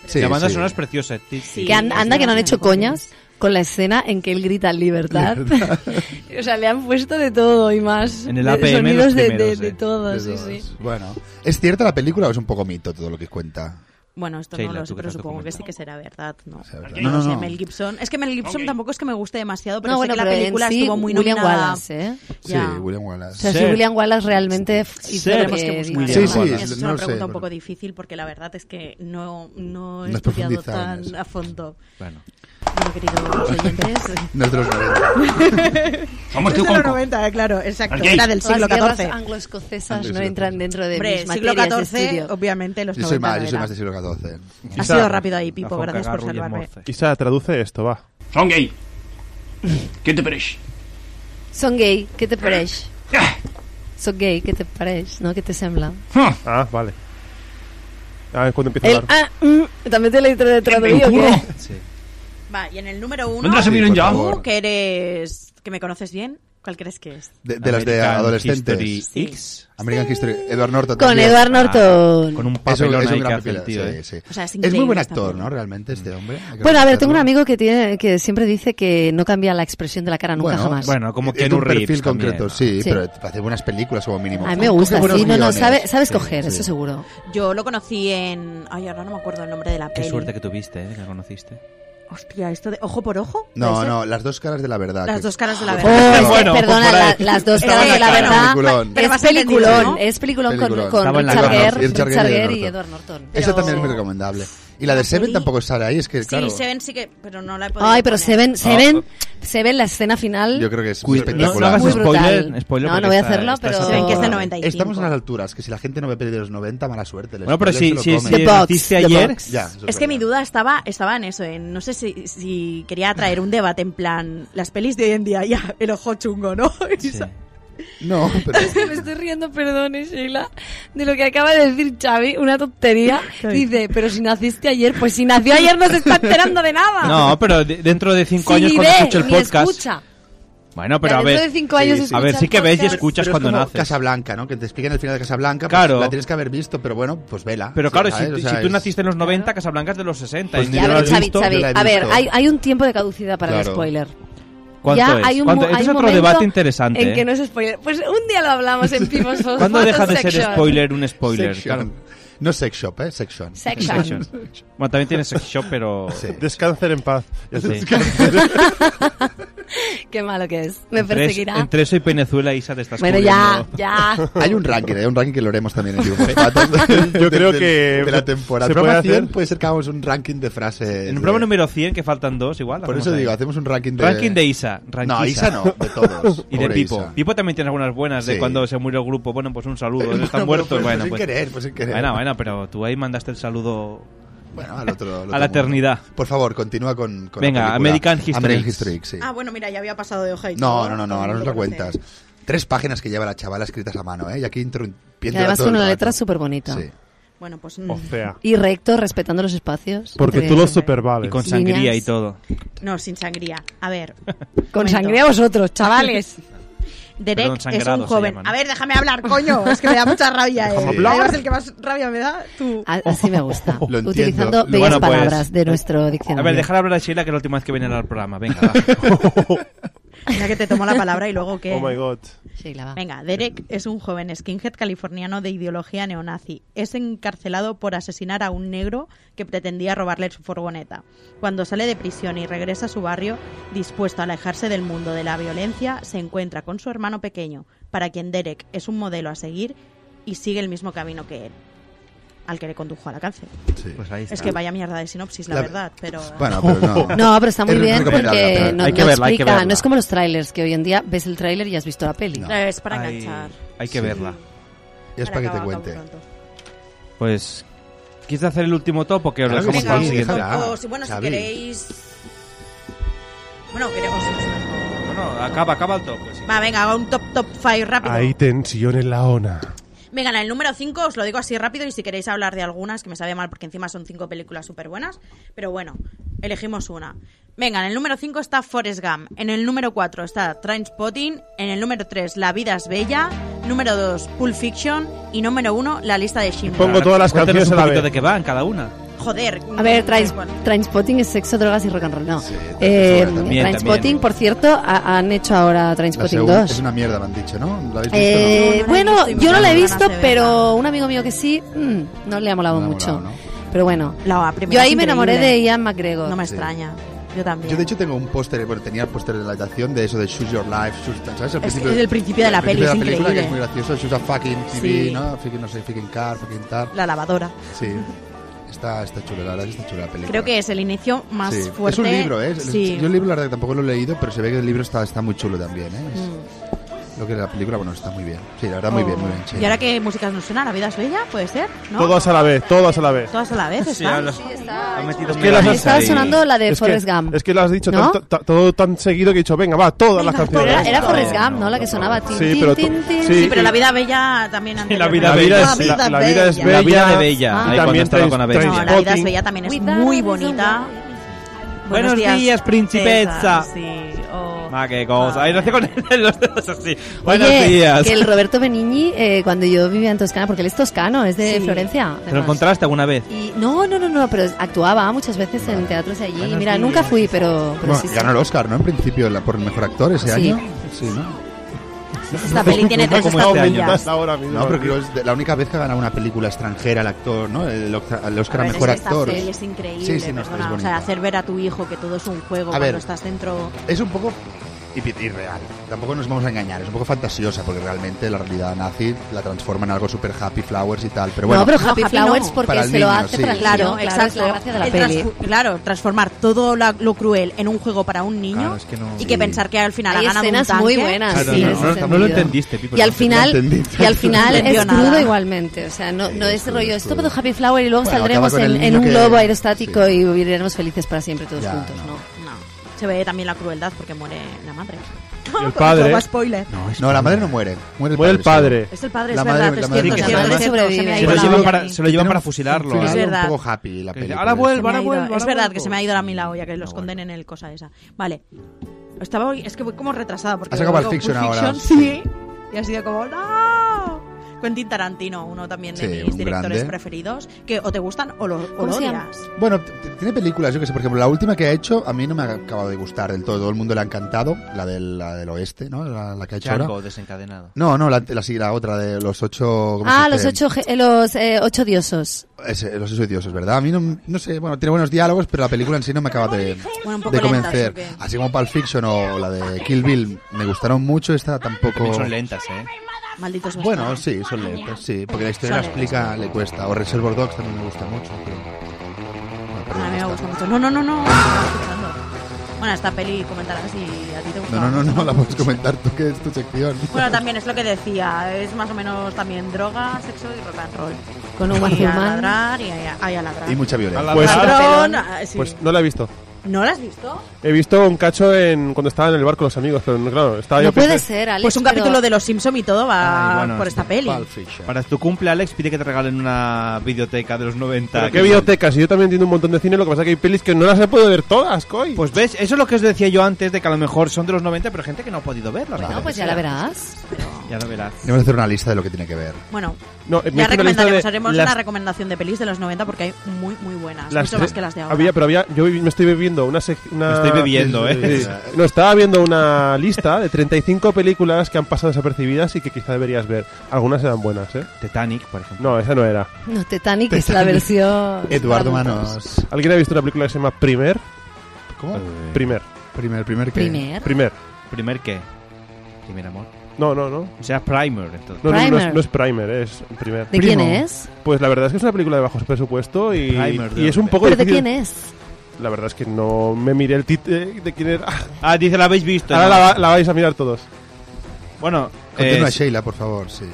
Speaker 11: Sí,
Speaker 10: la banda
Speaker 11: sí.
Speaker 10: sonora es preciosa. Ti, ti,
Speaker 12: Que an- anda que no han hecho coñas con la escena en que él grita libertad. o sea, le han puesto de todo y más.
Speaker 11: En el
Speaker 12: De-
Speaker 11: APM
Speaker 12: Sonidos
Speaker 11: los
Speaker 12: de,
Speaker 11: primeros,
Speaker 12: de- de
Speaker 11: eh.
Speaker 12: todo,
Speaker 11: De
Speaker 12: sí,
Speaker 11: todos.
Speaker 12: sí.
Speaker 11: Bueno, ¿es cierta la película o es un poco mito todo lo que cuenta?
Speaker 2: Bueno, esto
Speaker 11: Sheila,
Speaker 2: no lo sé,
Speaker 11: tú que
Speaker 2: pero
Speaker 11: estás
Speaker 2: supongo que
Speaker 11: documentada.
Speaker 2: sí que será verdad, ¿no?
Speaker 11: verdad. No, no,
Speaker 2: O sea,
Speaker 11: no.
Speaker 2: Mel Gibson. Es que Mel Gibson tampoco es que me guste demasiado, pero sé
Speaker 12: No, bueno,
Speaker 2: que la
Speaker 12: pero en
Speaker 2: película
Speaker 12: sí,
Speaker 2: estuvo muy
Speaker 12: William
Speaker 2: nominada.
Speaker 12: Wallace, ¿eh?
Speaker 2: Ya.
Speaker 11: Sí, William Wallace.
Speaker 12: O sea, si William Wallace realmente f- hizo lo
Speaker 2: Tenemos
Speaker 12: que
Speaker 2: que
Speaker 12: dijo.
Speaker 2: buscar.
Speaker 11: Sí, sí, no
Speaker 2: es una
Speaker 11: lo sé,
Speaker 2: pregunta un
Speaker 11: pero-
Speaker 2: poco difícil porque la verdad es que no, no he
Speaker 11: No has
Speaker 2: estudiado
Speaker 11: profundizado en
Speaker 2: tan
Speaker 11: eso.
Speaker 2: a fondo.
Speaker 11: Bueno.
Speaker 2: Bueno, queridos oyentes.
Speaker 11: Nosotros
Speaker 19: Somos tu
Speaker 2: Es de los
Speaker 19: compo.
Speaker 2: 90, claro, exacto.
Speaker 19: Las
Speaker 2: Era
Speaker 19: gays.
Speaker 2: del siglo
Speaker 12: Las guerras
Speaker 2: XIV.
Speaker 12: anglo-escocesas no entran dentro de
Speaker 2: Hombre,
Speaker 12: mis
Speaker 2: siglo
Speaker 12: materias este. de
Speaker 2: XIV,
Speaker 12: estudio.
Speaker 2: obviamente, los
Speaker 11: Yo soy
Speaker 2: 90
Speaker 11: más, yo soy
Speaker 2: era.
Speaker 11: más de siglo XIV.
Speaker 2: Ha sido rápido ahí, Pipo, gracias por salvarme.
Speaker 3: Isa, traduce esto, va.
Speaker 17: Son gay. ¿Qué te parece?
Speaker 12: Son gay, ¿qué te parece? Son gay, ¿qué te parece? No, ¿qué te sembla?
Speaker 3: Ah, vale. A ver cuándo empieza a
Speaker 12: El
Speaker 3: hablar.
Speaker 12: ah, mm, también te lo he tra- traducido. ¿qué?
Speaker 2: Va, y en el número uno.
Speaker 3: Vendrás a mirar
Speaker 2: tú,
Speaker 3: ya. Por favor.
Speaker 2: que eres. que me conoces bien. ¿Cuál crees que es?
Speaker 11: De, de las de
Speaker 10: American
Speaker 11: adolescentes.
Speaker 10: History X.
Speaker 11: American History. Edward Norton.
Speaker 12: Con
Speaker 11: también.
Speaker 12: Edward Norton.
Speaker 10: con un
Speaker 11: Es un- es un
Speaker 10: papelón ahí
Speaker 11: gran
Speaker 10: que hace el
Speaker 11: papel,
Speaker 10: tío,
Speaker 11: sí,
Speaker 10: eh.
Speaker 11: sí.
Speaker 2: O sea, es
Speaker 11: es muy
Speaker 2: increíble
Speaker 11: buen
Speaker 2: esta
Speaker 11: actor,
Speaker 2: peli.
Speaker 11: ¿no? Realmente este hombre. Hay que
Speaker 12: Bueno, a ver,
Speaker 11: reconocerlo.
Speaker 12: tengo un amigo que tiene que siempre dice que no cambia la expresión de la cara nunca
Speaker 11: Bueno,
Speaker 12: jamás.
Speaker 10: Bueno, como
Speaker 11: tiene
Speaker 10: Keanu
Speaker 11: un perfil
Speaker 10: Reeves también,
Speaker 11: concreto,
Speaker 10: ¿no?
Speaker 11: sí,
Speaker 12: Sí.
Speaker 11: pero hace buenas películas como mínimo.
Speaker 12: a mí me gusta,
Speaker 11: Coge buenos
Speaker 12: sí, no, no,
Speaker 11: guiones.
Speaker 12: sabe, sabes
Speaker 11: Sí,
Speaker 12: coger,
Speaker 11: sí.
Speaker 12: eso seguro.
Speaker 2: Yo lo conocí en. Ay, ahora no me acuerdo el nombre de la
Speaker 10: Qué
Speaker 2: peli.
Speaker 10: suerte que tuviste, eh, que la conociste.
Speaker 2: Hostia, esto de ojo por ojo.
Speaker 11: No,
Speaker 2: ¿puede ser?
Speaker 11: no, las dos caras de la verdad.
Speaker 2: Las
Speaker 11: que-
Speaker 2: dos caras de la
Speaker 11: Oh,
Speaker 2: verdad.
Speaker 11: es que, Bueno,
Speaker 12: perdona,
Speaker 11: pues por ahí.
Speaker 12: la- las dos
Speaker 2: Estaba
Speaker 12: caras
Speaker 2: en
Speaker 12: de la
Speaker 2: la cara.
Speaker 12: verdad.
Speaker 11: Peliculón.
Speaker 2: Pero
Speaker 12: Es
Speaker 2: vas entendido,
Speaker 12: peliculón,
Speaker 2: ¿no?
Speaker 12: es peliculón con,
Speaker 11: Peliculón.
Speaker 12: con
Speaker 11: Estaba en la
Speaker 12: Richard
Speaker 11: cara.
Speaker 12: Gere,
Speaker 11: Richard
Speaker 12: Richard
Speaker 11: Gere
Speaker 12: Gere y Edward Norton.
Speaker 11: Esa también es muy
Speaker 12: Pero-
Speaker 11: recomendable. Y la de Seven tampoco sale ahí, es que claro.
Speaker 2: Sí, Seven sí que. Pero no la he podido.
Speaker 12: Ay, pero se ven, se
Speaker 11: Ah,
Speaker 12: ven, se ven la escena final.
Speaker 11: Yo creo que es
Speaker 10: Cuida-
Speaker 11: espectacular.
Speaker 10: no- no hagas
Speaker 12: Muy
Speaker 10: spoiler,
Speaker 12: brutal.
Speaker 10: spoiler
Speaker 12: No,
Speaker 10: porque
Speaker 12: no voy a
Speaker 10: está-
Speaker 12: hacerlo,
Speaker 10: está
Speaker 12: pero-
Speaker 10: esa
Speaker 12: Ven que es de
Speaker 10: temporada.
Speaker 12: 95.
Speaker 11: Estamos en las alturas, que si la gente no ve peli de los 90, mala suerte. el
Speaker 10: Bueno, pero
Speaker 11: spoiler
Speaker 10: si-
Speaker 11: se lo
Speaker 10: si-
Speaker 11: come.
Speaker 10: si The naciste box, the ayer- box.
Speaker 11: Ya, eso es
Speaker 2: Es que
Speaker 11: verdad.
Speaker 2: mi duda estaba, estaba en eso, en no sé si, si quería traer un debate en plan las pelis de hoy en día, ya, el ojo chungo, ¿no?
Speaker 11: No, pero.
Speaker 12: Me estoy riendo, perdone, Sheila, de lo que acaba de decir Xavi, una tontería. Dice, pero si naciste ayer, pues si nació ayer no se está enterando de nada.
Speaker 10: No, pero de- dentro de cinco
Speaker 12: Si
Speaker 10: años
Speaker 12: ni
Speaker 10: cuando
Speaker 12: Ah. ve,
Speaker 10: escuche el
Speaker 12: ni
Speaker 10: podcast.
Speaker 12: escucha.
Speaker 10: Bueno, pero
Speaker 12: Ya,
Speaker 10: a ver.
Speaker 12: dentro de cinco años escucha
Speaker 10: a ver,
Speaker 12: el
Speaker 10: sí que ves y
Speaker 12: podcast.
Speaker 10: escuchas
Speaker 11: Pero es
Speaker 10: cuando
Speaker 11: como
Speaker 10: naces.
Speaker 11: Casablanca, ¿no? Que te expliquen el final de Casablanca. pues
Speaker 10: Claro.
Speaker 11: la tienes que haber visto, pero bueno, pues vela.
Speaker 10: Pero
Speaker 11: Sí,
Speaker 10: claro,
Speaker 11: ¿sabes?
Speaker 10: si,
Speaker 11: O
Speaker 10: si
Speaker 11: sea,
Speaker 10: tú
Speaker 11: es-
Speaker 10: naciste en los 90, Casablanca es de los 60.
Speaker 11: Pues
Speaker 10: y
Speaker 11: ya,
Speaker 10: no
Speaker 11: pero
Speaker 10: lo has
Speaker 11: Xavi,
Speaker 10: visto.
Speaker 11: Xavi,
Speaker 12: A ver, hay, hay un tiempo de caducidad para
Speaker 10: Claro.
Speaker 12: el spoiler.
Speaker 10: ¿Cuánto
Speaker 12: ya
Speaker 10: es?
Speaker 12: Hay un,
Speaker 10: ¿Cuánto?
Speaker 12: mo-
Speaker 10: Este
Speaker 12: hay
Speaker 10: es
Speaker 12: un
Speaker 10: otro
Speaker 12: momento
Speaker 10: debate interesante,
Speaker 12: En
Speaker 10: ¿eh?
Speaker 12: que no es spoiler. Pues un día lo hablamos en Pimos
Speaker 10: ¿Cuándo deja de ser
Speaker 12: Section.
Speaker 10: spoiler un spoiler?
Speaker 11: Section. No sex shop, ¿eh? Section.
Speaker 12: Section. Section.
Speaker 10: Bueno, también tiene sex shop, pero.
Speaker 3: Descansen en paz.
Speaker 10: Sí.
Speaker 12: Qué malo que es. Me
Speaker 10: Entre es-
Speaker 12: perseguirá.
Speaker 10: Entre eso y Venezuela, Isa, te estás
Speaker 12: Bueno, ya, ya.
Speaker 11: Hay un ranking, hay un ranking que lo haremos también en Dibujo
Speaker 3: Yo creo que
Speaker 11: De la temporada.
Speaker 3: se
Speaker 11: Programa
Speaker 3: puede hacer.
Speaker 11: 100 puede ser que hagamos un ranking de frases.
Speaker 10: En un
Speaker 11: de-
Speaker 10: programa número 100, que faltan dos, igual.
Speaker 11: Por eso
Speaker 10: ahí.
Speaker 11: digo, hacemos un ranking de-
Speaker 10: Ranking de Isa. ranking
Speaker 11: No, Isa no, de todos.
Speaker 10: y de
Speaker 11: Pobre
Speaker 10: Pipo.
Speaker 11: Isa.
Speaker 10: Pipo también tiene algunas buenas de
Speaker 11: Sí.
Speaker 10: cuando se murió el grupo. Bueno, pues un saludo.
Speaker 11: Bueno,
Speaker 10: Están
Speaker 11: pero
Speaker 10: muertos.
Speaker 11: pues
Speaker 10: bueno,
Speaker 11: sin
Speaker 10: pues.
Speaker 11: querer, pues sin querer.
Speaker 10: Bueno, bueno, pero tú ahí mandaste el saludo
Speaker 11: Bueno, al otro, al otro
Speaker 10: A la
Speaker 11: mundo.
Speaker 10: eternidad.
Speaker 11: Por favor, continúa con, con la
Speaker 10: Venga,
Speaker 11: película.
Speaker 10: American History
Speaker 11: American
Speaker 10: X.
Speaker 11: History X, sí.
Speaker 2: Ah, bueno, mira, ya había pasado de hoja y
Speaker 11: No,
Speaker 2: todo.
Speaker 11: no, no, no, ahora nos lo
Speaker 2: Parece.
Speaker 11: cuentas. Tres páginas que lleva la chavala escritas a mano, ¿eh? Y aquí interrumpiendo.
Speaker 12: Y además con una letra súper bonita.
Speaker 11: Sí.
Speaker 2: Bueno, pues...
Speaker 11: O sea.
Speaker 12: Y recto, respetando los espacios.
Speaker 3: Porque
Speaker 12: entre- ¿eh?
Speaker 3: tú lo supervales.
Speaker 10: Y con sangría y
Speaker 12: Líneas.
Speaker 10: todo.
Speaker 2: No, sin sangría. A ver.
Speaker 12: Con sangría vosotros, chavales.
Speaker 2: Derek
Speaker 10: Perdón,
Speaker 2: es un
Speaker 10: sangrado se
Speaker 2: joven.
Speaker 10: llama, ¿no?
Speaker 2: A ver, déjame hablar, coño. Es que me da mucha rabia.
Speaker 12: Déjame
Speaker 2: Eh.
Speaker 12: hablar.
Speaker 2: Además, el que más rabia me da, tú.
Speaker 12: Así me gusta.
Speaker 11: Lo entiendo.
Speaker 12: Utilizando
Speaker 10: Lo-
Speaker 12: bellas
Speaker 10: Bueno, pues-
Speaker 12: palabras de nuestro
Speaker 10: A
Speaker 12: diccionario.
Speaker 10: ver, dejar hablar a Sheila, que es la última vez que viene al programa. Venga, va.
Speaker 2: Mira que te tomo la palabra y luego que...
Speaker 3: Oh my god.
Speaker 2: Venga, Derek es un joven skinhead californiano de ideología neonazi. Es encarcelado por asesinar a un negro que pretendía robarle su furgoneta. Cuando sale de prisión y regresa a su barrio, dispuesto a alejarse del mundo de la violencia, se encuentra con su hermano pequeño, para quien Derek es un modelo a seguir y sigue el mismo camino que él, al que le condujo a la cárcel.
Speaker 10: Pues ahí está.
Speaker 2: Es que vaya mierda de sinopsis, la,
Speaker 11: La-
Speaker 2: verdad, pero...
Speaker 11: Bueno, pero no.
Speaker 12: No, pero está muy
Speaker 11: Es
Speaker 12: bien
Speaker 11: recomendable,
Speaker 12: porque
Speaker 11: pero-
Speaker 12: no,
Speaker 10: Hay que
Speaker 12: no
Speaker 10: verla, hay que
Speaker 12: explica.
Speaker 10: verla.
Speaker 12: No es como los trailers, que hoy en día ves el trailer y has visto la peli. Ah.
Speaker 2: Es para
Speaker 10: Hay,
Speaker 2: enganchar.
Speaker 10: hay que
Speaker 11: Sí.
Speaker 10: verla.
Speaker 11: Y es para que te cuente.
Speaker 10: Pues. ¿Quieres hacer el último top o que os
Speaker 11: Claro que
Speaker 10: dejamos
Speaker 11: sí,
Speaker 10: para el
Speaker 11: sí,
Speaker 10: siguiente?
Speaker 11: déjala.
Speaker 2: O si, bueno, si
Speaker 11: Xavi.
Speaker 2: queréis... Bueno, queremos...
Speaker 10: Bueno, acaba, acaba el top. Pues, sí.
Speaker 2: Va, venga, haga un top top 5 rápido.
Speaker 3: Hay tensión en la ona.
Speaker 2: Venga, en el número 5 os lo digo así rápido y si queréis hablar de algunas, que me sabe mal porque encima son cinco películas súper buenas, pero bueno, elegimos una. Venga, en el número 5 está Forrest Gump, en el número 4 está Trainspotting, en el número 3 La vida es bella, número 2 Pulp Fiction y número 1 La lista de Schindler.
Speaker 3: Pongo todas las
Speaker 10: Cuéntanos
Speaker 3: canciones a
Speaker 10: un
Speaker 3: la
Speaker 10: poquito de
Speaker 3: vez.
Speaker 10: qué van cada una.
Speaker 2: Joder.
Speaker 12: A ver, Trains-
Speaker 2: Bueno,
Speaker 12: Trainspotting es sexo, drogas y rock and roll. No.
Speaker 11: también.
Speaker 12: Eh,
Speaker 11: También,
Speaker 12: Trainspotting,
Speaker 10: también.
Speaker 12: por cierto, ha- han hecho ahora
Speaker 11: La
Speaker 12: Trainspotting
Speaker 11: segunda
Speaker 12: 2.
Speaker 11: es una mierda, me han dicho, ¿no? ¿La habéis visto?
Speaker 12: Eh,
Speaker 11: no?
Speaker 12: bueno,
Speaker 2: visto y me
Speaker 12: yo no
Speaker 2: dan
Speaker 12: la he
Speaker 2: ganas
Speaker 12: visto,
Speaker 2: de verla.
Speaker 12: pero un amigo mío que sí, mm, no le ha molado
Speaker 11: No le ha
Speaker 12: mucho.
Speaker 11: molado,
Speaker 12: Pero bueno,
Speaker 2: la primera
Speaker 12: yo ahí
Speaker 2: es
Speaker 12: me enamoré
Speaker 2: increíble.
Speaker 12: de Ian McGregor.
Speaker 2: No me
Speaker 11: Sí.
Speaker 2: extraña, yo también.
Speaker 11: Yo de hecho tengo un póster, bueno, tenía el póster de la habitación de eso de Choose Your Life, choose- ¿sabes? El
Speaker 2: Es- es el principio de la
Speaker 11: el principio
Speaker 2: peli, es
Speaker 11: película, que es muy
Speaker 2: increíble.
Speaker 11: gracioso, Choose a fucking TV,
Speaker 2: Sí.
Speaker 11: ¿no? Fucking, no sé, fucking car, fucking tar.
Speaker 2: La lavadora.
Speaker 11: Sí. Está, está chula, la verdad que está chula la película.
Speaker 2: Creo que es el inicio más
Speaker 11: Sí.
Speaker 2: fuerte.
Speaker 11: Es un libro, ¿eh?
Speaker 2: Sí.
Speaker 11: Yo el libro la verdad que tampoco lo he leído, pero se ve que el libro está, está muy chulo también, ¿eh? Es-
Speaker 2: Mm.
Speaker 11: Lo que la película, bueno, está muy bien. Sí, la verdad, muy bien, muy bien. sí.
Speaker 2: Oh. ¿Y ahora qué músicas nos suena? ¿La vida es bella? ¿Puede ser? ¿No?
Speaker 3: Todas a la vez, todas a la vez.
Speaker 2: Todas a la vez.
Speaker 10: Sí,
Speaker 2: están.
Speaker 10: habla- ha metido
Speaker 3: que las-
Speaker 10: mezcla
Speaker 12: Estaba
Speaker 10: y-
Speaker 12: sonando la de
Speaker 3: Es que-
Speaker 12: Forrest Gump.
Speaker 3: Es que lo has dicho
Speaker 12: ¿No?
Speaker 3: tan- ta- todo tan seguido que he dicho, venga, va, todas las
Speaker 12: Pero
Speaker 3: canciones.
Speaker 12: era, era Forrest Gump, ¿no? La que sonaba. tin,
Speaker 3: Sí,
Speaker 12: tin,
Speaker 3: pero tú-
Speaker 12: tin, tin.
Speaker 3: sí,
Speaker 2: Sí, pero la vida bella también antes.
Speaker 10: La vida
Speaker 3: La
Speaker 10: bella.
Speaker 3: vida es, la, la vida es bella.
Speaker 10: La vida de bella.
Speaker 12: Ah.
Speaker 10: Ahí
Speaker 3: Y
Speaker 10: cuando
Speaker 3: también
Speaker 10: estaba
Speaker 3: Trains-
Speaker 10: con la bella.
Speaker 2: No, la vida es
Speaker 3: Trainspotting.
Speaker 2: bella también es muy bonita.
Speaker 10: Buenos días, principessa.
Speaker 2: Sí. oh.
Speaker 10: Ma, qué cosa. Ahí lo hace con los dedos así. Buenos
Speaker 12: Ah. Oye,
Speaker 10: días.
Speaker 12: que el Roberto Benigni, eh, cuando yo vivía en Toscana, porque él es toscano, es de
Speaker 2: Sí.
Speaker 12: Florencia.
Speaker 10: ¿Te lo
Speaker 12: además.
Speaker 10: encontraste alguna vez?
Speaker 12: Y- no, no, no, no, pero actuaba muchas veces en teatros de allí.
Speaker 10: Buenos
Speaker 12: Mira,
Speaker 10: días.
Speaker 12: nunca fui, pero, pero
Speaker 11: Bueno,
Speaker 12: sí, sí.
Speaker 11: ganó el Oscar, ¿no? En principio, la, por el mejor actor ese
Speaker 12: Sí.
Speaker 11: año. Sí, ¿no? Pues
Speaker 2: Esta peli tiene tres
Speaker 10: como este año.
Speaker 2: estatuillas.
Speaker 3: Hasta ahora mismo.
Speaker 11: No, pero creo que es de- la única vez que ha ganado una película extranjera el actor, ¿no? El, Oct- el Oscar a,
Speaker 2: ver,
Speaker 11: mejor
Speaker 2: es que esta
Speaker 11: actor.
Speaker 2: peli es increíble.
Speaker 11: Sí, sí, no, es-
Speaker 2: perdona,
Speaker 11: es
Speaker 2: o sea,
Speaker 11: bonita.
Speaker 2: hacer ver a tu hijo que todo es un
Speaker 11: A
Speaker 2: juego cuando
Speaker 11: ver.
Speaker 2: estás dentro.
Speaker 11: Es un poco ir- irreal. Tampoco nos vamos a engañar. Es un poco fantasiosa porque realmente la realidad nazi la transforma en algo súper happy flowers y tal. Pero bueno,
Speaker 12: no, pero Happy
Speaker 2: no, Happy
Speaker 12: Flowers
Speaker 2: no.
Speaker 12: porque
Speaker 11: Para
Speaker 12: se
Speaker 11: el
Speaker 12: lo
Speaker 11: niño,
Speaker 12: hace
Speaker 11: sí.
Speaker 12: para el
Speaker 2: Claro,
Speaker 12: niño,
Speaker 2: exacto.
Speaker 12: Es la gracia de la
Speaker 2: El
Speaker 12: peli.
Speaker 2: transcu- claro, transformar todo la- lo cruel en un juego para un niño
Speaker 11: Claro, es que no-
Speaker 2: y que
Speaker 11: Sí.
Speaker 2: pensar que al final ha
Speaker 12: Hay
Speaker 2: ganado un
Speaker 12: escenas
Speaker 2: tanque.
Speaker 12: muy
Speaker 10: Ah,
Speaker 12: buenas.
Speaker 11: Claro,
Speaker 12: sí,
Speaker 11: no,
Speaker 12: en ese
Speaker 11: no, no
Speaker 12: sentido.
Speaker 10: lo entendiste, Pipo,
Speaker 12: Y
Speaker 10: no
Speaker 12: al
Speaker 10: te-
Speaker 12: final,
Speaker 11: no entendí.
Speaker 12: y al final
Speaker 2: No entendió
Speaker 12: es crudo
Speaker 2: nada.
Speaker 12: igualmente. O sea, no, no
Speaker 11: es
Speaker 12: es
Speaker 11: crudo,
Speaker 12: rollo,
Speaker 11: es
Speaker 12: esto
Speaker 11: crudo.
Speaker 12: Happy Flower y luego
Speaker 11: Bueno,
Speaker 12: saldremos
Speaker 11: acaba con
Speaker 12: en,
Speaker 11: el
Speaker 12: en
Speaker 11: niño
Speaker 12: un
Speaker 11: que-
Speaker 12: globo aerostático
Speaker 11: sí.
Speaker 12: y viviremos felices para siempre todos
Speaker 11: Ya,
Speaker 12: juntos,
Speaker 11: no.
Speaker 12: ¿no?
Speaker 2: No, se ve también la crueldad porque muere la madre.
Speaker 3: Y el padre.
Speaker 2: Como spoiler.
Speaker 11: no, la madre no muere. Muere el
Speaker 3: Muere el
Speaker 11: padre.
Speaker 3: padre.
Speaker 2: Es el padre,
Speaker 11: La
Speaker 2: es
Speaker 11: madre-
Speaker 2: verdad, es
Speaker 11: la madre-
Speaker 2: cierto,
Speaker 11: Sí,
Speaker 2: es
Speaker 11: que
Speaker 2: cierto,
Speaker 11: la
Speaker 2: es
Speaker 12: madre
Speaker 2: cierto, se me ha ido
Speaker 12: sobrevive.
Speaker 10: Se
Speaker 2: la
Speaker 10: lo llevan
Speaker 2: olla
Speaker 10: para,
Speaker 2: aquí.
Speaker 10: se lo llevan
Speaker 11: Tiene
Speaker 10: para
Speaker 11: un-
Speaker 10: fusilarlo.
Speaker 11: un
Speaker 2: Es
Speaker 11: final
Speaker 2: verdad.
Speaker 11: un poco happy la
Speaker 10: Que
Speaker 11: película.
Speaker 10: ahora vuelve,
Speaker 11: Es
Speaker 10: ahora
Speaker 2: Se me ha ido.
Speaker 10: vuelvo,
Speaker 2: Es
Speaker 10: ahora
Speaker 2: verdad
Speaker 10: vuelvo.
Speaker 2: que se me ha ido a mí la olla, que
Speaker 11: Ah,
Speaker 2: los condenen el cosa esa. Vale. Estaba hoy- es que voy como retrasada porque
Speaker 11: Has acabado
Speaker 2: luego
Speaker 11: el Fiction
Speaker 2: Pulp
Speaker 11: ahora.
Speaker 2: Fiction, sí. Y ha sido como ¡No! Quentin Tarantino, uno también de
Speaker 11: Sí,
Speaker 2: mis
Speaker 11: un
Speaker 2: directores
Speaker 11: grande.
Speaker 2: preferidos, que o te gustan o lo, o
Speaker 12: ¿Cómo
Speaker 2: lo
Speaker 12: se llama?
Speaker 2: odias.
Speaker 11: Bueno, t- tiene películas, yo que sé, por ejemplo, la última que ha hecho a mí no me ha acabado de gustar del todo. Todo el mundo le ha encantado, la del, la del oeste, ¿no? La, la que ha hecho ahora.
Speaker 10: Django desencadenado.
Speaker 11: No, no, la, la, sí, la otra de los ocho... ¿cómo
Speaker 12: Ah,
Speaker 11: se
Speaker 12: los
Speaker 11: dice?
Speaker 12: ocho, ge- eh, los eh, ocho diosos.
Speaker 11: Ese, los ocho dioses, ¿verdad? A mí no, no sé, bueno, tiene buenos diálogos, pero la película en sí no me acaba de,
Speaker 2: Bueno, un poco
Speaker 11: de convencer.
Speaker 2: lentas, ¿o qué?
Speaker 11: Así como Pulp Fiction o la de Kill Bill me gustaron mucho, esta tampoco...
Speaker 10: También son lentas, ¿eh?
Speaker 2: Malditos bastardos.
Speaker 11: Bueno, sí, son lentas, sí, porque la historia la explica, le cuesta. O Reservoir Dogs también me gusta mucho. pero- Bueno, perdón,
Speaker 2: A mí
Speaker 11: ya
Speaker 2: me
Speaker 11: está.
Speaker 2: gusta mucho. No, no, no, no. no, no, no, no, no, no. Bueno, esta peli comentarás si a ti te gusta.
Speaker 11: No, no, no, no, la puedes comentar tú, que es tu sección.
Speaker 2: Bueno, también es lo que decía, es más o menos también droga, sexo y rock and roll.
Speaker 12: Con
Speaker 2: un
Speaker 12: un
Speaker 2: y a
Speaker 12: Guzmán.
Speaker 2: ladrar y a, ay, a ladrar.
Speaker 11: Y mucha violencia.
Speaker 3: Pues,
Speaker 2: Ladrón, ah, sí.
Speaker 3: pues no la he visto.
Speaker 2: ¿No la has visto?
Speaker 3: He visto un cacho en, cuando estaba en el bar con los amigos, pero no, claro, estaba yo pensé-
Speaker 12: Alex,
Speaker 2: Pues un
Speaker 12: pero-
Speaker 2: capítulo de Los Simpson y todo va
Speaker 10: Ay, bueno,
Speaker 2: por
Speaker 10: es
Speaker 2: esta peli.
Speaker 10: Para tu cumple, Alex, pide que te regalen una videoteca de los 90.
Speaker 3: ¿Pero ¿Qué bibliotecas? Si yo también entiendo un montón de cine, lo que pasa es que hay pelis que no las he podido ver todas, coy.
Speaker 10: Pues ves, eso es lo que os decía yo antes, de que a lo mejor son de los 90, pero gente que no ha podido verlas.
Speaker 12: Bueno, pues ya la verás.
Speaker 10: Ya lo verás.
Speaker 11: Debemos hacer una lista de lo que tiene que ver.
Speaker 2: Bueno,
Speaker 3: No, eh, me
Speaker 2: ya
Speaker 3: hice una lista
Speaker 2: recomendaremos,
Speaker 3: de
Speaker 2: haremos
Speaker 3: las-
Speaker 2: una recomendación de pelis de los 90 porque hay muy, muy buenas.
Speaker 3: Las
Speaker 2: mucho más
Speaker 3: tre-
Speaker 2: que las de ahora.
Speaker 3: Había, pero había, yo me estoy bebiendo una, sec- una-
Speaker 10: Me estoy bebiendo, ¿eh?
Speaker 3: No, estaba viendo una lista de 35 películas que han pasado desapercibidas y que quizá deberías ver. Algunas eran buenas, ¿eh?
Speaker 10: Titanic, por ejemplo.
Speaker 3: No, esa no era.
Speaker 12: No, Titanic es la versión. para adultos.
Speaker 3: ¿Alguien ha visto una película que se llama Primer? Eh,
Speaker 11: ¿Cómo?
Speaker 3: Primer.
Speaker 11: Primer, primer
Speaker 12: qué? Primer.
Speaker 3: Primer.
Speaker 10: ¿Primer qué? Primer amor.
Speaker 3: No, no, no.
Speaker 10: O sea, Primer, entonces.
Speaker 3: No, no, no, no es,
Speaker 10: Primer.
Speaker 3: no es Primer, es Primer.
Speaker 12: ¿De quién es?
Speaker 3: Pues la verdad es que es una película de bajo presupuesto y,
Speaker 10: Primer,
Speaker 3: y es un
Speaker 10: ¿de
Speaker 3: poco
Speaker 12: ¿Pero de
Speaker 3: difícil-
Speaker 12: quién es?
Speaker 3: La verdad es que no me miré el tit eh, de quién era.
Speaker 10: Ah, dice, la habéis visto.
Speaker 3: Ahora
Speaker 10: ¿no?
Speaker 3: la, va- la vais a mirar todos.
Speaker 10: Bueno,
Speaker 11: Continúa,
Speaker 10: eh,
Speaker 11: Sheila, por favor, sí.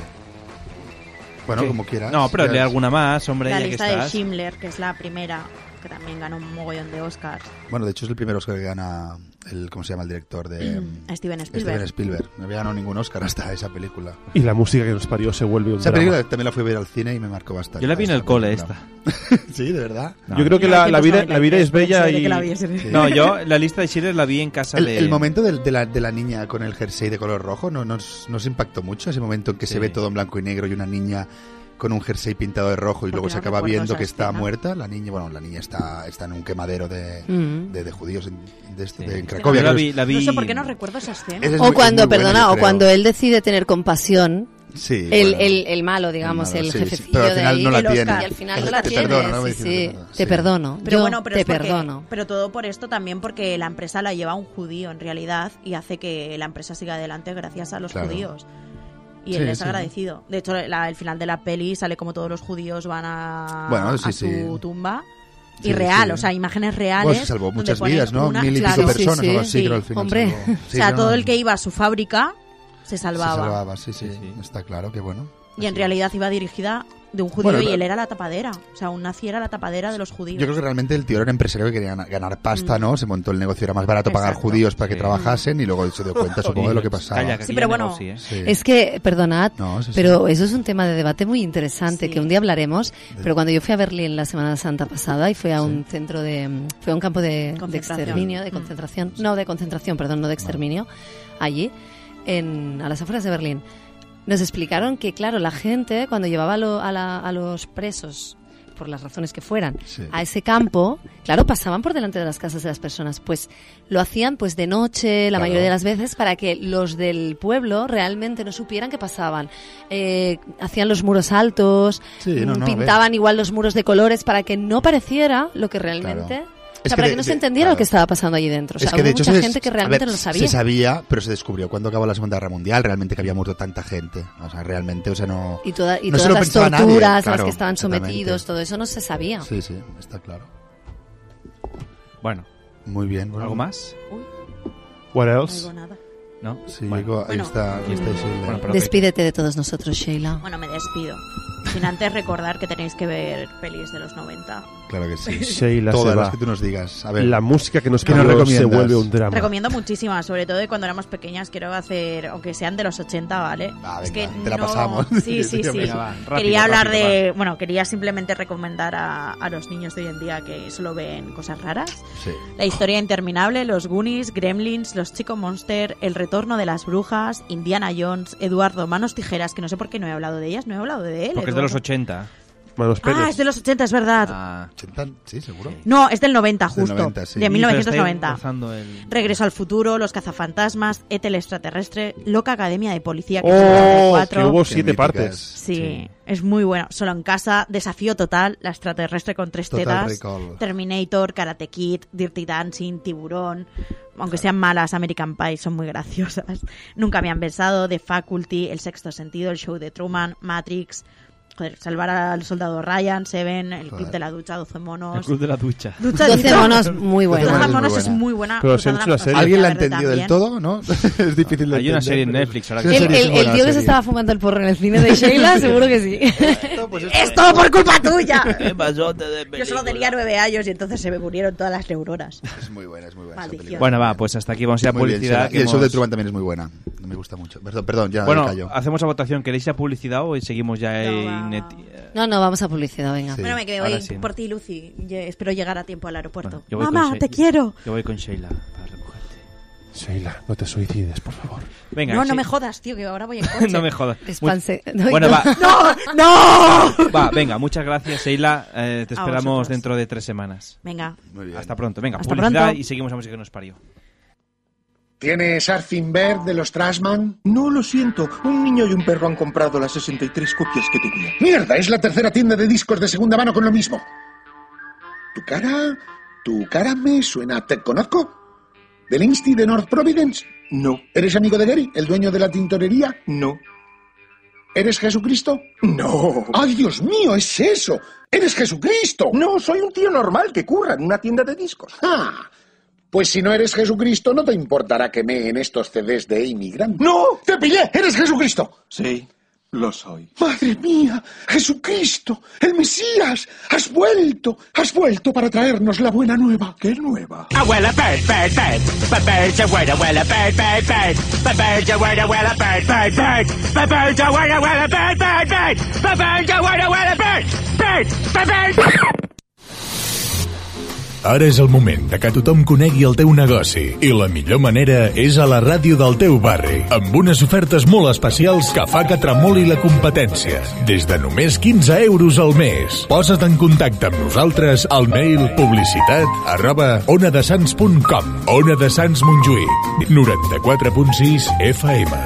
Speaker 11: Bueno,
Speaker 10: ¿Qué?
Speaker 11: como quieras.
Speaker 10: No, pero
Speaker 11: Ya
Speaker 10: lee
Speaker 11: es-
Speaker 10: alguna más, hombre.
Speaker 2: la
Speaker 10: ya que
Speaker 2: lista de
Speaker 10: estás.
Speaker 2: Schindler, que es la primera, que también ganó un mogollón de Oscars.
Speaker 11: Bueno, de hecho es el primer Oscar que gana el, ¿cómo se llama el director de
Speaker 2: Mm,
Speaker 11: mm,
Speaker 2: Steven Spielberg.
Speaker 11: Steven Spielberg. No había ganado ningún Oscar hasta esa película.
Speaker 3: Y la música que nos parió se vuelve un
Speaker 11: Esa
Speaker 3: drama.
Speaker 11: película también la fui a ver al cine y me marcó bastante.
Speaker 10: Yo la vi en el cole,
Speaker 11: película. sí, de verdad.
Speaker 3: Yo creo que la, la vida, la vida es bella
Speaker 2: pensé de
Speaker 3: y...
Speaker 2: que la viese.
Speaker 10: No, yo la lista de Schiller la vi en casa
Speaker 11: El,
Speaker 10: de.
Speaker 11: el momento del- de, la, de la niña con el jersey de color rojo no nos, nos impactó mucho. Ese momento en que se ve todo en blanco y negro y una niña con un jersey pintado de rojo y luego
Speaker 12: Porque
Speaker 11: se
Speaker 12: no
Speaker 11: acaba
Speaker 12: recuerdo
Speaker 11: viendo
Speaker 12: esa
Speaker 11: que está
Speaker 12: escena.
Speaker 11: muerta. La niña, bueno, la niña está, está en un quemadero de,
Speaker 12: Mm.
Speaker 11: de, de judíos en, de este-
Speaker 10: Sí.
Speaker 11: de- en
Speaker 10: Yo
Speaker 11: Cracovia.
Speaker 10: la
Speaker 11: creo
Speaker 10: vi-
Speaker 11: es.
Speaker 10: la vi-
Speaker 2: No sé por qué no recuerdo esa escena.
Speaker 11: Esa es
Speaker 12: o
Speaker 11: muy-
Speaker 12: cuando,
Speaker 11: es muy buena,
Speaker 12: perdona,
Speaker 11: yo
Speaker 12: o
Speaker 11: creo.
Speaker 12: cuando él decide tener compasión.
Speaker 11: Sí,
Speaker 12: el,
Speaker 11: bueno.
Speaker 12: el, el malo, digamos,
Speaker 11: El
Speaker 12: el,
Speaker 11: malo, sí, sí,
Speaker 12: jefecillo
Speaker 11: pero al
Speaker 12: de
Speaker 11: final
Speaker 12: ahí.
Speaker 11: no la
Speaker 12: El
Speaker 11: tiene.
Speaker 12: Oscar, Y al final no la
Speaker 11: Te
Speaker 12: tiene.
Speaker 11: perdono, no me
Speaker 12: sí,
Speaker 11: dice,
Speaker 12: sí.
Speaker 11: no, no,
Speaker 12: Te
Speaker 11: sí.
Speaker 12: perdono.
Speaker 2: Pero
Speaker 12: Yo
Speaker 2: bueno, pero
Speaker 12: te
Speaker 2: es porque-
Speaker 12: perdono.
Speaker 2: Pero todo por esto también porque la empresa la lleva un judío en realidad y hace que la empresa siga adelante gracias a los
Speaker 11: Claro.
Speaker 2: judíos. Y
Speaker 11: Sí,
Speaker 2: él es
Speaker 11: sí.
Speaker 2: agradecido. De hecho, la- el final de la peli sale como todos los judíos van a,
Speaker 11: Bueno, sí,
Speaker 2: a
Speaker 11: sí.
Speaker 2: su tumba.
Speaker 11: Sí,
Speaker 2: Y real,
Speaker 11: sí.
Speaker 2: o sea, imágenes reales.
Speaker 11: Bueno, se salvó
Speaker 2: donde
Speaker 11: muchas
Speaker 2: ponen
Speaker 11: vidas, ¿no?
Speaker 2: una-
Speaker 11: Mil y
Speaker 2: claro.
Speaker 11: pico personas
Speaker 12: sí,
Speaker 11: o algo así,
Speaker 12: sí.
Speaker 11: creo, al final.
Speaker 12: Hombre.
Speaker 11: salvó.
Speaker 2: O
Speaker 11: Sí,
Speaker 2: sea,
Speaker 11: no,
Speaker 2: todo
Speaker 11: no,
Speaker 2: el que iba a su fábrica se
Speaker 11: se
Speaker 2: salvaba.
Speaker 11: salvaba. Sí, sí, Está claro, que bueno.
Speaker 2: Y en realidad iba dirigida de un judío
Speaker 11: Bueno,
Speaker 2: y él era la tapadera. O sea, un nazi era la tapadera de los judíos.
Speaker 11: Yo creo que realmente el tío era un empresario que quería gana- ganar pasta,
Speaker 2: Mm.
Speaker 11: ¿no? Se montó el negocio, era más barato pagar
Speaker 2: Exacto.
Speaker 11: judíos para que
Speaker 10: Sí.
Speaker 11: trabajasen y luego se dio cuenta, supongo, de lo que pasaba.
Speaker 10: Calla, que
Speaker 2: Sí,
Speaker 10: aquí
Speaker 2: pero
Speaker 10: ya
Speaker 2: bueno,
Speaker 10: negocio, ¿eh?
Speaker 11: Sí.
Speaker 12: Es que, perdonad,
Speaker 11: No, sí, sí.
Speaker 12: pero eso es un tema de debate muy interesante que un día hablaremos. Pero cuando yo fui a Berlín la Semana Santa pasada y fui a un centro de. fue a un campo de, de
Speaker 2: Concentración.
Speaker 12: exterminio,
Speaker 11: Mm.
Speaker 12: de concentración. No, de concentración, perdón, no de exterminio. Allí, en, a las afueras de Berlín. Nos explicaron que, claro, la gente, cuando llevaba lo- a, la- a los presos, por las razones que fueran,
Speaker 11: Sí.
Speaker 12: a ese campo, claro, pasaban por delante de las casas de las personas. Pues lo hacían pues de noche, la
Speaker 11: Claro.
Speaker 12: mayoría de las veces, para que los del pueblo realmente no supieran qué pasaban. Eh, hacían los muros altos,
Speaker 11: Sí, no,
Speaker 12: mm,
Speaker 11: no, a
Speaker 12: pintaban igual los muros de colores para que no pareciera lo que realmente... O
Speaker 11: Es
Speaker 12: sea,
Speaker 11: que
Speaker 12: para
Speaker 11: de-
Speaker 12: que no se
Speaker 11: de-
Speaker 12: entendiera
Speaker 11: claro.
Speaker 12: lo que estaba pasando allí dentro. O sea,
Speaker 11: es que de
Speaker 12: hubo
Speaker 11: hecho
Speaker 12: mucha
Speaker 11: se-
Speaker 12: gente que
Speaker 11: a
Speaker 12: realmente
Speaker 11: ver,
Speaker 12: no lo
Speaker 11: Se
Speaker 12: sabía.
Speaker 11: sabía, pero se descubrió cuando acabó la Segunda Guerra Mundial realmente que había muerto tanta gente. O sea, realmente, o sea, no.
Speaker 12: Y, toda- y
Speaker 11: no se
Speaker 12: todas
Speaker 11: lo
Speaker 12: las
Speaker 11: pensaba
Speaker 12: torturas
Speaker 11: nadie,
Speaker 12: a las
Speaker 11: claro,
Speaker 12: que estaban
Speaker 11: exactamente.
Speaker 12: sometidos, todo eso no se sabía.
Speaker 11: Sí, sí, está claro.
Speaker 10: Bueno,
Speaker 11: Muy bien. bueno.
Speaker 10: ¿algo más?
Speaker 3: What
Speaker 2: No
Speaker 3: else?
Speaker 2: digo nada.
Speaker 10: ¿No?
Speaker 11: Sí,
Speaker 10: Bueno.
Speaker 11: digo, ahí
Speaker 2: Bueno.
Speaker 11: está. Ahí está Isilda.
Speaker 10: Bueno, pero que-
Speaker 12: Despídete de todos nosotros, Sheila.
Speaker 2: Bueno, me despido. Sin antes recordar que tenéis que ver pelis de los 90.
Speaker 11: Claro que sí.
Speaker 3: Sheila se
Speaker 11: Todas
Speaker 3: va.
Speaker 11: las que tú nos digas. A ver.
Speaker 3: La música que nos
Speaker 11: ¿Qué nos
Speaker 3: cambió se
Speaker 11: recomiendas?
Speaker 3: vuelve un drama.
Speaker 2: Recomiendo muchísimas, sobre todo de cuando éramos pequeñas. Quiero hacer, aunque sean de los 80, ¿vale?
Speaker 11: Ah,
Speaker 2: es que
Speaker 11: venga, te la
Speaker 2: no-
Speaker 11: pasamos.
Speaker 2: Sí, sí, sí.
Speaker 11: Venga, va, rápido,
Speaker 2: quería hablar
Speaker 11: rápido,
Speaker 2: de. Bueno, quería simplemente recomendar a, a los niños de hoy en día que solo ven cosas raras.
Speaker 11: Sí.
Speaker 2: La historia interminable, los Goonies, Gremlins, los Chico Monster, El Retorno de las Brujas, Indiana Jones, Eduardo, Manos Tijeras, que no sé por qué no he hablado de ellas, no he hablado de él.
Speaker 10: Porque es de los
Speaker 2: Eduardo.
Speaker 10: 80.
Speaker 3: Manos
Speaker 2: Ah, es de los 80, es verdad.
Speaker 10: Ah.
Speaker 11: 80, sí, seguro.
Speaker 2: No, es del 90
Speaker 11: Es del
Speaker 2: justo.
Speaker 11: 90, sí.
Speaker 2: De
Speaker 11: Sí,
Speaker 10: pero estáis
Speaker 2: 1990.
Speaker 10: rozando el-
Speaker 2: Regreso al futuro, Los cazafantasmas, Ethel extraterrestre, Loca Academia de Policía que es del
Speaker 3: ¡Oh!
Speaker 2: 94.
Speaker 3: Que hubo
Speaker 11: Qué
Speaker 3: siete
Speaker 11: míticas.
Speaker 3: partes.
Speaker 2: Sí, es muy bueno. Solo en casa, Desafío Total, La extraterrestre con tres
Speaker 11: Total
Speaker 2: tetas,
Speaker 11: Recall.
Speaker 2: Terminator, Karate Kid, Dirty Dancing, Tiburón. Aunque sean malas, American Pie son muy graciosas. Nunca me han besado, The Faculty, El Sexto Sentido, El Show de Truman, Matrix, joder, salvar al soldado Ryan, Seven, el club
Speaker 10: Joder.
Speaker 2: de la ducha, 12 monos.
Speaker 10: El club de la ducha.
Speaker 2: Ducha,
Speaker 12: Doce
Speaker 2: ducha.
Speaker 12: monos, muy buena.
Speaker 2: Doce
Speaker 12: Doce monos
Speaker 2: monos
Speaker 12: es
Speaker 2: es
Speaker 12: muy
Speaker 2: muy buena.
Speaker 12: Ah,
Speaker 11: Pero se
Speaker 12: pues
Speaker 11: han hecho una
Speaker 2: cruzada las
Speaker 11: serie.
Speaker 2: costas,
Speaker 11: ¿Alguien la ha
Speaker 2: verdad,
Speaker 11: entendido del
Speaker 2: bien.
Speaker 11: todo? ¿No? es difícil de
Speaker 10: Hay una
Speaker 11: entender,
Speaker 10: serie en
Speaker 11: pero-
Speaker 10: Netflix ahora
Speaker 11: Sí,
Speaker 10: que-
Speaker 11: es
Speaker 12: El,
Speaker 11: serie, es
Speaker 12: el- el
Speaker 11: buena
Speaker 12: tío que
Speaker 11: serie.
Speaker 12: se estaba fumando el porro en el cine de Sheila, seguro que sí.
Speaker 11: pues,
Speaker 2: ¡Es todo por culpa tuya!
Speaker 10: ¿Qué pasote de
Speaker 2: Yo solo tenía nueve años y entonces se me murieron todas las neuronas.
Speaker 11: Es muy buena, es muy buena.
Speaker 2: Maldición.
Speaker 10: Bueno, va, pues hasta aquí vamos a ir a
Speaker 11: Muy bien,
Speaker 10: publicidad.
Speaker 11: Sara.
Speaker 10: que
Speaker 11: y el show
Speaker 10: hemos-
Speaker 11: de Truman también es muy buena. No me gusta mucho. Perdón, perdón ya
Speaker 10: bueno,
Speaker 11: me callo.
Speaker 10: hacemos la votación. ¿Queréis ir a publicidad o seguimos ya en net?
Speaker 12: No, no, vamos a publicidad, venga.
Speaker 2: Bueno, me quedo
Speaker 10: ahora
Speaker 2: ahí
Speaker 10: sí, ¿no?
Speaker 2: por ti, Lucy. Yo espero llegar a tiempo al aeropuerto.
Speaker 10: Yo voy con
Speaker 2: Mamá,
Speaker 10: Shei-
Speaker 2: te quiero.
Speaker 10: Yo voy con Sheila para recogerte.
Speaker 3: Sheila, no te suicides, por favor.
Speaker 10: Venga,
Speaker 2: no, no
Speaker 10: sí.
Speaker 2: me jodas, tío, que ahora voy en coche.
Speaker 10: no me jodas.
Speaker 12: Despanse-
Speaker 10: Mu-
Speaker 12: no,
Speaker 10: bueno,
Speaker 12: no.
Speaker 10: va.
Speaker 2: ¡No! ¡No!
Speaker 10: Va, venga, muchas gracias, Sheila. Eh, te
Speaker 2: A
Speaker 10: esperamos
Speaker 2: vosotros.
Speaker 10: dentro de tres semanas.
Speaker 2: Venga.
Speaker 11: Muy bien.
Speaker 10: Hasta pronto. Venga,
Speaker 2: Hasta
Speaker 10: publicidad
Speaker 2: pronto.
Speaker 10: y seguimos a música que nos parió.
Speaker 8: ¿Tienes Arzinberg de los Trashman? No, lo siento. Un niño y un perro han comprado las 63 copias que tenía. ¡Mierda! Es la tercera tienda de discos de segunda mano con lo mismo. ¿Tu cara? ¿Tu cara me suena? ¿Te conozco? ¿Del Insti de North Providence? No. ¿Eres amigo de Gary, el dueño de la tintorería? No. ¿Eres Jesucristo? No. ¡Ay, Dios mío! ¡Es eso! ¡Eres Jesucristo! No, soy un tío normal que curra en una tienda de discos. ¡Ah! Pues si no eres Jesucristo, no te importará que me en estos CDs de inmigrante. ¡No! ¡Te pillé! ¡Eres Jesucristo!
Speaker 20: Sí, lo soy.
Speaker 8: ¡Madre mía! ¡Jesucristo! ¡El Mesías! ¡Has vuelto! ¡Has vuelto para traernos la buena nueva! ¿Qué nueva?
Speaker 9: Abuela Ah, bird, bird, bird. But bird's a word, abuela bird, bird, bird. But bird's a word, abuela bird, bird, bird. But bird's a word, abuela bird, bird, bird. But bird's a word, abuela bird, bird. But bird's...
Speaker 22: Ara és el moment de que tothom conegui el teu negoci i la millor manera és a la ràdio del teu barri amb unes ofertes molt especials que fa que tremoli la competència. Des de només 15 euros al mes. Posa't en contacte amb nosaltres al mail publicitat arroba onadesans.com Ona de Sants Montjuïc 94.6 FM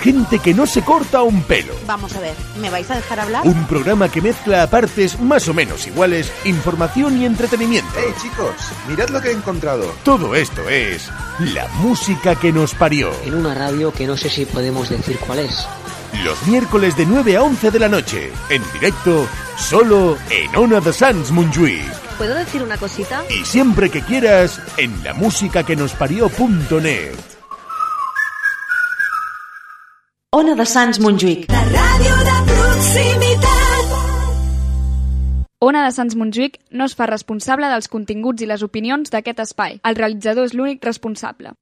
Speaker 1: Gente que no se corta un pelo.
Speaker 2: Vamos a ver, ¿me vais a dejar hablar?
Speaker 1: Un programa que mezcla a partes más o menos iguales información y entretenimiento.
Speaker 23: ¡Hey, chicos! Mirad lo que he encontrado.
Speaker 1: Todo esto es la música que nos parió.
Speaker 4: En una radio que no sé si podemos decir cuál es.
Speaker 1: Los miércoles de 9 a 11 de la noche, en directo, solo en Ona de Sans Montjuïc.
Speaker 24: ¿Puedo decir una cosita?
Speaker 1: Y siempre que quieras, en la música que nos parió.net.
Speaker 18: Ona de Sants Montjuïc. La ràdio de proximitat.
Speaker 6: Ona de Sants Montjuïc no es fa responsable dels continguts i les opinions d'aquest espai. El realitzador és l'únic responsable.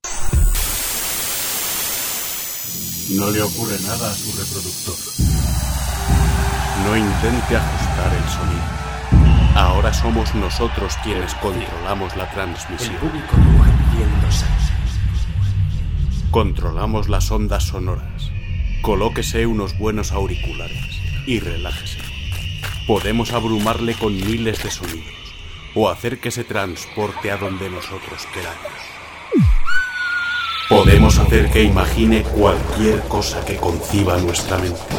Speaker 25: No le ocurre nada a su reproductor. No intente ajustar el sonido. Ahora somos nosotros quienes controlamos la transmisión. Controlamos las ondas sonoras. Colóquese unos buenos auriculares y relájese. Podemos abrumarle con miles de sonidos o hacer que se transporte a donde nosotros queramos. Podemos hacer que imagine cualquier cosa que conciba nuestra mente.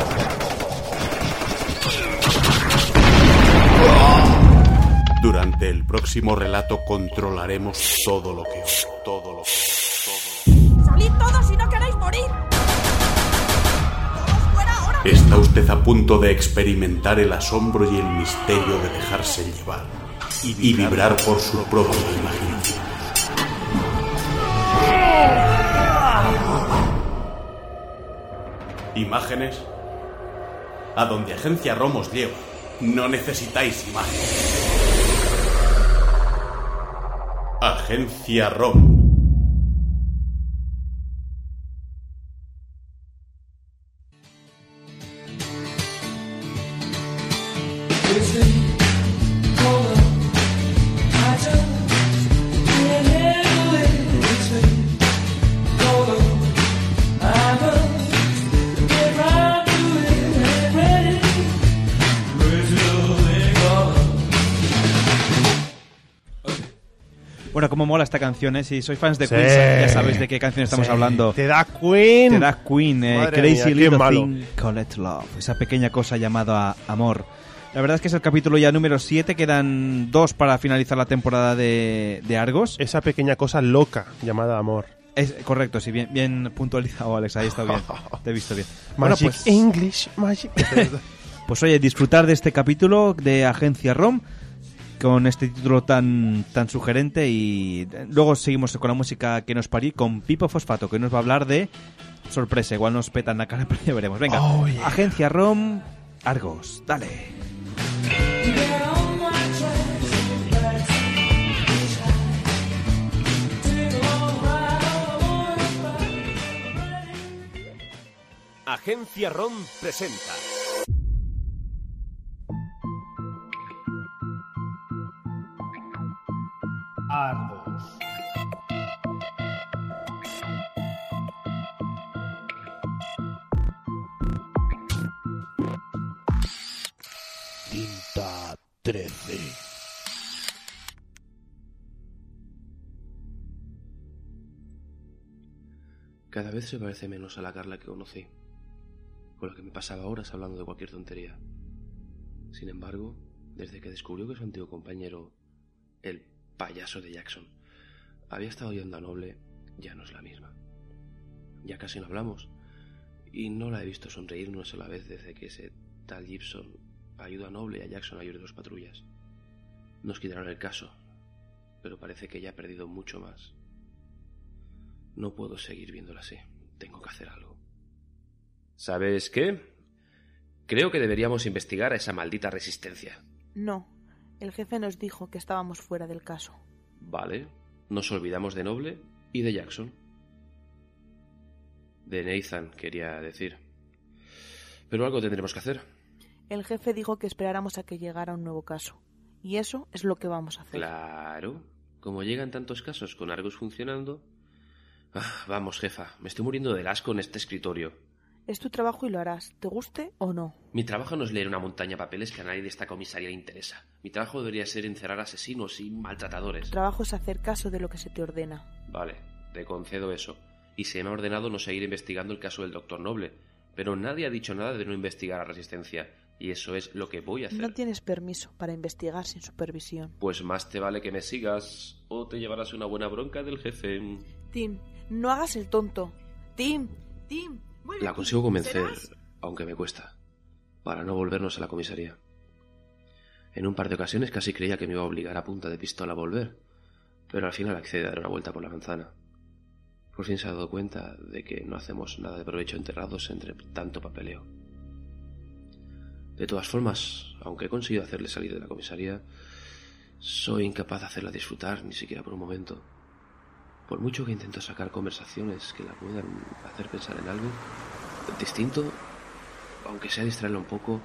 Speaker 25: Durante el próximo relato controlaremos todo lo que oigo, todo lo que
Speaker 24: ¡Salid todos si no queréis morir!
Speaker 25: Está usted a punto de experimentar el asombro y el misterio de dejarse llevar y vibrar por su propia imaginación. Imágenes. A donde Agencia Romos lleva, no necesitáis imágenes. Agencia Rom.
Speaker 10: Bueno, cómo mola esta canción, ¿eh? Si sois fans de
Speaker 3: Sí.
Speaker 10: Queen, ya sabéis de qué canción estamos
Speaker 3: Sí.
Speaker 10: hablando.
Speaker 3: Te da Queen.
Speaker 10: Te da Queen, eh,
Speaker 3: Madre
Speaker 10: Crazy
Speaker 3: mía, qué
Speaker 10: Little
Speaker 3: malo.
Speaker 10: Thing Called Love. Esa pequeña cosa llamada amor. La verdad es que es el capítulo ya número 7, quedan dos para finalizar la temporada de, de Argos.
Speaker 3: Esa pequeña cosa loca llamada amor.
Speaker 10: Es correcto, sí, bien, bien puntualizado, Alex, ahí está bien. Te he visto bien. Bueno,
Speaker 3: Magic
Speaker 10: pues,
Speaker 3: English, Magic.
Speaker 10: pues oye, disfrutar de este capítulo de Agencia ROM con este título tan, tan sugerente y luego seguimos con la música que nos parí con Pipo Fosfato, que nos va a hablar de sorpresa, igual nos petan la cara, pero ya veremos. Venga,
Speaker 11: Oh,
Speaker 10: Agencia ROM, Argos, dale.
Speaker 1: Agencia ROM presenta.
Speaker 26: Argos. Tinta 13.
Speaker 27: Cada vez se parece menos a la Carla que conocí, con la que me pasaba horas hablando de cualquier tontería. Sin embargo, desde que descubrió que su antiguo compañero, el payaso de Jackson, había estado yendo a Noble, ya no es la misma. Ya casi no hablamos, y no la he visto sonreír una sola vez desde que ese tal Gibson ayudó a Noble y a Jackson a huir de los patrullas. Nos quitaron el caso, pero parece que ya ha perdido mucho más. No puedo seguir viéndola así. Tengo que hacer algo. ¿Sabes qué? Creo que deberíamos investigar a esa maldita resistencia.
Speaker 13: No, el jefe nos dijo que estábamos fuera del caso.
Speaker 27: Vale, nos olvidamos de Noble y de Jackson. De Nathan, quería decir. Pero algo tendremos que hacer.
Speaker 13: El jefe dijo que esperáramos a que llegara un nuevo caso. Y eso es lo que vamos a hacer.
Speaker 27: Claro. Como llegan tantos casos con Argos funcionando... Ah, vamos, jefa, me estoy muriendo del asco en este escritorio.
Speaker 13: Es tu trabajo y lo harás, te guste o no.
Speaker 27: Mi trabajo no es leer una montaña de papeles que a nadie de esta comisaría le interesa. Mi trabajo debería ser encerrar asesinos y maltratadores.
Speaker 13: Tu trabajo es hacer caso de lo que se te ordena.
Speaker 27: Vale, te concedo eso. Y se me ha ordenado no seguir investigando el caso del doctor Noble. Pero nadie ha dicho nada de no investigar a Resistencia. Y eso es lo que voy a hacer.
Speaker 13: No tienes permiso para investigar sin supervisión.
Speaker 27: Pues más te vale que me sigas o te llevarás una buena bronca del jefe.
Speaker 13: Tim, no hagas el tonto. Tim, Tim.
Speaker 27: La consigo convencer, aunque me cuesta, para no volvernos a la comisaría. En un par de ocasiones casi creía que me iba a obligar a punta de pistola a volver, pero al final accede a dar una vuelta por la manzana. Por fin se ha dado cuenta de que no hacemos nada de provecho enterrados entre tanto papeleo. De todas formas, aunque he conseguido hacerle salir de la comisaría, soy incapaz de hacerla disfrutar ni siquiera por un momento. Por mucho que intento sacar conversaciones que la puedan hacer pensar en algo distinto, aunque sea distraerla un poco,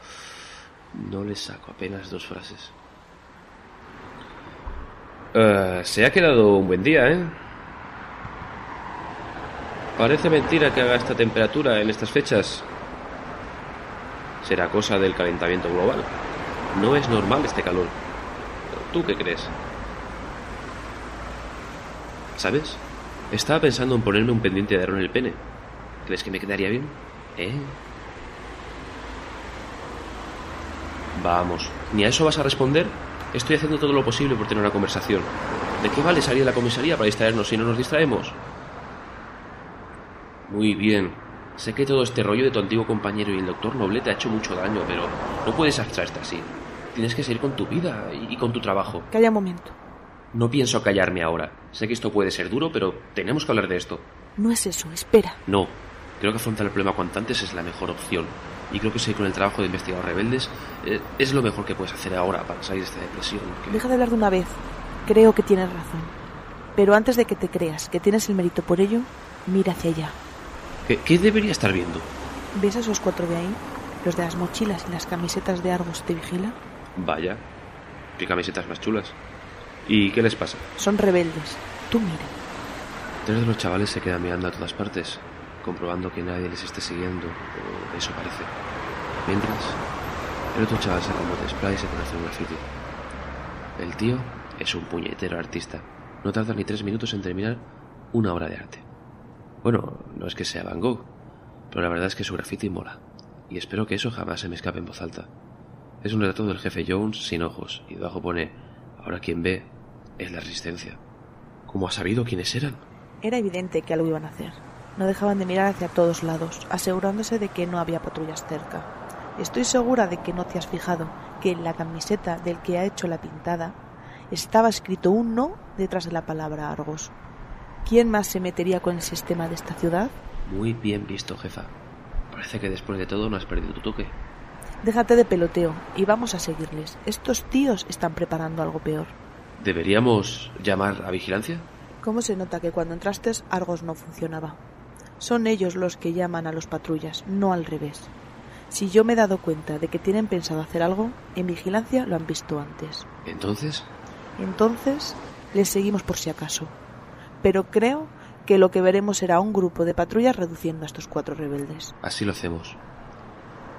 Speaker 27: no le saco apenas dos frases. Eh, se ha quedado un buen día, ¿eh? Parece mentira que haga esta temperatura en estas fechas. Será cosa del calentamiento global. No es normal este calor. ¿Tú qué crees? ¿Sabes? Estaba pensando en ponerme un pendiente de aro en el pene. ¿Crees que me quedaría bien? ¿Eh? Vamos, ¿ni a eso vas a responder? Estoy haciendo todo lo posible por tener una conversación. ¿De qué vale salir de la comisaría para distraernos si no nos distraemos? Muy bien. Sé que todo este rollo de tu antiguo compañero y el doctor Noble te ha hecho mucho daño, pero no puedes abstraerte así. Tienes que seguir con tu vida y y con tu trabajo.
Speaker 13: Calla un momento.
Speaker 27: No pienso callarme ahora. Sé que esto puede ser duro, pero tenemos que hablar de esto.
Speaker 13: No es eso, espera.
Speaker 27: No, creo que afrontar el problema cuanto antes es la mejor opción. Y creo que seguir con el trabajo de investigadores rebeldes eh, es lo mejor que puedes hacer ahora para salir de esta depresión. que-
Speaker 13: Deja de hablar de una vez. Creo que tienes razón. Pero antes de que te creas que tienes el mérito por ello, mira hacia allá.
Speaker 27: ¿Qué, qué debería estar viendo?
Speaker 13: ¿Ves a esos cuatro de ahí? Los de las mochilas y las camisetas de Argos te vigila.
Speaker 27: Vaya, qué camisetas más chulas. ¿Y qué les pasa?
Speaker 13: Son rebeldes. Tú mira.
Speaker 27: Tres de los chavales se quedan mirando a todas partes, comprobando que nadie les esté siguiendo, o eso parece. Mientras, el otro chaval saca un bote de spray y se pone a hacer un graffiti. El tío es un puñetero artista, No tarda ni tres minutos en terminar una obra de arte. Bueno, no es que sea Van Gogh, pero la verdad es que su graffiti mola. Y espero que eso jamás se me escape en voz alta. Es un retrato del jefe Jones sin ojos, y debajo pone, ahora quien ve es la resistencia. ¿Cómo ha sabido quiénes eran?
Speaker 13: Era evidente que algo iban a hacer. No dejaban de mirar hacia todos lados, asegurándose de que no había patrullas cerca. Estoy segura de que no te has fijado que en la camiseta del que ha hecho la pintada estaba escrito un no detrás de la palabra Argos. ¿Quién más se metería con el sistema de esta ciudad?
Speaker 27: Muy bien visto, jefa. Parece que después de todo no has perdido tu toque.
Speaker 13: Déjate de peloteo y vamos a seguirles. Estos tíos están preparando algo peor.
Speaker 27: ¿Deberíamos llamar a vigilancia?
Speaker 13: ¿Cómo se nota que cuando entraste Argos no funcionaba? Son ellos los que llaman a los patrullas, no al revés. Si yo me he dado cuenta de que tienen pensado hacer algo, en vigilancia lo han visto antes.
Speaker 27: Entonces,
Speaker 13: Entonces, les seguimos por si acaso. Pero creo que lo que veremos será un grupo de patrullas reduciendo a estos cuatro rebeldes.
Speaker 27: así lo hacemos.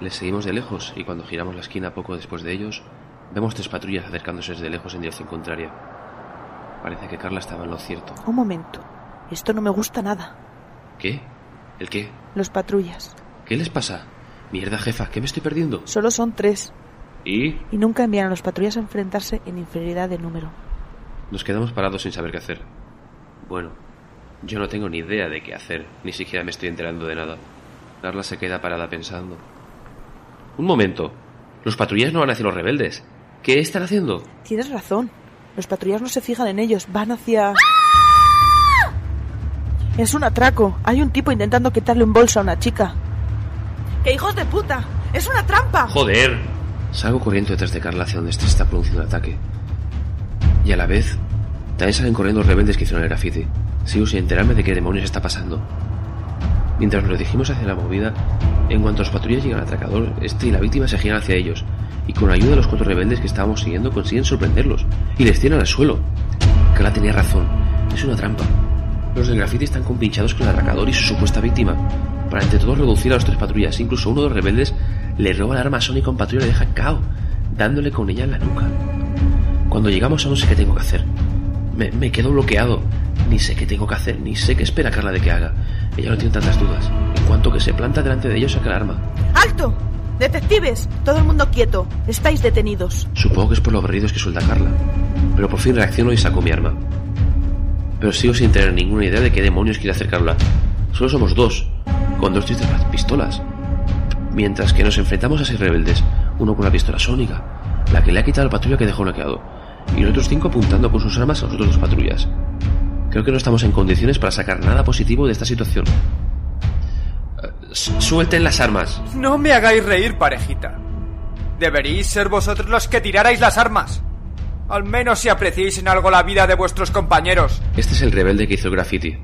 Speaker 27: Les seguimos de lejos y cuando giramos la esquina poco después de ellos, vemos tres patrullas acercándose desde lejos en dirección contraria. Parece que Carla estaba en lo cierto.
Speaker 13: Un momento. Esto no me gusta nada.
Speaker 27: ¿Qué? ¿El qué?
Speaker 13: Los patrullas.
Speaker 27: ¿Qué les pasa? Mierda, jefa, ¿qué me estoy perdiendo?
Speaker 13: Solo son tres.
Speaker 27: ¿Y?
Speaker 13: Y nunca envían a los patrullas a enfrentarse en inferioridad de número.
Speaker 27: Nos quedamos parados sin saber qué hacer. Bueno, yo no tengo ni idea de qué hacer, ni siquiera me estoy enterando de nada. Carla se queda parada pensando. Un momento. Los patrullas no van hacia los rebeldes. ¿Qué están haciendo?
Speaker 13: Tienes razón. Los patrullas no se fijan en ellos, van hacia... ¡Ah! Es un atraco. Hay un tipo intentando quitarle un bolso a una chica. ¡Qué hijos de puta! ¡Es una trampa!
Speaker 27: ¡Joder! Salgo corriendo detrás de Carla hacia donde se está produciendo el ataque. Y a la vez, también salen corriendo los rebeldes que hicieron el graffiti. Sigo sin enterarme de qué demonios está pasando. Mientras nos dirigimos hacia la movida, en cuanto los patrullas llegan al atracador, este y la víctima se giran hacia ellos, y con ayuda de los cuatro rebeldes que estábamos siguiendo consiguen sorprenderlos, y les tiran al suelo. Carla tenía razón, es una trampa. Los del graffiti están compinchados con el atracador y su supuesta víctima, para entre todos reducir a los tres patrullas. Incluso uno de los rebeldes le roba el arma a Sonic a un patrulla y le deja cao, dándole con ella en la nuca. Cuando llegamos aún sé qué tengo que hacer. Me, me quedo bloqueado. Ni sé qué tengo que hacer, ni sé qué espera Carla de que haga. Ella no tiene tantas dudas. En cuanto que se planta delante de ellos, saca el arma.
Speaker 13: ¡Alto! ¡Detectives! Todo el mundo quieto. Estáis detenidos.
Speaker 27: Supongo que es por los berridos que suelta Carla. Pero por fin reacciono y saco mi arma. Pero sigo sin tener ninguna idea de qué demonios quiere hacer Carla. Solo somos dos, con dos tristes pistolas. Mientras que nos enfrentamos a seis rebeldes, uno con una pistola sónica, la que le ha quitado a la patrulla que dejó noqueado, y los otros cinco apuntando con sus armas a los otros dos patrullas. Creo que no estamos en condiciones para sacar nada positivo de esta situación. Eh, s- Suelten las armas.
Speaker 19: No me hagáis reír, parejita. Deberíais ser vosotros los que tirarais las armas. Al menos si apreciáis en algo la vida de vuestros compañeros.
Speaker 27: Este es el rebelde que hizo el graffiti.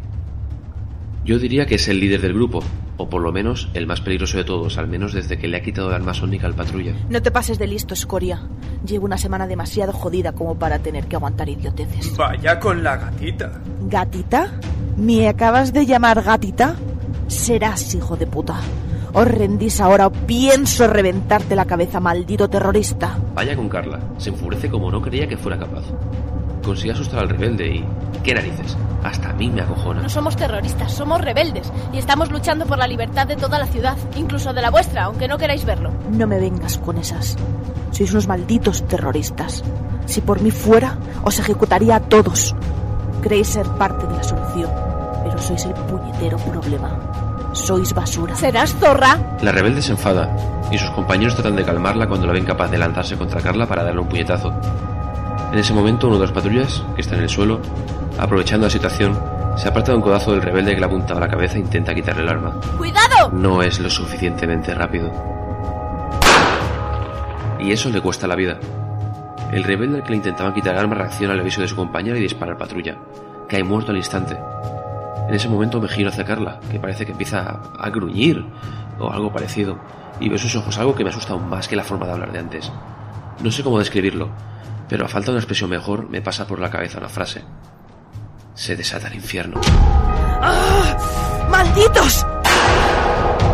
Speaker 27: Yo diría que es el líder del grupo, o por lo menos el más peligroso de todos, al menos desde que le ha quitado el arma sónica al patrulla.
Speaker 13: No te pases de listo, escoria. Llevo una semana demasiado jodida como para tener que aguantar idioteces.
Speaker 19: Vaya con la gatita.
Speaker 13: ¿Gatita? ¿Me acabas de llamar gatita? Serás hijo de puta. Os rendís ahora o pienso reventarte la cabeza, maldito terrorista.
Speaker 27: Vaya con Carla, se enfurece como no creía que fuera capaz. Consigue asustar al rebelde y... ¿Qué narices? Hasta a mí me acojona.
Speaker 16: No somos terroristas, somos rebeldes y estamos luchando por la libertad de toda la ciudad, incluso de la vuestra, aunque no queráis verlo.
Speaker 13: No me vengas con esas. Sois unos malditos terroristas. Si por mí fuera, os ejecutaría a todos. Creéis ser parte de la solución, pero sois el puñetero problema. Sois basura.
Speaker 16: ¿Serás zorra?
Speaker 27: La rebelde se enfada y sus compañeros tratan de calmarla cuando la ven capaz de lanzarse contra Carla para darle un puñetazo. En ese momento uno de los patrullas, que está en el suelo, aprovechando la situación, se aparta de un codazo del rebelde que le apuntaba la cabeza e intenta quitarle el arma.
Speaker 16: ¡Cuidado!
Speaker 27: No es lo suficientemente rápido. Y eso le cuesta la vida. El rebelde al que le intentaban quitar el arma reacciona al aviso de su compañera y dispara al patrulla. Cae muerto al instante. En ese momento me giro hacia Carla, que parece que empieza a- a gruñir o algo parecido, y veo sus ojos algo que me asusta aún más que la forma de hablar de antes. No sé cómo describirlo, pero a falta de una expresión mejor me pasa por la cabeza una frase. Se desata el infierno.
Speaker 13: ¡Ah! ¡Malditos!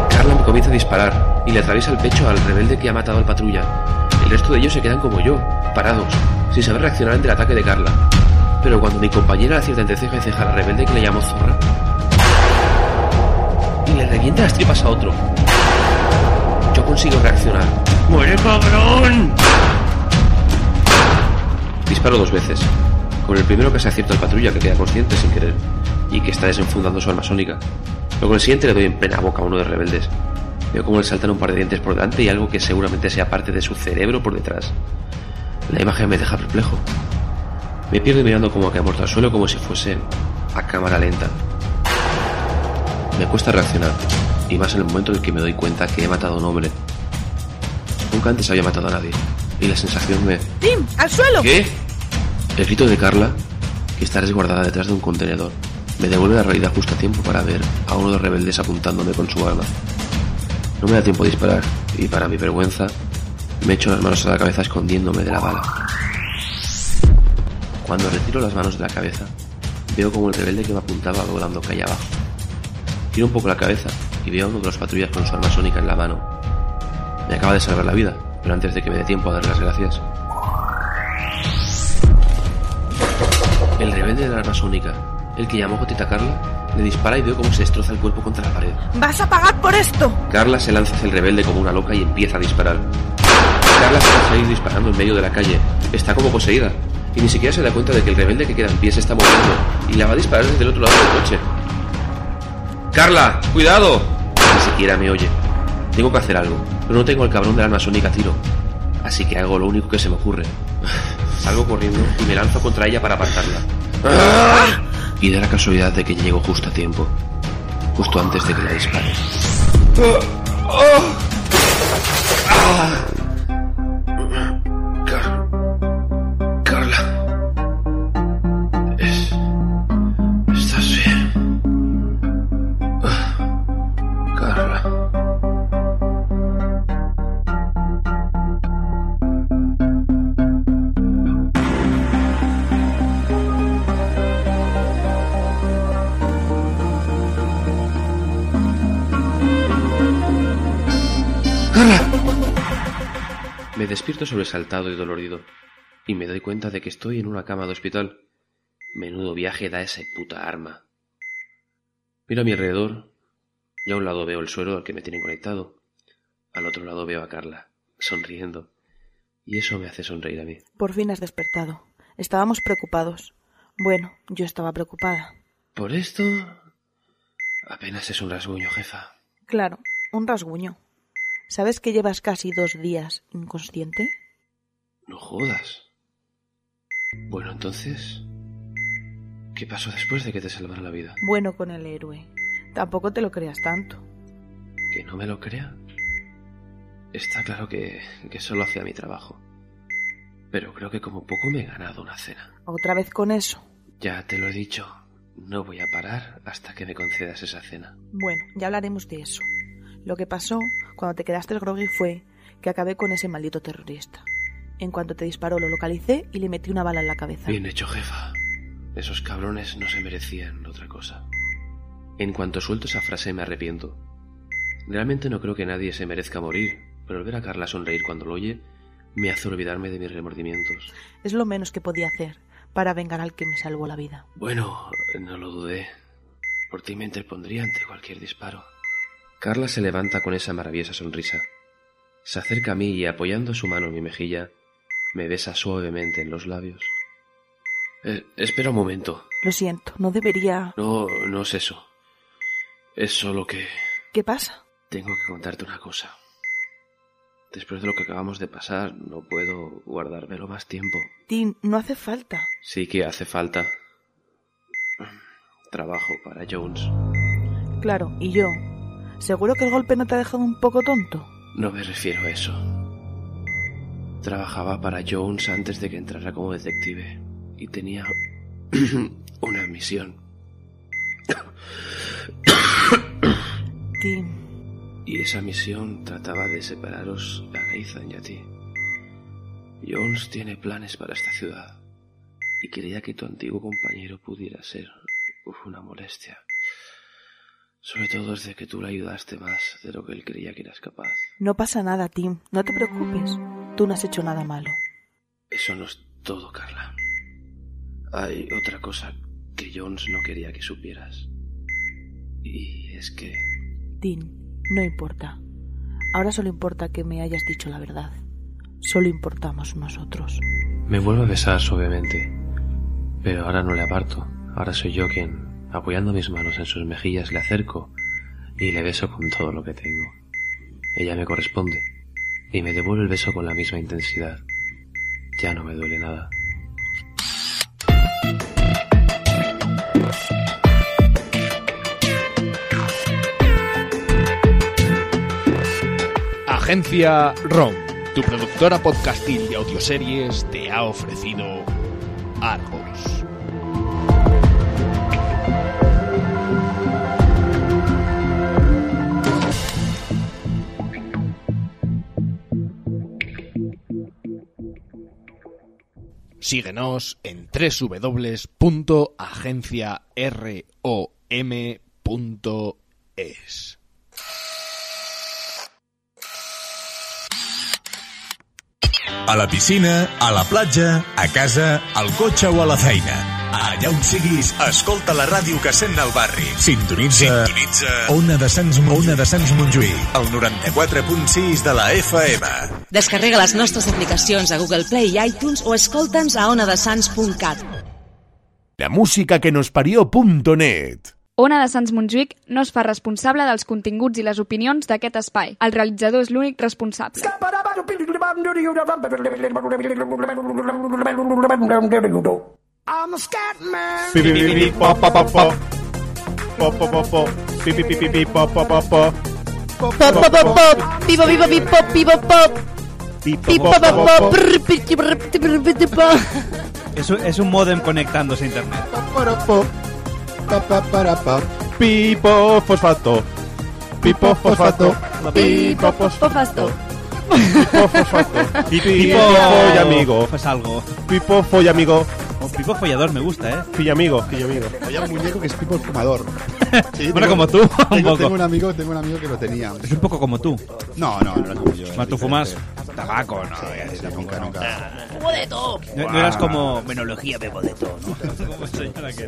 Speaker 27: Carla me comienza a disparar y le atraviesa el pecho al rebelde que ha matado al patrulla. El resto de ellos se quedan como yo, parados, sin saber reaccionar ante el ataque de Carla. Pero cuando mi compañera acierta entre ceja y ceja a la rebelde que le llamó zorra y le revienta las tripas a otro, yo consigo reaccionar. ¡Muere, cabrón! Disparo dos veces. Con el primero que se acierta al patrulla que queda consciente sin querer y que está desenfundando su arma sónica. Luego con el siguiente le doy en plena boca a uno de los rebeldes. Veo cómo le saltan un par de dientes por delante y algo que seguramente sea parte de su cerebro por detrás. La imagen me deja perplejo. Me pierdo mirando como que ha muerto al suelo como si fuese a cámara lenta. Me cuesta reaccionar, y más en el momento en el que me doy cuenta que he matado a un hombre. Nunca antes había matado a nadie, y la sensación me...
Speaker 13: ¡Tim! ¡Al suelo!
Speaker 27: ¿Qué? El grito de Carla, que está resguardada detrás de un contenedor, me devuelve la realidad justo a tiempo para ver a uno de los rebeldes apuntándome con su arma. No me da tiempo a disparar, y para mi vergüenza, me echo las manos a la cabeza escondiéndome de la bala. Cuando retiro las manos de la cabeza, veo como el rebelde que me apuntaba va volando calle abajo. Tiro un poco la cabeza y veo a uno de los patrullas con su arma sónica en la mano. Me acaba de salvar la vida, pero antes de que me dé tiempo a dar las gracias. El rebelde de la arma sónica, el que llamó Gotita Carla, le dispara y veo cómo se destroza el cuerpo contra la pared.
Speaker 13: ¡Vas a pagar por esto!
Speaker 27: Carla se lanza hacia el rebelde como una loca y empieza a disparar. Carla se va a salir disparando en medio de la calle. Está como poseída. Y ni siquiera se da cuenta de que el rebelde que queda en pie se está moviendo. Y la va a disparar desde el otro lado del coche. ¡Carla! ¡Cuidado! Ni siquiera me oye. Tengo que hacer algo. Pero no tengo al cabrón de la arma sónica a tiro. Así que hago lo único que se me ocurre. Salgo corriendo y me lanzo contra ella para apartarla. Y da la casualidad de que llego justo a tiempo. Justo antes de que la dispare. Carla. ¿Estás bien? Carla. Me despierto sobresaltado y dolorido. Y me doy cuenta de que estoy en una cama de hospital. Menudo viaje da ese puta arma. Miro a mi alrededor y a un lado veo el suelo al que me tienen conectado. Al otro lado veo a Carla, sonriendo. Y eso me hace sonreír a mí.
Speaker 13: Por fin has despertado. Estábamos preocupados. Bueno, yo estaba preocupada.
Speaker 27: Por esto... Apenas es un rasguño, jefa.
Speaker 13: Claro, un rasguño. ¿Sabes que llevas casi dos días inconsciente?
Speaker 27: No jodas. Bueno, entonces... ¿Qué pasó después de que te salvara la vida?
Speaker 13: Bueno con el héroe. Tampoco te lo creas tanto.
Speaker 27: ¿Que no me lo crea? Está claro que, que solo hacía mi trabajo. Pero creo que como poco me he ganado una cena.
Speaker 13: Otra vez con eso.
Speaker 27: Ya te lo he dicho, no voy a parar hasta que me concedas esa cena.
Speaker 13: Bueno, ya hablaremos de eso. Lo que pasó cuando te quedaste groggy fue que acabé con ese maldito terrorista. En cuanto te disparó lo localicé y le metí una bala en la cabeza.
Speaker 27: Bien hecho, jefa. Esos cabrones no se merecían otra cosa. En cuanto suelto esa frase me arrepiento. Realmente no creo que nadie se merezca morir, pero al ver a Carla sonreír cuando lo oye me hace olvidarme de mis remordimientos.
Speaker 13: Es lo menos que podía hacer para vengar al que me salvó la vida.
Speaker 27: Bueno, no lo dudé. Por ti me interpondría ante cualquier disparo. Carla se levanta con esa maravillosa sonrisa. Se acerca a mí y apoyando su mano en mi mejilla, me besa suavemente en los labios. Eh, espera un momento.
Speaker 13: Lo siento, no debería.
Speaker 27: No, no es eso. Es solo que
Speaker 13: ¿Qué pasa?
Speaker 27: tengo que contarte una cosa. Después de lo que acabamos de pasar, no puedo guardármelo más tiempo.
Speaker 13: Tim, no hace falta.
Speaker 27: Sí que hace falta trabajo para Jones.
Speaker 13: Claro, y yo. ¿Seguro que el golpe no te ha dejado un poco tonto?
Speaker 27: No me refiero a eso. Trabajaba para Jones antes de que entrara como detective y tenía una misión.
Speaker 13: Tim,
Speaker 27: Y esa misión trataba de separaros a Ethan y a ti. Jones tiene planes para esta ciudad y creía que tu antiguo compañero pudiera ser una molestia. Sobre todo desde que tú le ayudaste más de lo que él creía que eras capaz.
Speaker 13: no pasa nada, Tim. No te preocupes. Tú no has hecho nada malo.
Speaker 27: Eso no es todo, Carla. Hay otra cosa que Jones no quería que supieras. Y es que...
Speaker 13: Dean, no importa. Ahora solo importa que me hayas dicho la verdad. Solo importamos nosotros.
Speaker 27: Me vuelve a besar suavemente, pero ahora no le aparto. Ahora soy yo quien, apoyando mis manos en sus mejillas, le acerco y le beso con todo lo que tengo. Ella me corresponde y me devuelve el beso con la misma intensidad. Ya no me duele nada.
Speaker 3: Agencia ROM, tu productora podcastil de audioseries, te ha ofrecido Argos. Síguenos en E www.agenciarom.es.
Speaker 1: A la piscina, a la platja, a casa, al cotxe o a la feina. Allà on siguis, escolta la ràdio que sent el barri. Sintonitza, Sintonitza Ona de Sants, Ona de Sants Montjuïc, el 94.6 de la FM.
Speaker 2: Descarrega les nostres aplicacions a Google Play i iTunes o escolta'ns a onadesans.cat.
Speaker 28: La música que nos parió.net.
Speaker 6: Ona de Sants Montjuïc no es fa responsable dels continguts i les opinions d'aquest espai. El realitzador és l'únic responsable.
Speaker 8: I'm a scat man.
Speaker 3: Pi, pi, pi, pi, po, po, po, po. Po, po, po, po. Pi, pi, pi, pi, pi, po, po, po, po.
Speaker 8: Pop, pop, pop, pop. Pipo, pipo, pipo, pipo, pop.
Speaker 10: Pi, po,
Speaker 8: Pipo,
Speaker 10: po,
Speaker 8: pop,
Speaker 10: po,
Speaker 8: pop.
Speaker 10: po.
Speaker 8: Prr, pi, pi, brr, pi, brr, pi, pi, pop.
Speaker 10: Es un, es un modem conectándose a internet.
Speaker 3: Pipo fosfato. Pipo fosfato. Pipo
Speaker 8: Pofasto.
Speaker 3: fosfato.
Speaker 10: Y
Speaker 3: Pipo y amigo.
Speaker 10: Pues algo. Oh,
Speaker 3: Pipo folla amigo.
Speaker 10: Pipo follador me gusta, ¿eh?
Speaker 3: Pillamigo, pillamigo.
Speaker 11: Había un muñeco que es Pipo el fumador. Sí,
Speaker 10: Bueno, como tú, un
Speaker 11: tengo,
Speaker 10: poco.
Speaker 11: Tengo un, amigo, tengo un amigo que lo tenía.
Speaker 10: Es un poco como tú.
Speaker 11: No, no, no era como yo.
Speaker 10: Más tú fumas tabaco, no.
Speaker 11: Sí, sí, nunca, nunca.
Speaker 8: Bebo de todo.
Speaker 10: No, no eras como menología bebo de todo, ¿no? Como señora que-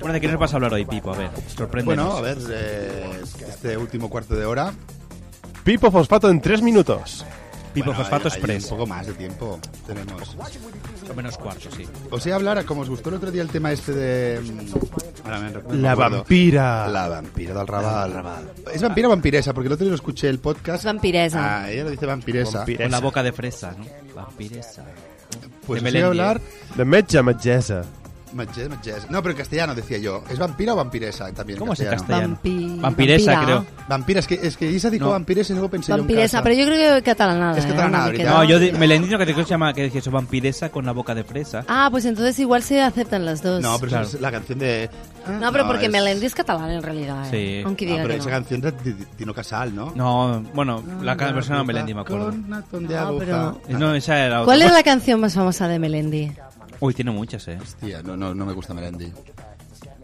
Speaker 10: Bueno, ¿de qué nos vas a hablar hoy, Pipo? A ver, sorprende.
Speaker 11: Bueno, a ver, eh, este último cuarto de hora.
Speaker 3: Pipo fosfato en tres minutos.
Speaker 10: Pipo
Speaker 11: fosfato express. Un poco más de tiempo tenemos.
Speaker 10: O menos cuarto, sí.
Speaker 11: Os voy a hablar, como os gustó el otro día el tema este de... mm, Ahora me recuerdo.
Speaker 3: La
Speaker 11: me acuerdo.
Speaker 3: vampira.
Speaker 11: La vampira del Raval. ¿Es vampira o vampiresa? Porque el otro día lo escuché el podcast.
Speaker 29: Vampiresa.
Speaker 11: Ah, ella lo dice vampiresa.
Speaker 10: Con la boca de fresa, ¿no? Vampiresa.
Speaker 11: Pues
Speaker 10: De
Speaker 11: os voy a
Speaker 10: Melendi,
Speaker 11: hablar...
Speaker 3: De Metja, Metgesa.
Speaker 11: Matges, matges. No, pero en castellano decía yo. ¿Es vampira o vampiresa también?
Speaker 10: ¿Cómo es en
Speaker 11: castellano? Ah.
Speaker 10: castellano? Vampi- Vampiresa, vampira. creo.
Speaker 11: Vampira, es que, es que Isa dijo
Speaker 10: No.
Speaker 11: vampiresa y luego pensé
Speaker 12: Vampiresa,
Speaker 11: yo en
Speaker 12: pero
Speaker 11: casa.
Speaker 12: yo creo que catalanada.
Speaker 11: Es
Speaker 12: ¿eh?
Speaker 11: catalanada,
Speaker 12: Una
Speaker 11: ahorita.
Speaker 12: miqueta.
Speaker 10: No, yo di- me le entiendo que te que se llama que es eso, vampiresa con la boca de fresa.
Speaker 12: Ah, pues entonces igual se aceptan las dos.
Speaker 11: No, pero
Speaker 10: Claro.
Speaker 11: esa es la canción de...
Speaker 12: No, pero porque
Speaker 11: es-
Speaker 12: Melendi es catalán en realidad. ¿eh? Aunque
Speaker 11: Ah,
Speaker 12: diga
Speaker 11: pero
Speaker 12: que
Speaker 11: esa
Speaker 12: no.
Speaker 11: canción era de Tino Casal, ¿no?
Speaker 10: No, bueno, la ca- versión de Melendi, me acuerdo.
Speaker 11: Con ratón de
Speaker 12: No,
Speaker 11: aguja.
Speaker 12: pero-
Speaker 10: No, esa era otra.
Speaker 12: ¿Cuál es la canción más famosa de Melendi?
Speaker 10: Uy, tiene muchas, eh.
Speaker 11: Tía, no, no, no me gusta Melendi.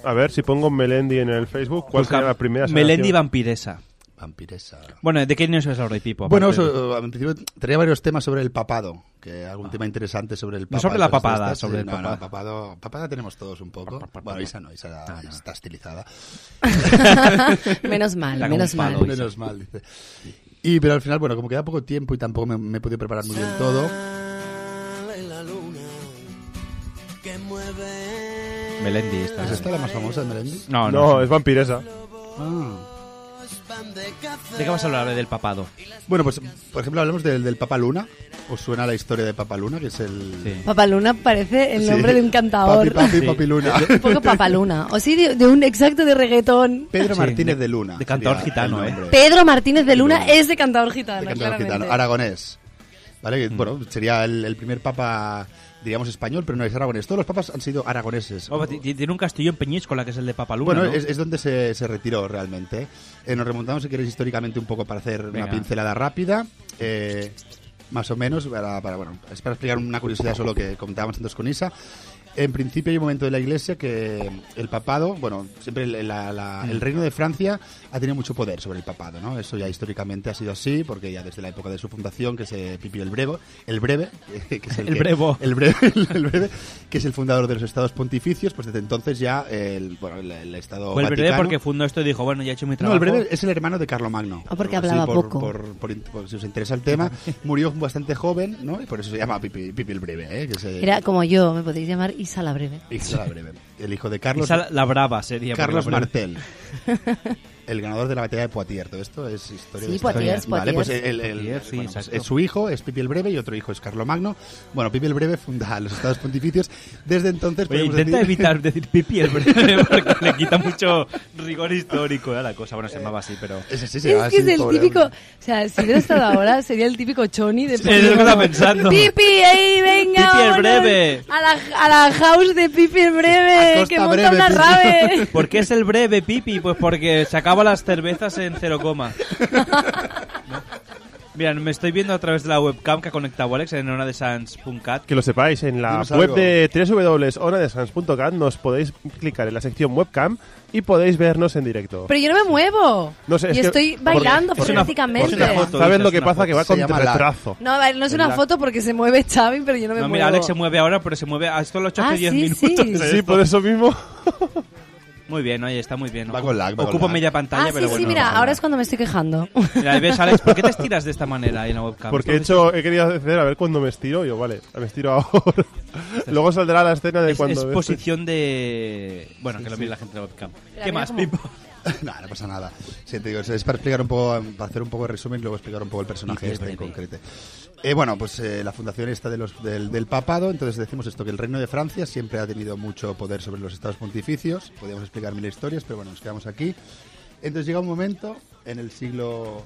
Speaker 3: A ver, si pongo Melendi en el Facebook, ¿cuál
Speaker 10: Busca
Speaker 3: será la primera?
Speaker 10: Melendi
Speaker 3: sanación?
Speaker 10: vampiresa.
Speaker 11: Vampiresa.
Speaker 10: Bueno, ¿de qué niños es ahora, Pipo?
Speaker 11: Bueno,
Speaker 10: Aparte de-
Speaker 11: eso, eh, en principio tenía varios temas sobre el papado, que Eh, algún tema interesante sobre el
Speaker 10: No
Speaker 11: papado.
Speaker 10: sobre la
Speaker 11: y cosas de
Speaker 10: papada,
Speaker 11: estas.
Speaker 10: sobre el
Speaker 11: no, no,
Speaker 10: papado.
Speaker 11: papado. Papada tenemos todos un poco. Bueno, Isa no, Isa
Speaker 10: Ah,
Speaker 11: está estilizada.
Speaker 12: Menos mal, Está como menos un palo, mal. Isa.
Speaker 11: Menos mal, dice. Y, pero al final, bueno, como queda poco tiempo y tampoco me, me he podido preparar muy bien todo.
Speaker 10: Melendi esta.
Speaker 11: ¿Es esta la más famosa de Melendi?
Speaker 10: No, no.
Speaker 3: No, es vampiresa.
Speaker 10: ¿De qué vas a hablar del papado?
Speaker 11: Bueno, pues, por ejemplo, hablamos del, del Papa Luna. ¿Os suena la historia de Papa Luna? Que es el...
Speaker 12: Papaluna parece el
Speaker 11: Sí.
Speaker 12: nombre de un
Speaker 11: Papi,
Speaker 12: cantador.
Speaker 11: papi, papi Luna.
Speaker 12: un poco Papaluna. O sí, de, de un exacto de reggaetón.
Speaker 11: Pedro
Speaker 10: Sí,
Speaker 11: Martínez
Speaker 10: de-
Speaker 11: de Luna.
Speaker 10: de cantador
Speaker 11: sería el
Speaker 10: gitano, ¿eh?
Speaker 11: nombre.
Speaker 12: Pedro Martínez de Luna es de cantador gitano.
Speaker 11: de cantador
Speaker 12: claramente.
Speaker 11: gitano, aragonés. ¿Vale? Que, Bueno, sería el, el primer papa, diríamos, español, pero no es aragonés. Todos los papas han sido aragoneses.
Speaker 10: Oh, ti- ti- tiene un castillo en Peñíscola que es el de Papaluna.
Speaker 11: bueno,
Speaker 10: ¿no?
Speaker 11: es, es donde se, se retiró realmente. Eh, nos remontamos, si queréis, históricamente un poco para hacer
Speaker 10: Venga.
Speaker 11: una pincelada rápida. eh, más o menos, para, para, bueno, es para explicar una curiosidad solo que comentábamos antes con Isa. En principio hay un momento de la iglesia que el papado, bueno, siempre el- la-
Speaker 10: Mm.
Speaker 11: la- el reino de Francia ha tenido mucho poder sobre el papado, ¿no? Eso ya históricamente ha sido así, porque ya desde la época de su fundación, que es eh, Pipio el Brevo, el Breve, que es el,
Speaker 10: El
Speaker 11: que-
Speaker 10: Brevo.
Speaker 11: el Breve, el, el Breve, que es el fundador de los estados pontificios, pues desde entonces ya eh, el, bueno, el, el estado
Speaker 10: Fue el breve
Speaker 11: Vaticano-
Speaker 10: porque fundó esto y dijo, bueno, ya he hecho mi
Speaker 11: no,
Speaker 10: trabajo.
Speaker 11: el breve es el hermano de Carlomagno.
Speaker 12: Ah, porque
Speaker 11: Algo así,
Speaker 12: hablaba
Speaker 11: por-
Speaker 12: poco.
Speaker 11: Por, por- por si os interesa el tema, murió bastante joven, ¿no? Y por eso se llama Pipi, Pipi el Breve, ¿eh? Que se-
Speaker 12: Era como yo, me podéis llamar Isa la Breve.
Speaker 11: Isa la Breve. El hijo de Carlos.
Speaker 10: Isa la- la Brava sería, porque
Speaker 11: Carlos
Speaker 10: la Brava.
Speaker 11: Martel. El ganador de la batalla de Poitiers. Todo esto es historia
Speaker 12: Sí,
Speaker 11: de historia.
Speaker 12: Poitiers,
Speaker 11: Vale, pues
Speaker 12: Poitiers.
Speaker 11: el- el-
Speaker 10: Poitiers, sí,
Speaker 11: bueno, pues
Speaker 10: exacto.
Speaker 11: es su hijo es Pipi el Breve y otro hijo es Carlomagno. Bueno, Pipi el Breve funda los estados pontificios. Desde entonces...
Speaker 10: Oye,
Speaker 11: podemos
Speaker 10: intenta
Speaker 11: decir-
Speaker 10: evitar decir pipi el breve porque le quita mucho rigor histórico a la cosa. Bueno, se llamaba así, pero...
Speaker 11: Es, así,
Speaker 3: ah,
Speaker 12: es que es el típico, o sea, si hubiera estado ahora, sería el típico Choni de
Speaker 10: Sí, es lo que estaba pensando.
Speaker 12: Pipi, ahí, venga.
Speaker 10: Pipi el
Speaker 12: vámonos
Speaker 10: breve.
Speaker 12: A la, a la house de Pipi el breve,
Speaker 10: Acosta
Speaker 12: que monta
Speaker 10: breve,
Speaker 12: una
Speaker 10: Pipi.
Speaker 12: rave.
Speaker 10: ¿Por qué es el breve, Pipi? Pues porque se acaba las cervezas en cero coma. ¿No? Mira, me estoy viendo a través de la webcam que ha conectado Alex en una de sans.cat.
Speaker 3: Que lo sepáis, en la
Speaker 10: Dinos
Speaker 3: web
Speaker 10: algo.
Speaker 3: de www.onadesans.cat nos podéis clicar en la sección webcam y podéis vernos en directo.
Speaker 12: Pero yo no me muevo.
Speaker 3: No sé, es
Speaker 12: y
Speaker 3: que-
Speaker 12: estoy
Speaker 3: porque-
Speaker 12: bailando
Speaker 3: porque-
Speaker 12: frenéticamente.
Speaker 3: porque- ¿Sabes lo que pasa? Que va con retraso.
Speaker 12: No, a ver, no es una
Speaker 10: La-
Speaker 12: foto porque se mueve Xavi, pero yo no me
Speaker 10: No,
Speaker 12: muevo.
Speaker 10: mira, Alex se mueve ahora, pero se mueve. ah, Esto lo he hecho hace
Speaker 12: Ah,
Speaker 10: 10
Speaker 12: sí,
Speaker 10: minutos.
Speaker 12: sí.
Speaker 10: de
Speaker 3: Sí,
Speaker 10: esto.
Speaker 3: por eso mismo.
Speaker 10: Muy bien, oye, está muy bien.
Speaker 11: Va con lag, va con
Speaker 10: Ocupo
Speaker 11: lag.
Speaker 10: media
Speaker 12: Ah,
Speaker 10: pantalla,
Speaker 12: sí,
Speaker 10: pero bueno.
Speaker 12: sí, mira, ahora es cuando me estoy quejando.
Speaker 10: Mira, ahí ves, Alex, ¿por qué te estiras de esta manera ahí en la webcam?
Speaker 3: Porque he hecho, he querido hacer a ver cuándo me estiro. Yo, vale, me estiro ahora. Luego saldrá la escena de
Speaker 10: Es,
Speaker 3: cuando.
Speaker 10: es
Speaker 3: ves-
Speaker 10: posición de. Bueno,
Speaker 11: Sí,
Speaker 10: que lo
Speaker 11: sí.
Speaker 10: mire la gente de la webcam.
Speaker 12: Mira,
Speaker 10: ¿Qué
Speaker 12: mira
Speaker 10: más,
Speaker 12: cómo-
Speaker 10: Pipo?
Speaker 11: no, no pasa nada. Sí, te digo, es para explicar un poco, para hacer un poco de resumen y luego explicar un poco el personaje
Speaker 10: Pipi
Speaker 11: este en
Speaker 10: breve.
Speaker 11: concreto. Eh, bueno, pues eh, la fundación está de los, del, del papado, entonces decimos esto, que el reino de Francia siempre ha tenido mucho poder sobre los estados pontificios, podríamos explicar mil historias, pero bueno, nos quedamos aquí. Entonces llega un momento en el siglo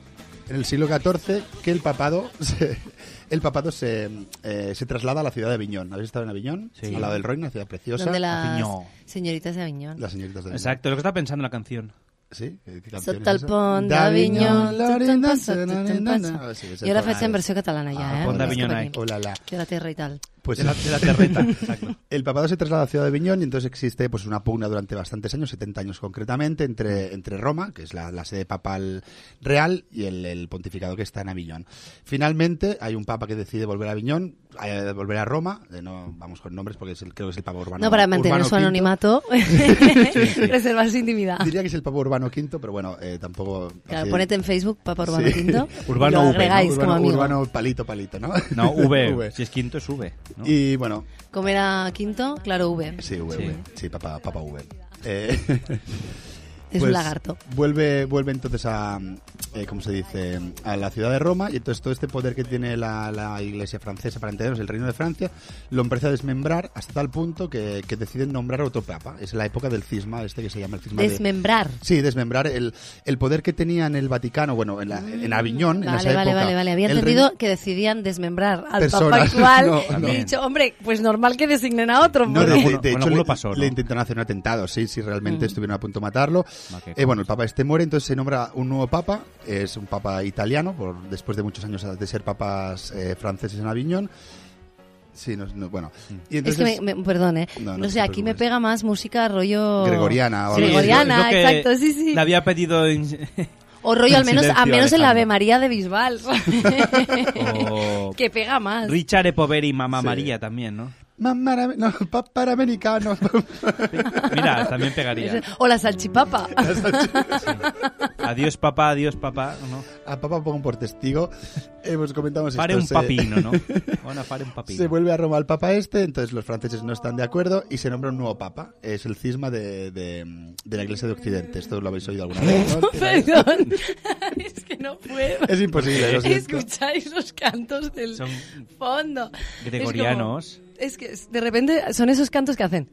Speaker 11: en el siglo XIV que el papado se, el papado se, eh, se traslada a la ciudad de Aviñón. ¿Habéis estado en Aviñón?
Speaker 10: Sí.
Speaker 11: Al lado del Reino, una ciudad preciosa.
Speaker 12: Donde las
Speaker 10: Aviñón.
Speaker 12: señoritas de Aviñón.
Speaker 11: Las señoritas de Aviñón.
Speaker 10: Exacto, lo que está pensando la canción.
Speaker 11: Sí, ¿qué qué canción
Speaker 12: Sota el
Speaker 11: es esa?
Speaker 12: pont
Speaker 11: d'Avinyó,
Speaker 12: d'Avinyón.
Speaker 11: l'Orina, Ah, sí, és
Speaker 12: Jo la faig en versió catalana ja,
Speaker 11: Ah,
Speaker 12: eh?
Speaker 11: pont d'Avinyó,
Speaker 12: Aquesta
Speaker 11: Nike.
Speaker 12: per aquí.
Speaker 11: Hola, la.
Speaker 12: Que la terra i tal.
Speaker 11: Pues
Speaker 10: De la- de la terreta, exacto.
Speaker 11: El papado se traslada a la ciudad de Aviñón y entonces existe pues una pugna durante bastantes años, 70 años concretamente, entre, entre Roma, que es la, la sede papal real, y el, el pontificado que está en Aviñón. Finalmente hay un papa que decide volver a Aviñón, eh, volver a Roma, eh, no vamos con nombres porque es el- creo que es el papa urbano.
Speaker 12: No, para mantener
Speaker 11: Urbano
Speaker 12: su
Speaker 11: V.
Speaker 12: anonimato, reservar su intimidad.
Speaker 11: Diría que es el papa urbano V, pero bueno, eh, tampoco...
Speaker 12: Claro,
Speaker 11: así-
Speaker 12: ponete en Facebook, Papa Urbano
Speaker 11: Sí.
Speaker 12: Quinto.
Speaker 10: Urbano
Speaker 12: y lo
Speaker 10: V, ¿no?
Speaker 12: agregáis
Speaker 11: urbano,
Speaker 12: como amigo.
Speaker 11: urbano palito, palito, ¿no?
Speaker 10: No, V.
Speaker 11: V.
Speaker 10: Si es quinto, es V. ¿no?
Speaker 11: Y bueno,
Speaker 12: Como era Quinto, claro, V.
Speaker 11: sí, V,
Speaker 10: Sí.
Speaker 11: V. Sí, papá, papá V. Eh,
Speaker 12: Es un lagarto.
Speaker 11: Vuelve, vuelve entonces a, eh, ¿cómo se dice? A la ciudad de Roma y entonces todo este poder que tiene la, la iglesia francesa para entendernos, el reino de Francia, lo empieza a desmembrar hasta tal punto que, que deciden nombrar otro papa. Es la época del cisma, este que se llama el cisma de-
Speaker 12: Desmembrar.
Speaker 11: Sí, desmembrar el, el poder que tenía en el Vaticano, bueno, en, la- en Aviñón, en
Speaker 12: Vale,
Speaker 11: esa
Speaker 12: vale,
Speaker 11: época.
Speaker 12: vale, vale. Había
Speaker 11: El
Speaker 12: entendido
Speaker 11: reino-
Speaker 12: que decidían desmembrar al
Speaker 11: Personas,
Speaker 12: Papa actual.
Speaker 11: no,
Speaker 12: y
Speaker 11: no.
Speaker 12: he dicho, hombre, pues normal que designen a otro.
Speaker 11: No,
Speaker 12: porque-
Speaker 11: de, de-
Speaker 10: alguno-
Speaker 11: de
Speaker 10: con
Speaker 11: hecho
Speaker 10: alguno
Speaker 11: le,
Speaker 10: pasó, ¿no?
Speaker 11: le intentaron hacer un atentado, sí, sí, realmente
Speaker 12: Mm.
Speaker 11: estuvieron a punto de matarlo.
Speaker 10: Ah, qué
Speaker 11: Eh, bueno, el papa este muere, entonces se nombra un nuevo papa, es un papa italiano, por, después de muchos años de ser papas eh, franceses en Aviñón. Sí, no, no, bueno.
Speaker 10: Mm.
Speaker 11: Y entonces,
Speaker 12: es que me, me- perdón, ¿eh?
Speaker 11: No,
Speaker 12: No,
Speaker 11: no te
Speaker 12: sé, aquí me
Speaker 11: preocupes.
Speaker 12: pega más música rollo...
Speaker 11: Gregoriana o algo así.
Speaker 12: Gregoriana,
Speaker 10: Sí, es lo que
Speaker 12: exacto, sí, sí.
Speaker 10: Le había pedido. en-
Speaker 12: O rollo al
Speaker 10: en
Speaker 12: menos, a
Speaker 10: silencio,
Speaker 12: menos en la Ave
Speaker 10: Alejandro.
Speaker 12: María de Bisbal.
Speaker 10: o
Speaker 12: que pega más.
Speaker 10: Richard Epoveri y Mamá
Speaker 11: Oh. Sí.
Speaker 10: María también, ¿no?
Speaker 11: Mamá, no, papá americano.
Speaker 10: Mira, también pegaría.
Speaker 12: O la salchipapa.
Speaker 10: Adiós, papá, adiós, papá. ¿no?
Speaker 11: a papa pongo por testigo. Eh, pues comentamos
Speaker 10: Pare
Speaker 11: esto,
Speaker 10: un
Speaker 11: se-
Speaker 10: papino, ¿no? Bueno, pare un papino.
Speaker 11: Se vuelve a Roma el Papa este, entonces los franceses no están de acuerdo y se nombra un nuevo Papa. Es el cisma de, de- de la Iglesia de Occidente. Esto lo habéis oído alguna vez. ¿no?
Speaker 12: Perdón. es que no puedo.
Speaker 11: Es imposible. lo siento.
Speaker 12: Escucháis los cantos del
Speaker 10: Son
Speaker 12: fondo.
Speaker 10: gregorianos.
Speaker 12: Es, como- es que de repente son esos cantos que hacen.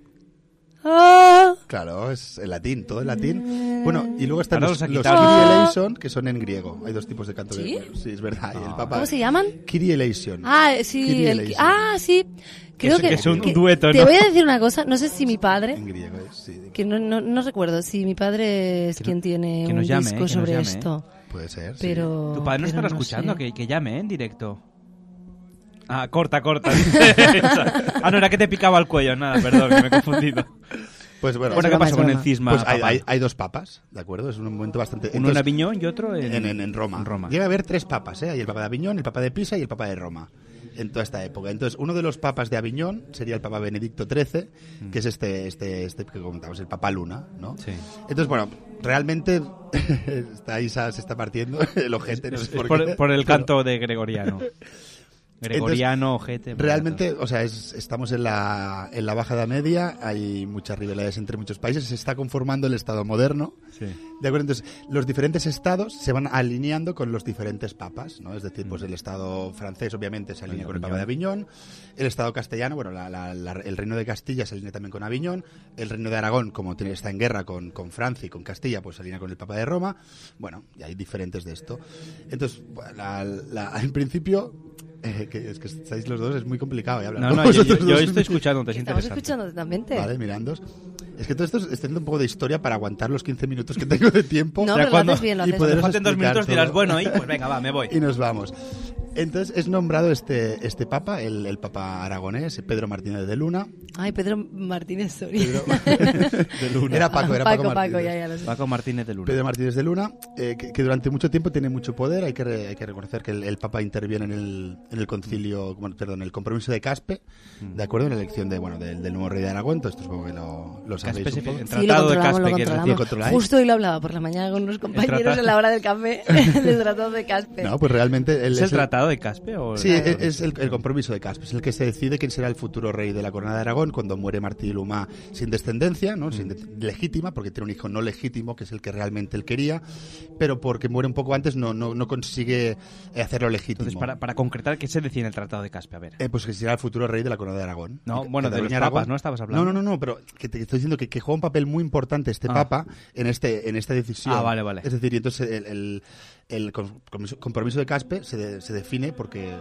Speaker 12: Ah,
Speaker 11: Claro, es el latín, todo el latín. Bueno, y luego están
Speaker 10: Ahora
Speaker 11: los,
Speaker 10: los ha
Speaker 11: los
Speaker 10: quitado.
Speaker 11: Kyrie eleison, que son en griego. Hay dos tipos de canto. de-
Speaker 12: ¿Sí?
Speaker 11: sí, es verdad. y el
Speaker 10: Ah.
Speaker 11: Papa,
Speaker 12: ¿Cómo se llaman?
Speaker 11: Kyrie eleison.
Speaker 12: Ah, sí.
Speaker 11: Kyrie
Speaker 12: el-
Speaker 11: eleison.
Speaker 12: ah, sí. Creo
Speaker 10: es-
Speaker 12: que,
Speaker 10: que es un
Speaker 12: que-
Speaker 10: dueto,
Speaker 12: Te
Speaker 10: ¿no?
Speaker 12: voy a decir una cosa. No sé si mi padre,
Speaker 11: En griego, eh, sí.
Speaker 12: que no, no, no recuerdo si mi padre es
Speaker 10: Que no-
Speaker 12: quien tiene
Speaker 10: que
Speaker 12: un
Speaker 10: nos llame, eh, que
Speaker 12: disco
Speaker 10: nos
Speaker 12: sobre
Speaker 10: llame, eh.
Speaker 12: esto.
Speaker 11: Puede ser. sí.
Speaker 12: Pero.
Speaker 10: Tu padre no
Speaker 12: pero
Speaker 10: estará
Speaker 12: sé.
Speaker 10: escuchando, que, que llame ¿eh? en directo. Ah, corta, corta. ah, no, era que te picaba el cuello. Nada, perdón, que me he confundido.
Speaker 11: Pues bueno,
Speaker 10: ¿qué pasó con el cisma?
Speaker 11: Pues hay,
Speaker 10: papá?
Speaker 11: hay- hay dos papas, ¿de acuerdo? Es un momento bastante.
Speaker 10: Uno en Aviñón y otro en-
Speaker 11: en, en Roma. Llega a haber tres papas, ¿eh? Hay el papa de Aviñón, el papa de Pisa y el papa de Roma en toda esta época. Entonces, uno de los papas de Aviñón sería el papa Benedicto XIII, que es este, este, este que comentamos, el papa Luna, ¿no?
Speaker 10: Mm. Sí.
Speaker 11: Entonces, bueno, realmente está Isa se está partiendo el ojete, no
Speaker 10: Es-
Speaker 11: sé
Speaker 10: es
Speaker 11: por,
Speaker 10: por,
Speaker 11: qué.
Speaker 10: por el
Speaker 11: Pero-
Speaker 10: canto de Gregoriano. Gregoriano,
Speaker 11: entonces,
Speaker 10: ojete.
Speaker 11: Realmente, o sea, es- estamos en la, en la Baja Edad Media, hay muchas rivalidades entre muchos países, se está conformando el Estado moderno.
Speaker 10: Sí.
Speaker 11: ¿De acuerdo? Entonces, los diferentes estados se van alineando con los diferentes papas, ¿no? Es decir, pues el estado francés, obviamente, se alinea
Speaker 10: El
Speaker 11: con el papa de Aviñón, el estado castellano, bueno, la- la- la- el reino de Castilla se alinea también con Aviñón, el reino de Aragón, como tiene, está en guerra con, con Francia y con Castilla, pues se alinea con el papa de Roma, bueno, y hay diferentes de esto. Entonces, bueno, la- la- en principio, eh, que, es que estáis los dos, es muy complicado eh, hablar.
Speaker 10: No,
Speaker 11: con
Speaker 10: no, yo- yo-
Speaker 11: vosotros
Speaker 10: yo
Speaker 11: dos.
Speaker 10: estoy escuchando, te es
Speaker 17: Estamos escuchando totalmente.
Speaker 11: Vale, mirándos. Es que todo esto es estoy haciendo un poco de historia para aguantar los 15 minutos que tengo de tiempo.
Speaker 17: No, pero lo
Speaker 11: cuando-
Speaker 17: haces bien, lo
Speaker 11: y
Speaker 17: haces
Speaker 11: poderos
Speaker 17: bien.
Speaker 10: Falten dos
Speaker 11: explicar
Speaker 10: minutos, dirás,
Speaker 11: todo.
Speaker 10: bueno, y pues venga, va, me voy.
Speaker 11: y nos vamos. Entonces es nombrado este, este papa, el, el papa aragonés, Pedro Martínez de Luna.
Speaker 17: Ay, Pedro Martínez, sorry.
Speaker 11: Era Paco, era Paco,
Speaker 17: Paco,
Speaker 11: Martínez.
Speaker 17: ya, ya lo sé.
Speaker 10: Paco Martínez de Luna.
Speaker 11: Pedro Martínez de Luna, eh, que, que durante mucho tiempo tiene mucho poder. Hay que, re- hay que reconocer que el, el Papa interviene en el, en el concilio, bueno, perdón, en el compromiso de Caspe,
Speaker 10: Mm.
Speaker 11: de acuerdo, en la elección de, bueno, del, del nuevo rey de Aragón. Todo esto supongo que lo, lo
Speaker 10: Caspe
Speaker 11: sabéis
Speaker 10: se
Speaker 11: un poco.
Speaker 10: fi- el
Speaker 17: Sí, lo
Speaker 10: Tratado de
Speaker 17: controlamos, lo
Speaker 10: Caspe, que es
Speaker 17: controlamos.
Speaker 11: ¿Lo controláis?
Speaker 17: Justo hoy lo hablaba por la mañana con unos compañeros
Speaker 11: tratado.
Speaker 17: en la hora del café del tratado de Caspe.
Speaker 11: No, pues realmente... él
Speaker 10: ¿Es el tratado de Caspe o el-
Speaker 11: Sí, es, es el, el compromiso de Caspe. Es el que se decide quién será el futuro rey de la corona de Aragón cuando muere Martí Luma sin descendencia, ¿no? Sin
Speaker 10: Mm.
Speaker 11: de- legítima, porque tiene un hijo no legítimo, que es el que realmente él quería, pero porque muere un poco antes no, no, no consigue eh, hacerlo legítimo.
Speaker 10: Entonces, para, para concretar, ¿qué se decía en el tratado de Caspe? A ver.
Speaker 11: Eh, pues que será el futuro rey de la corona de Aragón.
Speaker 10: No,
Speaker 11: Que-
Speaker 10: bueno,
Speaker 11: que
Speaker 10: de los
Speaker 11: Cataluña,
Speaker 10: papas,
Speaker 11: Aragón-
Speaker 10: ¿no? Estabas hablando.
Speaker 11: No, no, no, no, pero que te estoy diciendo que, que juega un papel muy importante este
Speaker 10: Ah.
Speaker 11: papa en, este, en esta decisión.
Speaker 10: Ah, vale, vale.
Speaker 11: Es decir, y entonces el, el- el com- compromiso- compromiso de Caspe se, de- se define porque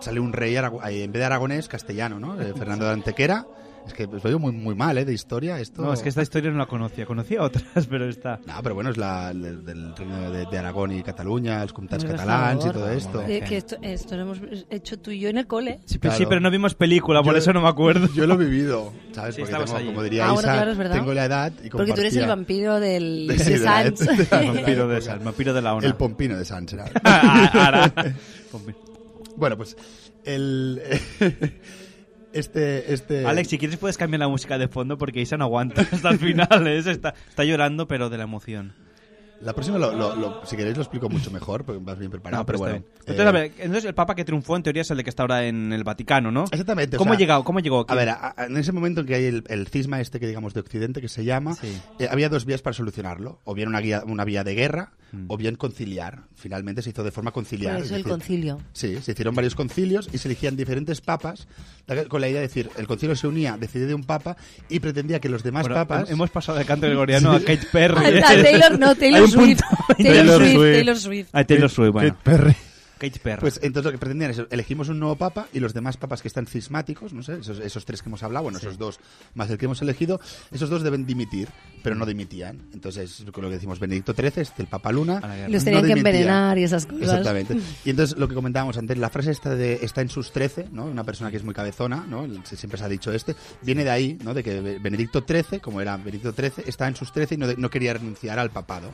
Speaker 11: sale un rey, arago- eh, en vez de aragonés, castellano, ¿no? Eh, Fernando de Antequera. Es que os lo digo muy, muy mal, ¿eh? De historia esto.
Speaker 10: No, es que esta historia no la conocía. Conocía otras, pero esta.
Speaker 11: No, pero bueno, es la del, del reino de, de Aragón y Cataluña, los comtats
Speaker 17: Hombre, por
Speaker 11: catalans y
Speaker 17: favor.
Speaker 11: todo esto.
Speaker 17: Eh, que esto, esto lo hemos hecho tú y yo en el cole.
Speaker 10: Sí, pero,
Speaker 11: Claro.
Speaker 10: sí, pero no vimos película, por
Speaker 11: Yo-
Speaker 10: eso no me acuerdo.
Speaker 11: Yo lo he vivido, ¿sabes?
Speaker 10: Sí,
Speaker 11: Porque
Speaker 10: estabas
Speaker 11: tengo,
Speaker 10: allí.
Speaker 11: como diría
Speaker 17: Ah, bueno,
Speaker 11: Isa,
Speaker 17: claro, es verdad.
Speaker 11: tengo la edad y
Speaker 17: Porque tú eres el
Speaker 11: compartía-
Speaker 17: vampiro del de
Speaker 11: Sí, de ¿eh? la-
Speaker 17: Sans.
Speaker 11: de la-
Speaker 10: Vampiro de San, vampiro de la Ah, ONA.
Speaker 11: pues, El pompino de Sans era.
Speaker 10: Ara- ara. Pompino.
Speaker 11: bueno, pues el este este
Speaker 10: Alex, si quieres puedes cambiar la música de fondo porque Isa no aguanta hasta el final. ¿eh? Se Está, está llorando, pero de la emoción.
Speaker 11: la próxima lo, lo- lo- si queréis lo explico mucho mejor porque vas bien preparado,
Speaker 10: No, pues
Speaker 11: pero
Speaker 10: está bien.
Speaker 11: bueno. eh,
Speaker 10: Entonces, a ver, entonces el Papa que triunfó en teoría es el de que está ahora en el Vaticano, ¿no?
Speaker 11: Exactamente. o
Speaker 10: ¿Cómo,
Speaker 11: sea,
Speaker 10: ha llegado, ¿Cómo llegó aquí?
Speaker 11: eh, A ver, ah, a- a- en ese momento en que hay el, el cisma este que digamos de Occidente que se llama,
Speaker 10: Sí.
Speaker 11: eh, había dos vías para solucionarlo, o bien una guía, una vía de guerra,
Speaker 10: Mm.
Speaker 11: o bien conciliar. Finalmente se hizo de forma conciliar.
Speaker 17: Por
Speaker 11: es
Speaker 17: eso Pues el
Speaker 11: decir,
Speaker 17: concilio.
Speaker 11: Sí, se hicieron varios concilios y se elegían diferentes papas con la idea de decir, el concilio se unía, decidía de un papa y pretendía que los demás
Speaker 10: Bueno,
Speaker 11: papas...
Speaker 10: Hemos pasado de canto gregoriano a Kate Perry.
Speaker 17: Ah, está, Taylor, no, Taylor
Speaker 10: Hay un
Speaker 17: Swift.
Speaker 10: punto-
Speaker 17: Taylor Swift, Taylor Swift.
Speaker 10: Ah, Taylor Swift, bueno.
Speaker 11: Kate Perry.
Speaker 10: Kate Perry.
Speaker 11: Pues entonces lo que pretendían es, elegimos un nuevo papa y los demás papas que están cismáticos, no sé, esos, esos tres que hemos hablado, bueno, esos dos más el que hemos elegido, esos dos deben dimitir, pero no dimitían. Entonces, con lo que decimos, Benedicto XIII, este, el papa Luna,
Speaker 17: guerra. Los tenían que
Speaker 11: dimitía.
Speaker 17: envenenar y esas cosas.
Speaker 11: Exactamente. Y entonces lo que comentábamos antes, la frase esta de está en sus trece, ¿no? Una persona que es muy cabezona, ¿no? El- se- Siempre se ha dicho este, viene de ahí, ¿no? De que Be- Benedicto XIII, como era Benedicto XIII, está en sus trece y no, de- no quería renunciar al papado.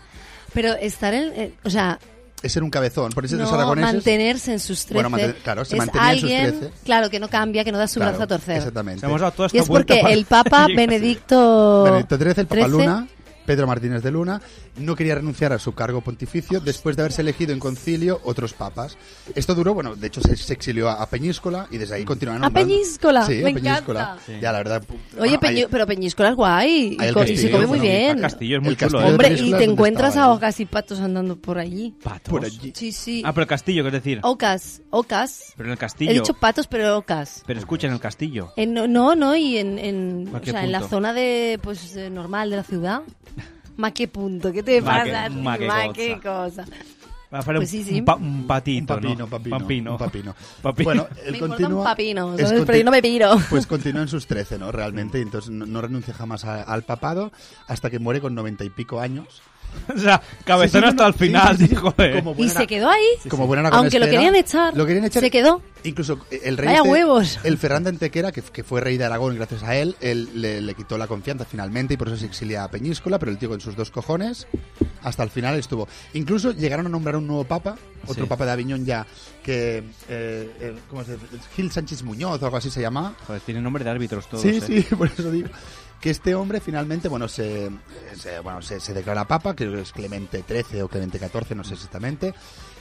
Speaker 17: Pero estar en. eh, o sea,
Speaker 11: Es ser un cabezón, por eso los
Speaker 17: no,
Speaker 11: aragoneses...
Speaker 17: mantenerse en sus trece.
Speaker 11: Bueno, mantener- claro, se
Speaker 17: es
Speaker 11: mantenía en sus
Speaker 17: alguien,
Speaker 11: 13.
Speaker 17: Claro, que no cambia, que no da su
Speaker 11: Claro,
Speaker 17: brazo a torcer.
Speaker 11: Exactamente.
Speaker 10: Se hemos dado toda
Speaker 17: Y
Speaker 10: esta
Speaker 17: es
Speaker 10: vuelta
Speaker 17: porque
Speaker 10: para-
Speaker 17: el Papa Benedicto.
Speaker 11: Benedicto XIII, el Papa
Speaker 17: XIII,
Speaker 11: Luna, Pedro Martínez de Luna, no quería renunciar a su cargo pontificio después de haberse elegido en concilio otros papas. Esto duró, bueno, de hecho se, se exilió a, a Peñíscola y desde ahí continuaron.
Speaker 17: ¡A
Speaker 11: andando.
Speaker 17: Peñíscola!
Speaker 11: Sí, a
Speaker 17: ¡Me
Speaker 11: Peñíscola.
Speaker 17: encanta! Sí.
Speaker 11: Ya, la verdad. pu-
Speaker 17: Oye,
Speaker 11: bueno,
Speaker 17: Peñu-
Speaker 11: hay-
Speaker 17: pero Peñíscola es guay.
Speaker 11: Hay
Speaker 17: Y,
Speaker 11: el
Speaker 17: co- y
Speaker 11: castillo,
Speaker 17: se come muy
Speaker 11: bueno,
Speaker 17: bien.
Speaker 10: Ah, El castillo es muy
Speaker 11: El
Speaker 10: chulo.
Speaker 11: castillo
Speaker 10: ¿eh?
Speaker 11: de
Speaker 17: Hombre, y
Speaker 11: Peñíscola
Speaker 17: te
Speaker 11: es donde
Speaker 17: encuentras
Speaker 11: estaba
Speaker 17: a
Speaker 11: él.
Speaker 17: ocas y patos andando por allí.
Speaker 10: ¿Patos?
Speaker 11: Por allí.
Speaker 17: Sí, sí.
Speaker 10: Ah, pero el castillo, quiero decir.
Speaker 17: Ocas, ocas.
Speaker 10: Pero en el
Speaker 17: He
Speaker 10: castillo.
Speaker 17: dicho patos, pero ocas.
Speaker 10: Pero escucha, en el castillo.
Speaker 17: En- no, no, no, y en, en,
Speaker 10: ¿A
Speaker 17: o
Speaker 10: qué
Speaker 17: sea, en la
Speaker 10: punto?
Speaker 17: zona de pues eh, normal de la ciudad. ¿Ma qué punto? ¿Qué te
Speaker 10: Ma
Speaker 17: pasa?
Speaker 10: qué-
Speaker 17: a ti?
Speaker 10: ma qué
Speaker 17: Ma qué cosa.
Speaker 10: Va a hacer
Speaker 17: Pues sí, sí.
Speaker 10: un, pa- un patito,
Speaker 11: Un papino,
Speaker 10: ¿no?
Speaker 11: papino,
Speaker 10: Papino.
Speaker 11: un papino.
Speaker 10: Papino.
Speaker 11: Bueno, él
Speaker 17: Me importa un
Speaker 11: continúa,
Speaker 17: papino,
Speaker 11: es
Speaker 17: ¿sabes?
Speaker 11: conti-
Speaker 17: Pero yo no me piro.
Speaker 11: Pues continúa en sus 13,
Speaker 10: Mm.
Speaker 11: ¿no? Realmente, y entonces no, no renuncia jamás a- al papado hasta que muere con noventa y pico años.
Speaker 10: o sea, cabezón hasta el final, dijo, eh.
Speaker 17: Y se quedó ahí.
Speaker 11: Como buena
Speaker 17: Aunque lo
Speaker 11: naconestera,
Speaker 17: querían echar.
Speaker 11: lo querían echar.
Speaker 17: Se quedó.
Speaker 11: Incluso el rey.
Speaker 17: Vaya
Speaker 11: este,
Speaker 17: huevos.
Speaker 11: El Ferran de Antequera, que, que fue rey de Aragón gracias a él, él le, le quitó la confianza finalmente y por eso se exilia a Peñíscola, pero el tío con sus dos cojones hasta el final estuvo. Incluso llegaron a nombrar un nuevo papa, otro
Speaker 10: Sí.
Speaker 11: papa de Aviñón ya, que. eh, eh, ¿Cómo se dice? Gil Sánchez Muñoz o algo así se llama.
Speaker 10: Joder, tiene nombre de árbitros todos,
Speaker 11: sí,
Speaker 10: eh.
Speaker 11: sí, por eso digo. Que este hombre finalmente, bueno, se, se- bueno, se, se declara papa, creo que es Clemente XIII o Clemente XIV, no sé exactamente.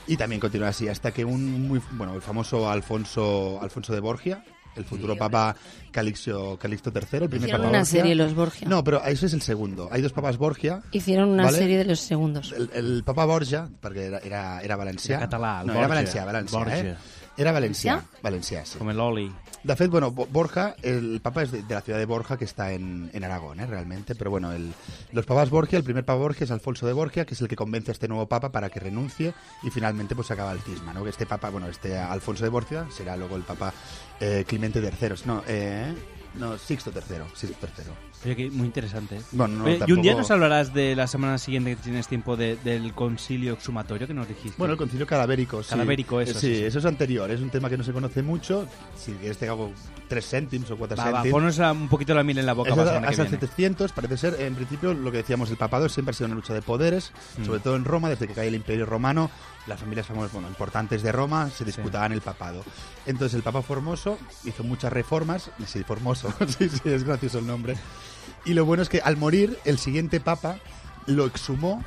Speaker 11: Y también continúa así hasta que un muy, bueno, el famoso Alfonso, Alfonso de Borgia, el futuro papa Calixto, Calixto III, el primer
Speaker 17: Hicieron
Speaker 11: papa
Speaker 17: una
Speaker 11: Borgia.
Speaker 17: serie los Borgia.
Speaker 11: No, pero ese es el segundo. Hay dos papas Borgia.
Speaker 17: Hicieron una
Speaker 11: ¿vale?
Speaker 17: serie de los segundos.
Speaker 11: El, el papa Borgia, porque era, era, era valencià.
Speaker 10: Era català, el
Speaker 11: no, era
Speaker 10: Borgia.
Speaker 11: valencià, valencià,
Speaker 10: Borgia.
Speaker 11: eh? Era valencià, valencià, sí.
Speaker 10: Como el Oli.
Speaker 11: De fet, bueno, Bo- Borja, el papa es de, de la ciudad de Borja, que está en, en Aragón, ¿eh? realmente. Pero bueno, el- los papas Borgia, el primer papa Borgia es Alfonso de Borgia, que es el que convence a este nuevo papa para que renuncie y finalmente pues se acaba el cisma, ¿no? Que este papa, bueno, este Alfonso de Borgia será luego el papa eh, Clemente III. No, eh, no, Sixto III, Sixto III.
Speaker 10: Oye, que muy interesante. ¿eh?
Speaker 11: Bueno, no,
Speaker 10: Oye, Y un día
Speaker 11: tampoco-
Speaker 10: nos hablarás de la semana siguiente que tienes tiempo de- del concilio exhumatorio que nos dijiste.
Speaker 11: Bueno, el concilio cadavérico, sí.
Speaker 10: Cadavérico, eso,
Speaker 11: Eh,
Speaker 10: sí,
Speaker 11: Sí,
Speaker 10: sí.
Speaker 11: eso es anterior, es un tema que no se conoce mucho. Si quieres te hago tres céntimos o cuatro
Speaker 10: Va, va,
Speaker 11: céntimos.
Speaker 10: ponos la- un poquito la miel en la boca.
Speaker 11: Es
Speaker 10: para la
Speaker 11: hasta-
Speaker 10: semana que
Speaker 11: hasta el
Speaker 10: viene.
Speaker 11: 700, parece ser, en principio, lo que decíamos, el papado siempre ha sido una lucha de poderes,
Speaker 10: Mm.
Speaker 11: sobre todo en Roma, desde que cae el Imperio Romano, las familias famosas, bueno, importantes de Roma se disputaban el papado. Entonces el Papa Formoso hizo muchas reformas, y sí, Formoso, sí, sí, es gracioso el nombre. Y lo bueno es que al morir, el siguiente Papa lo exhumó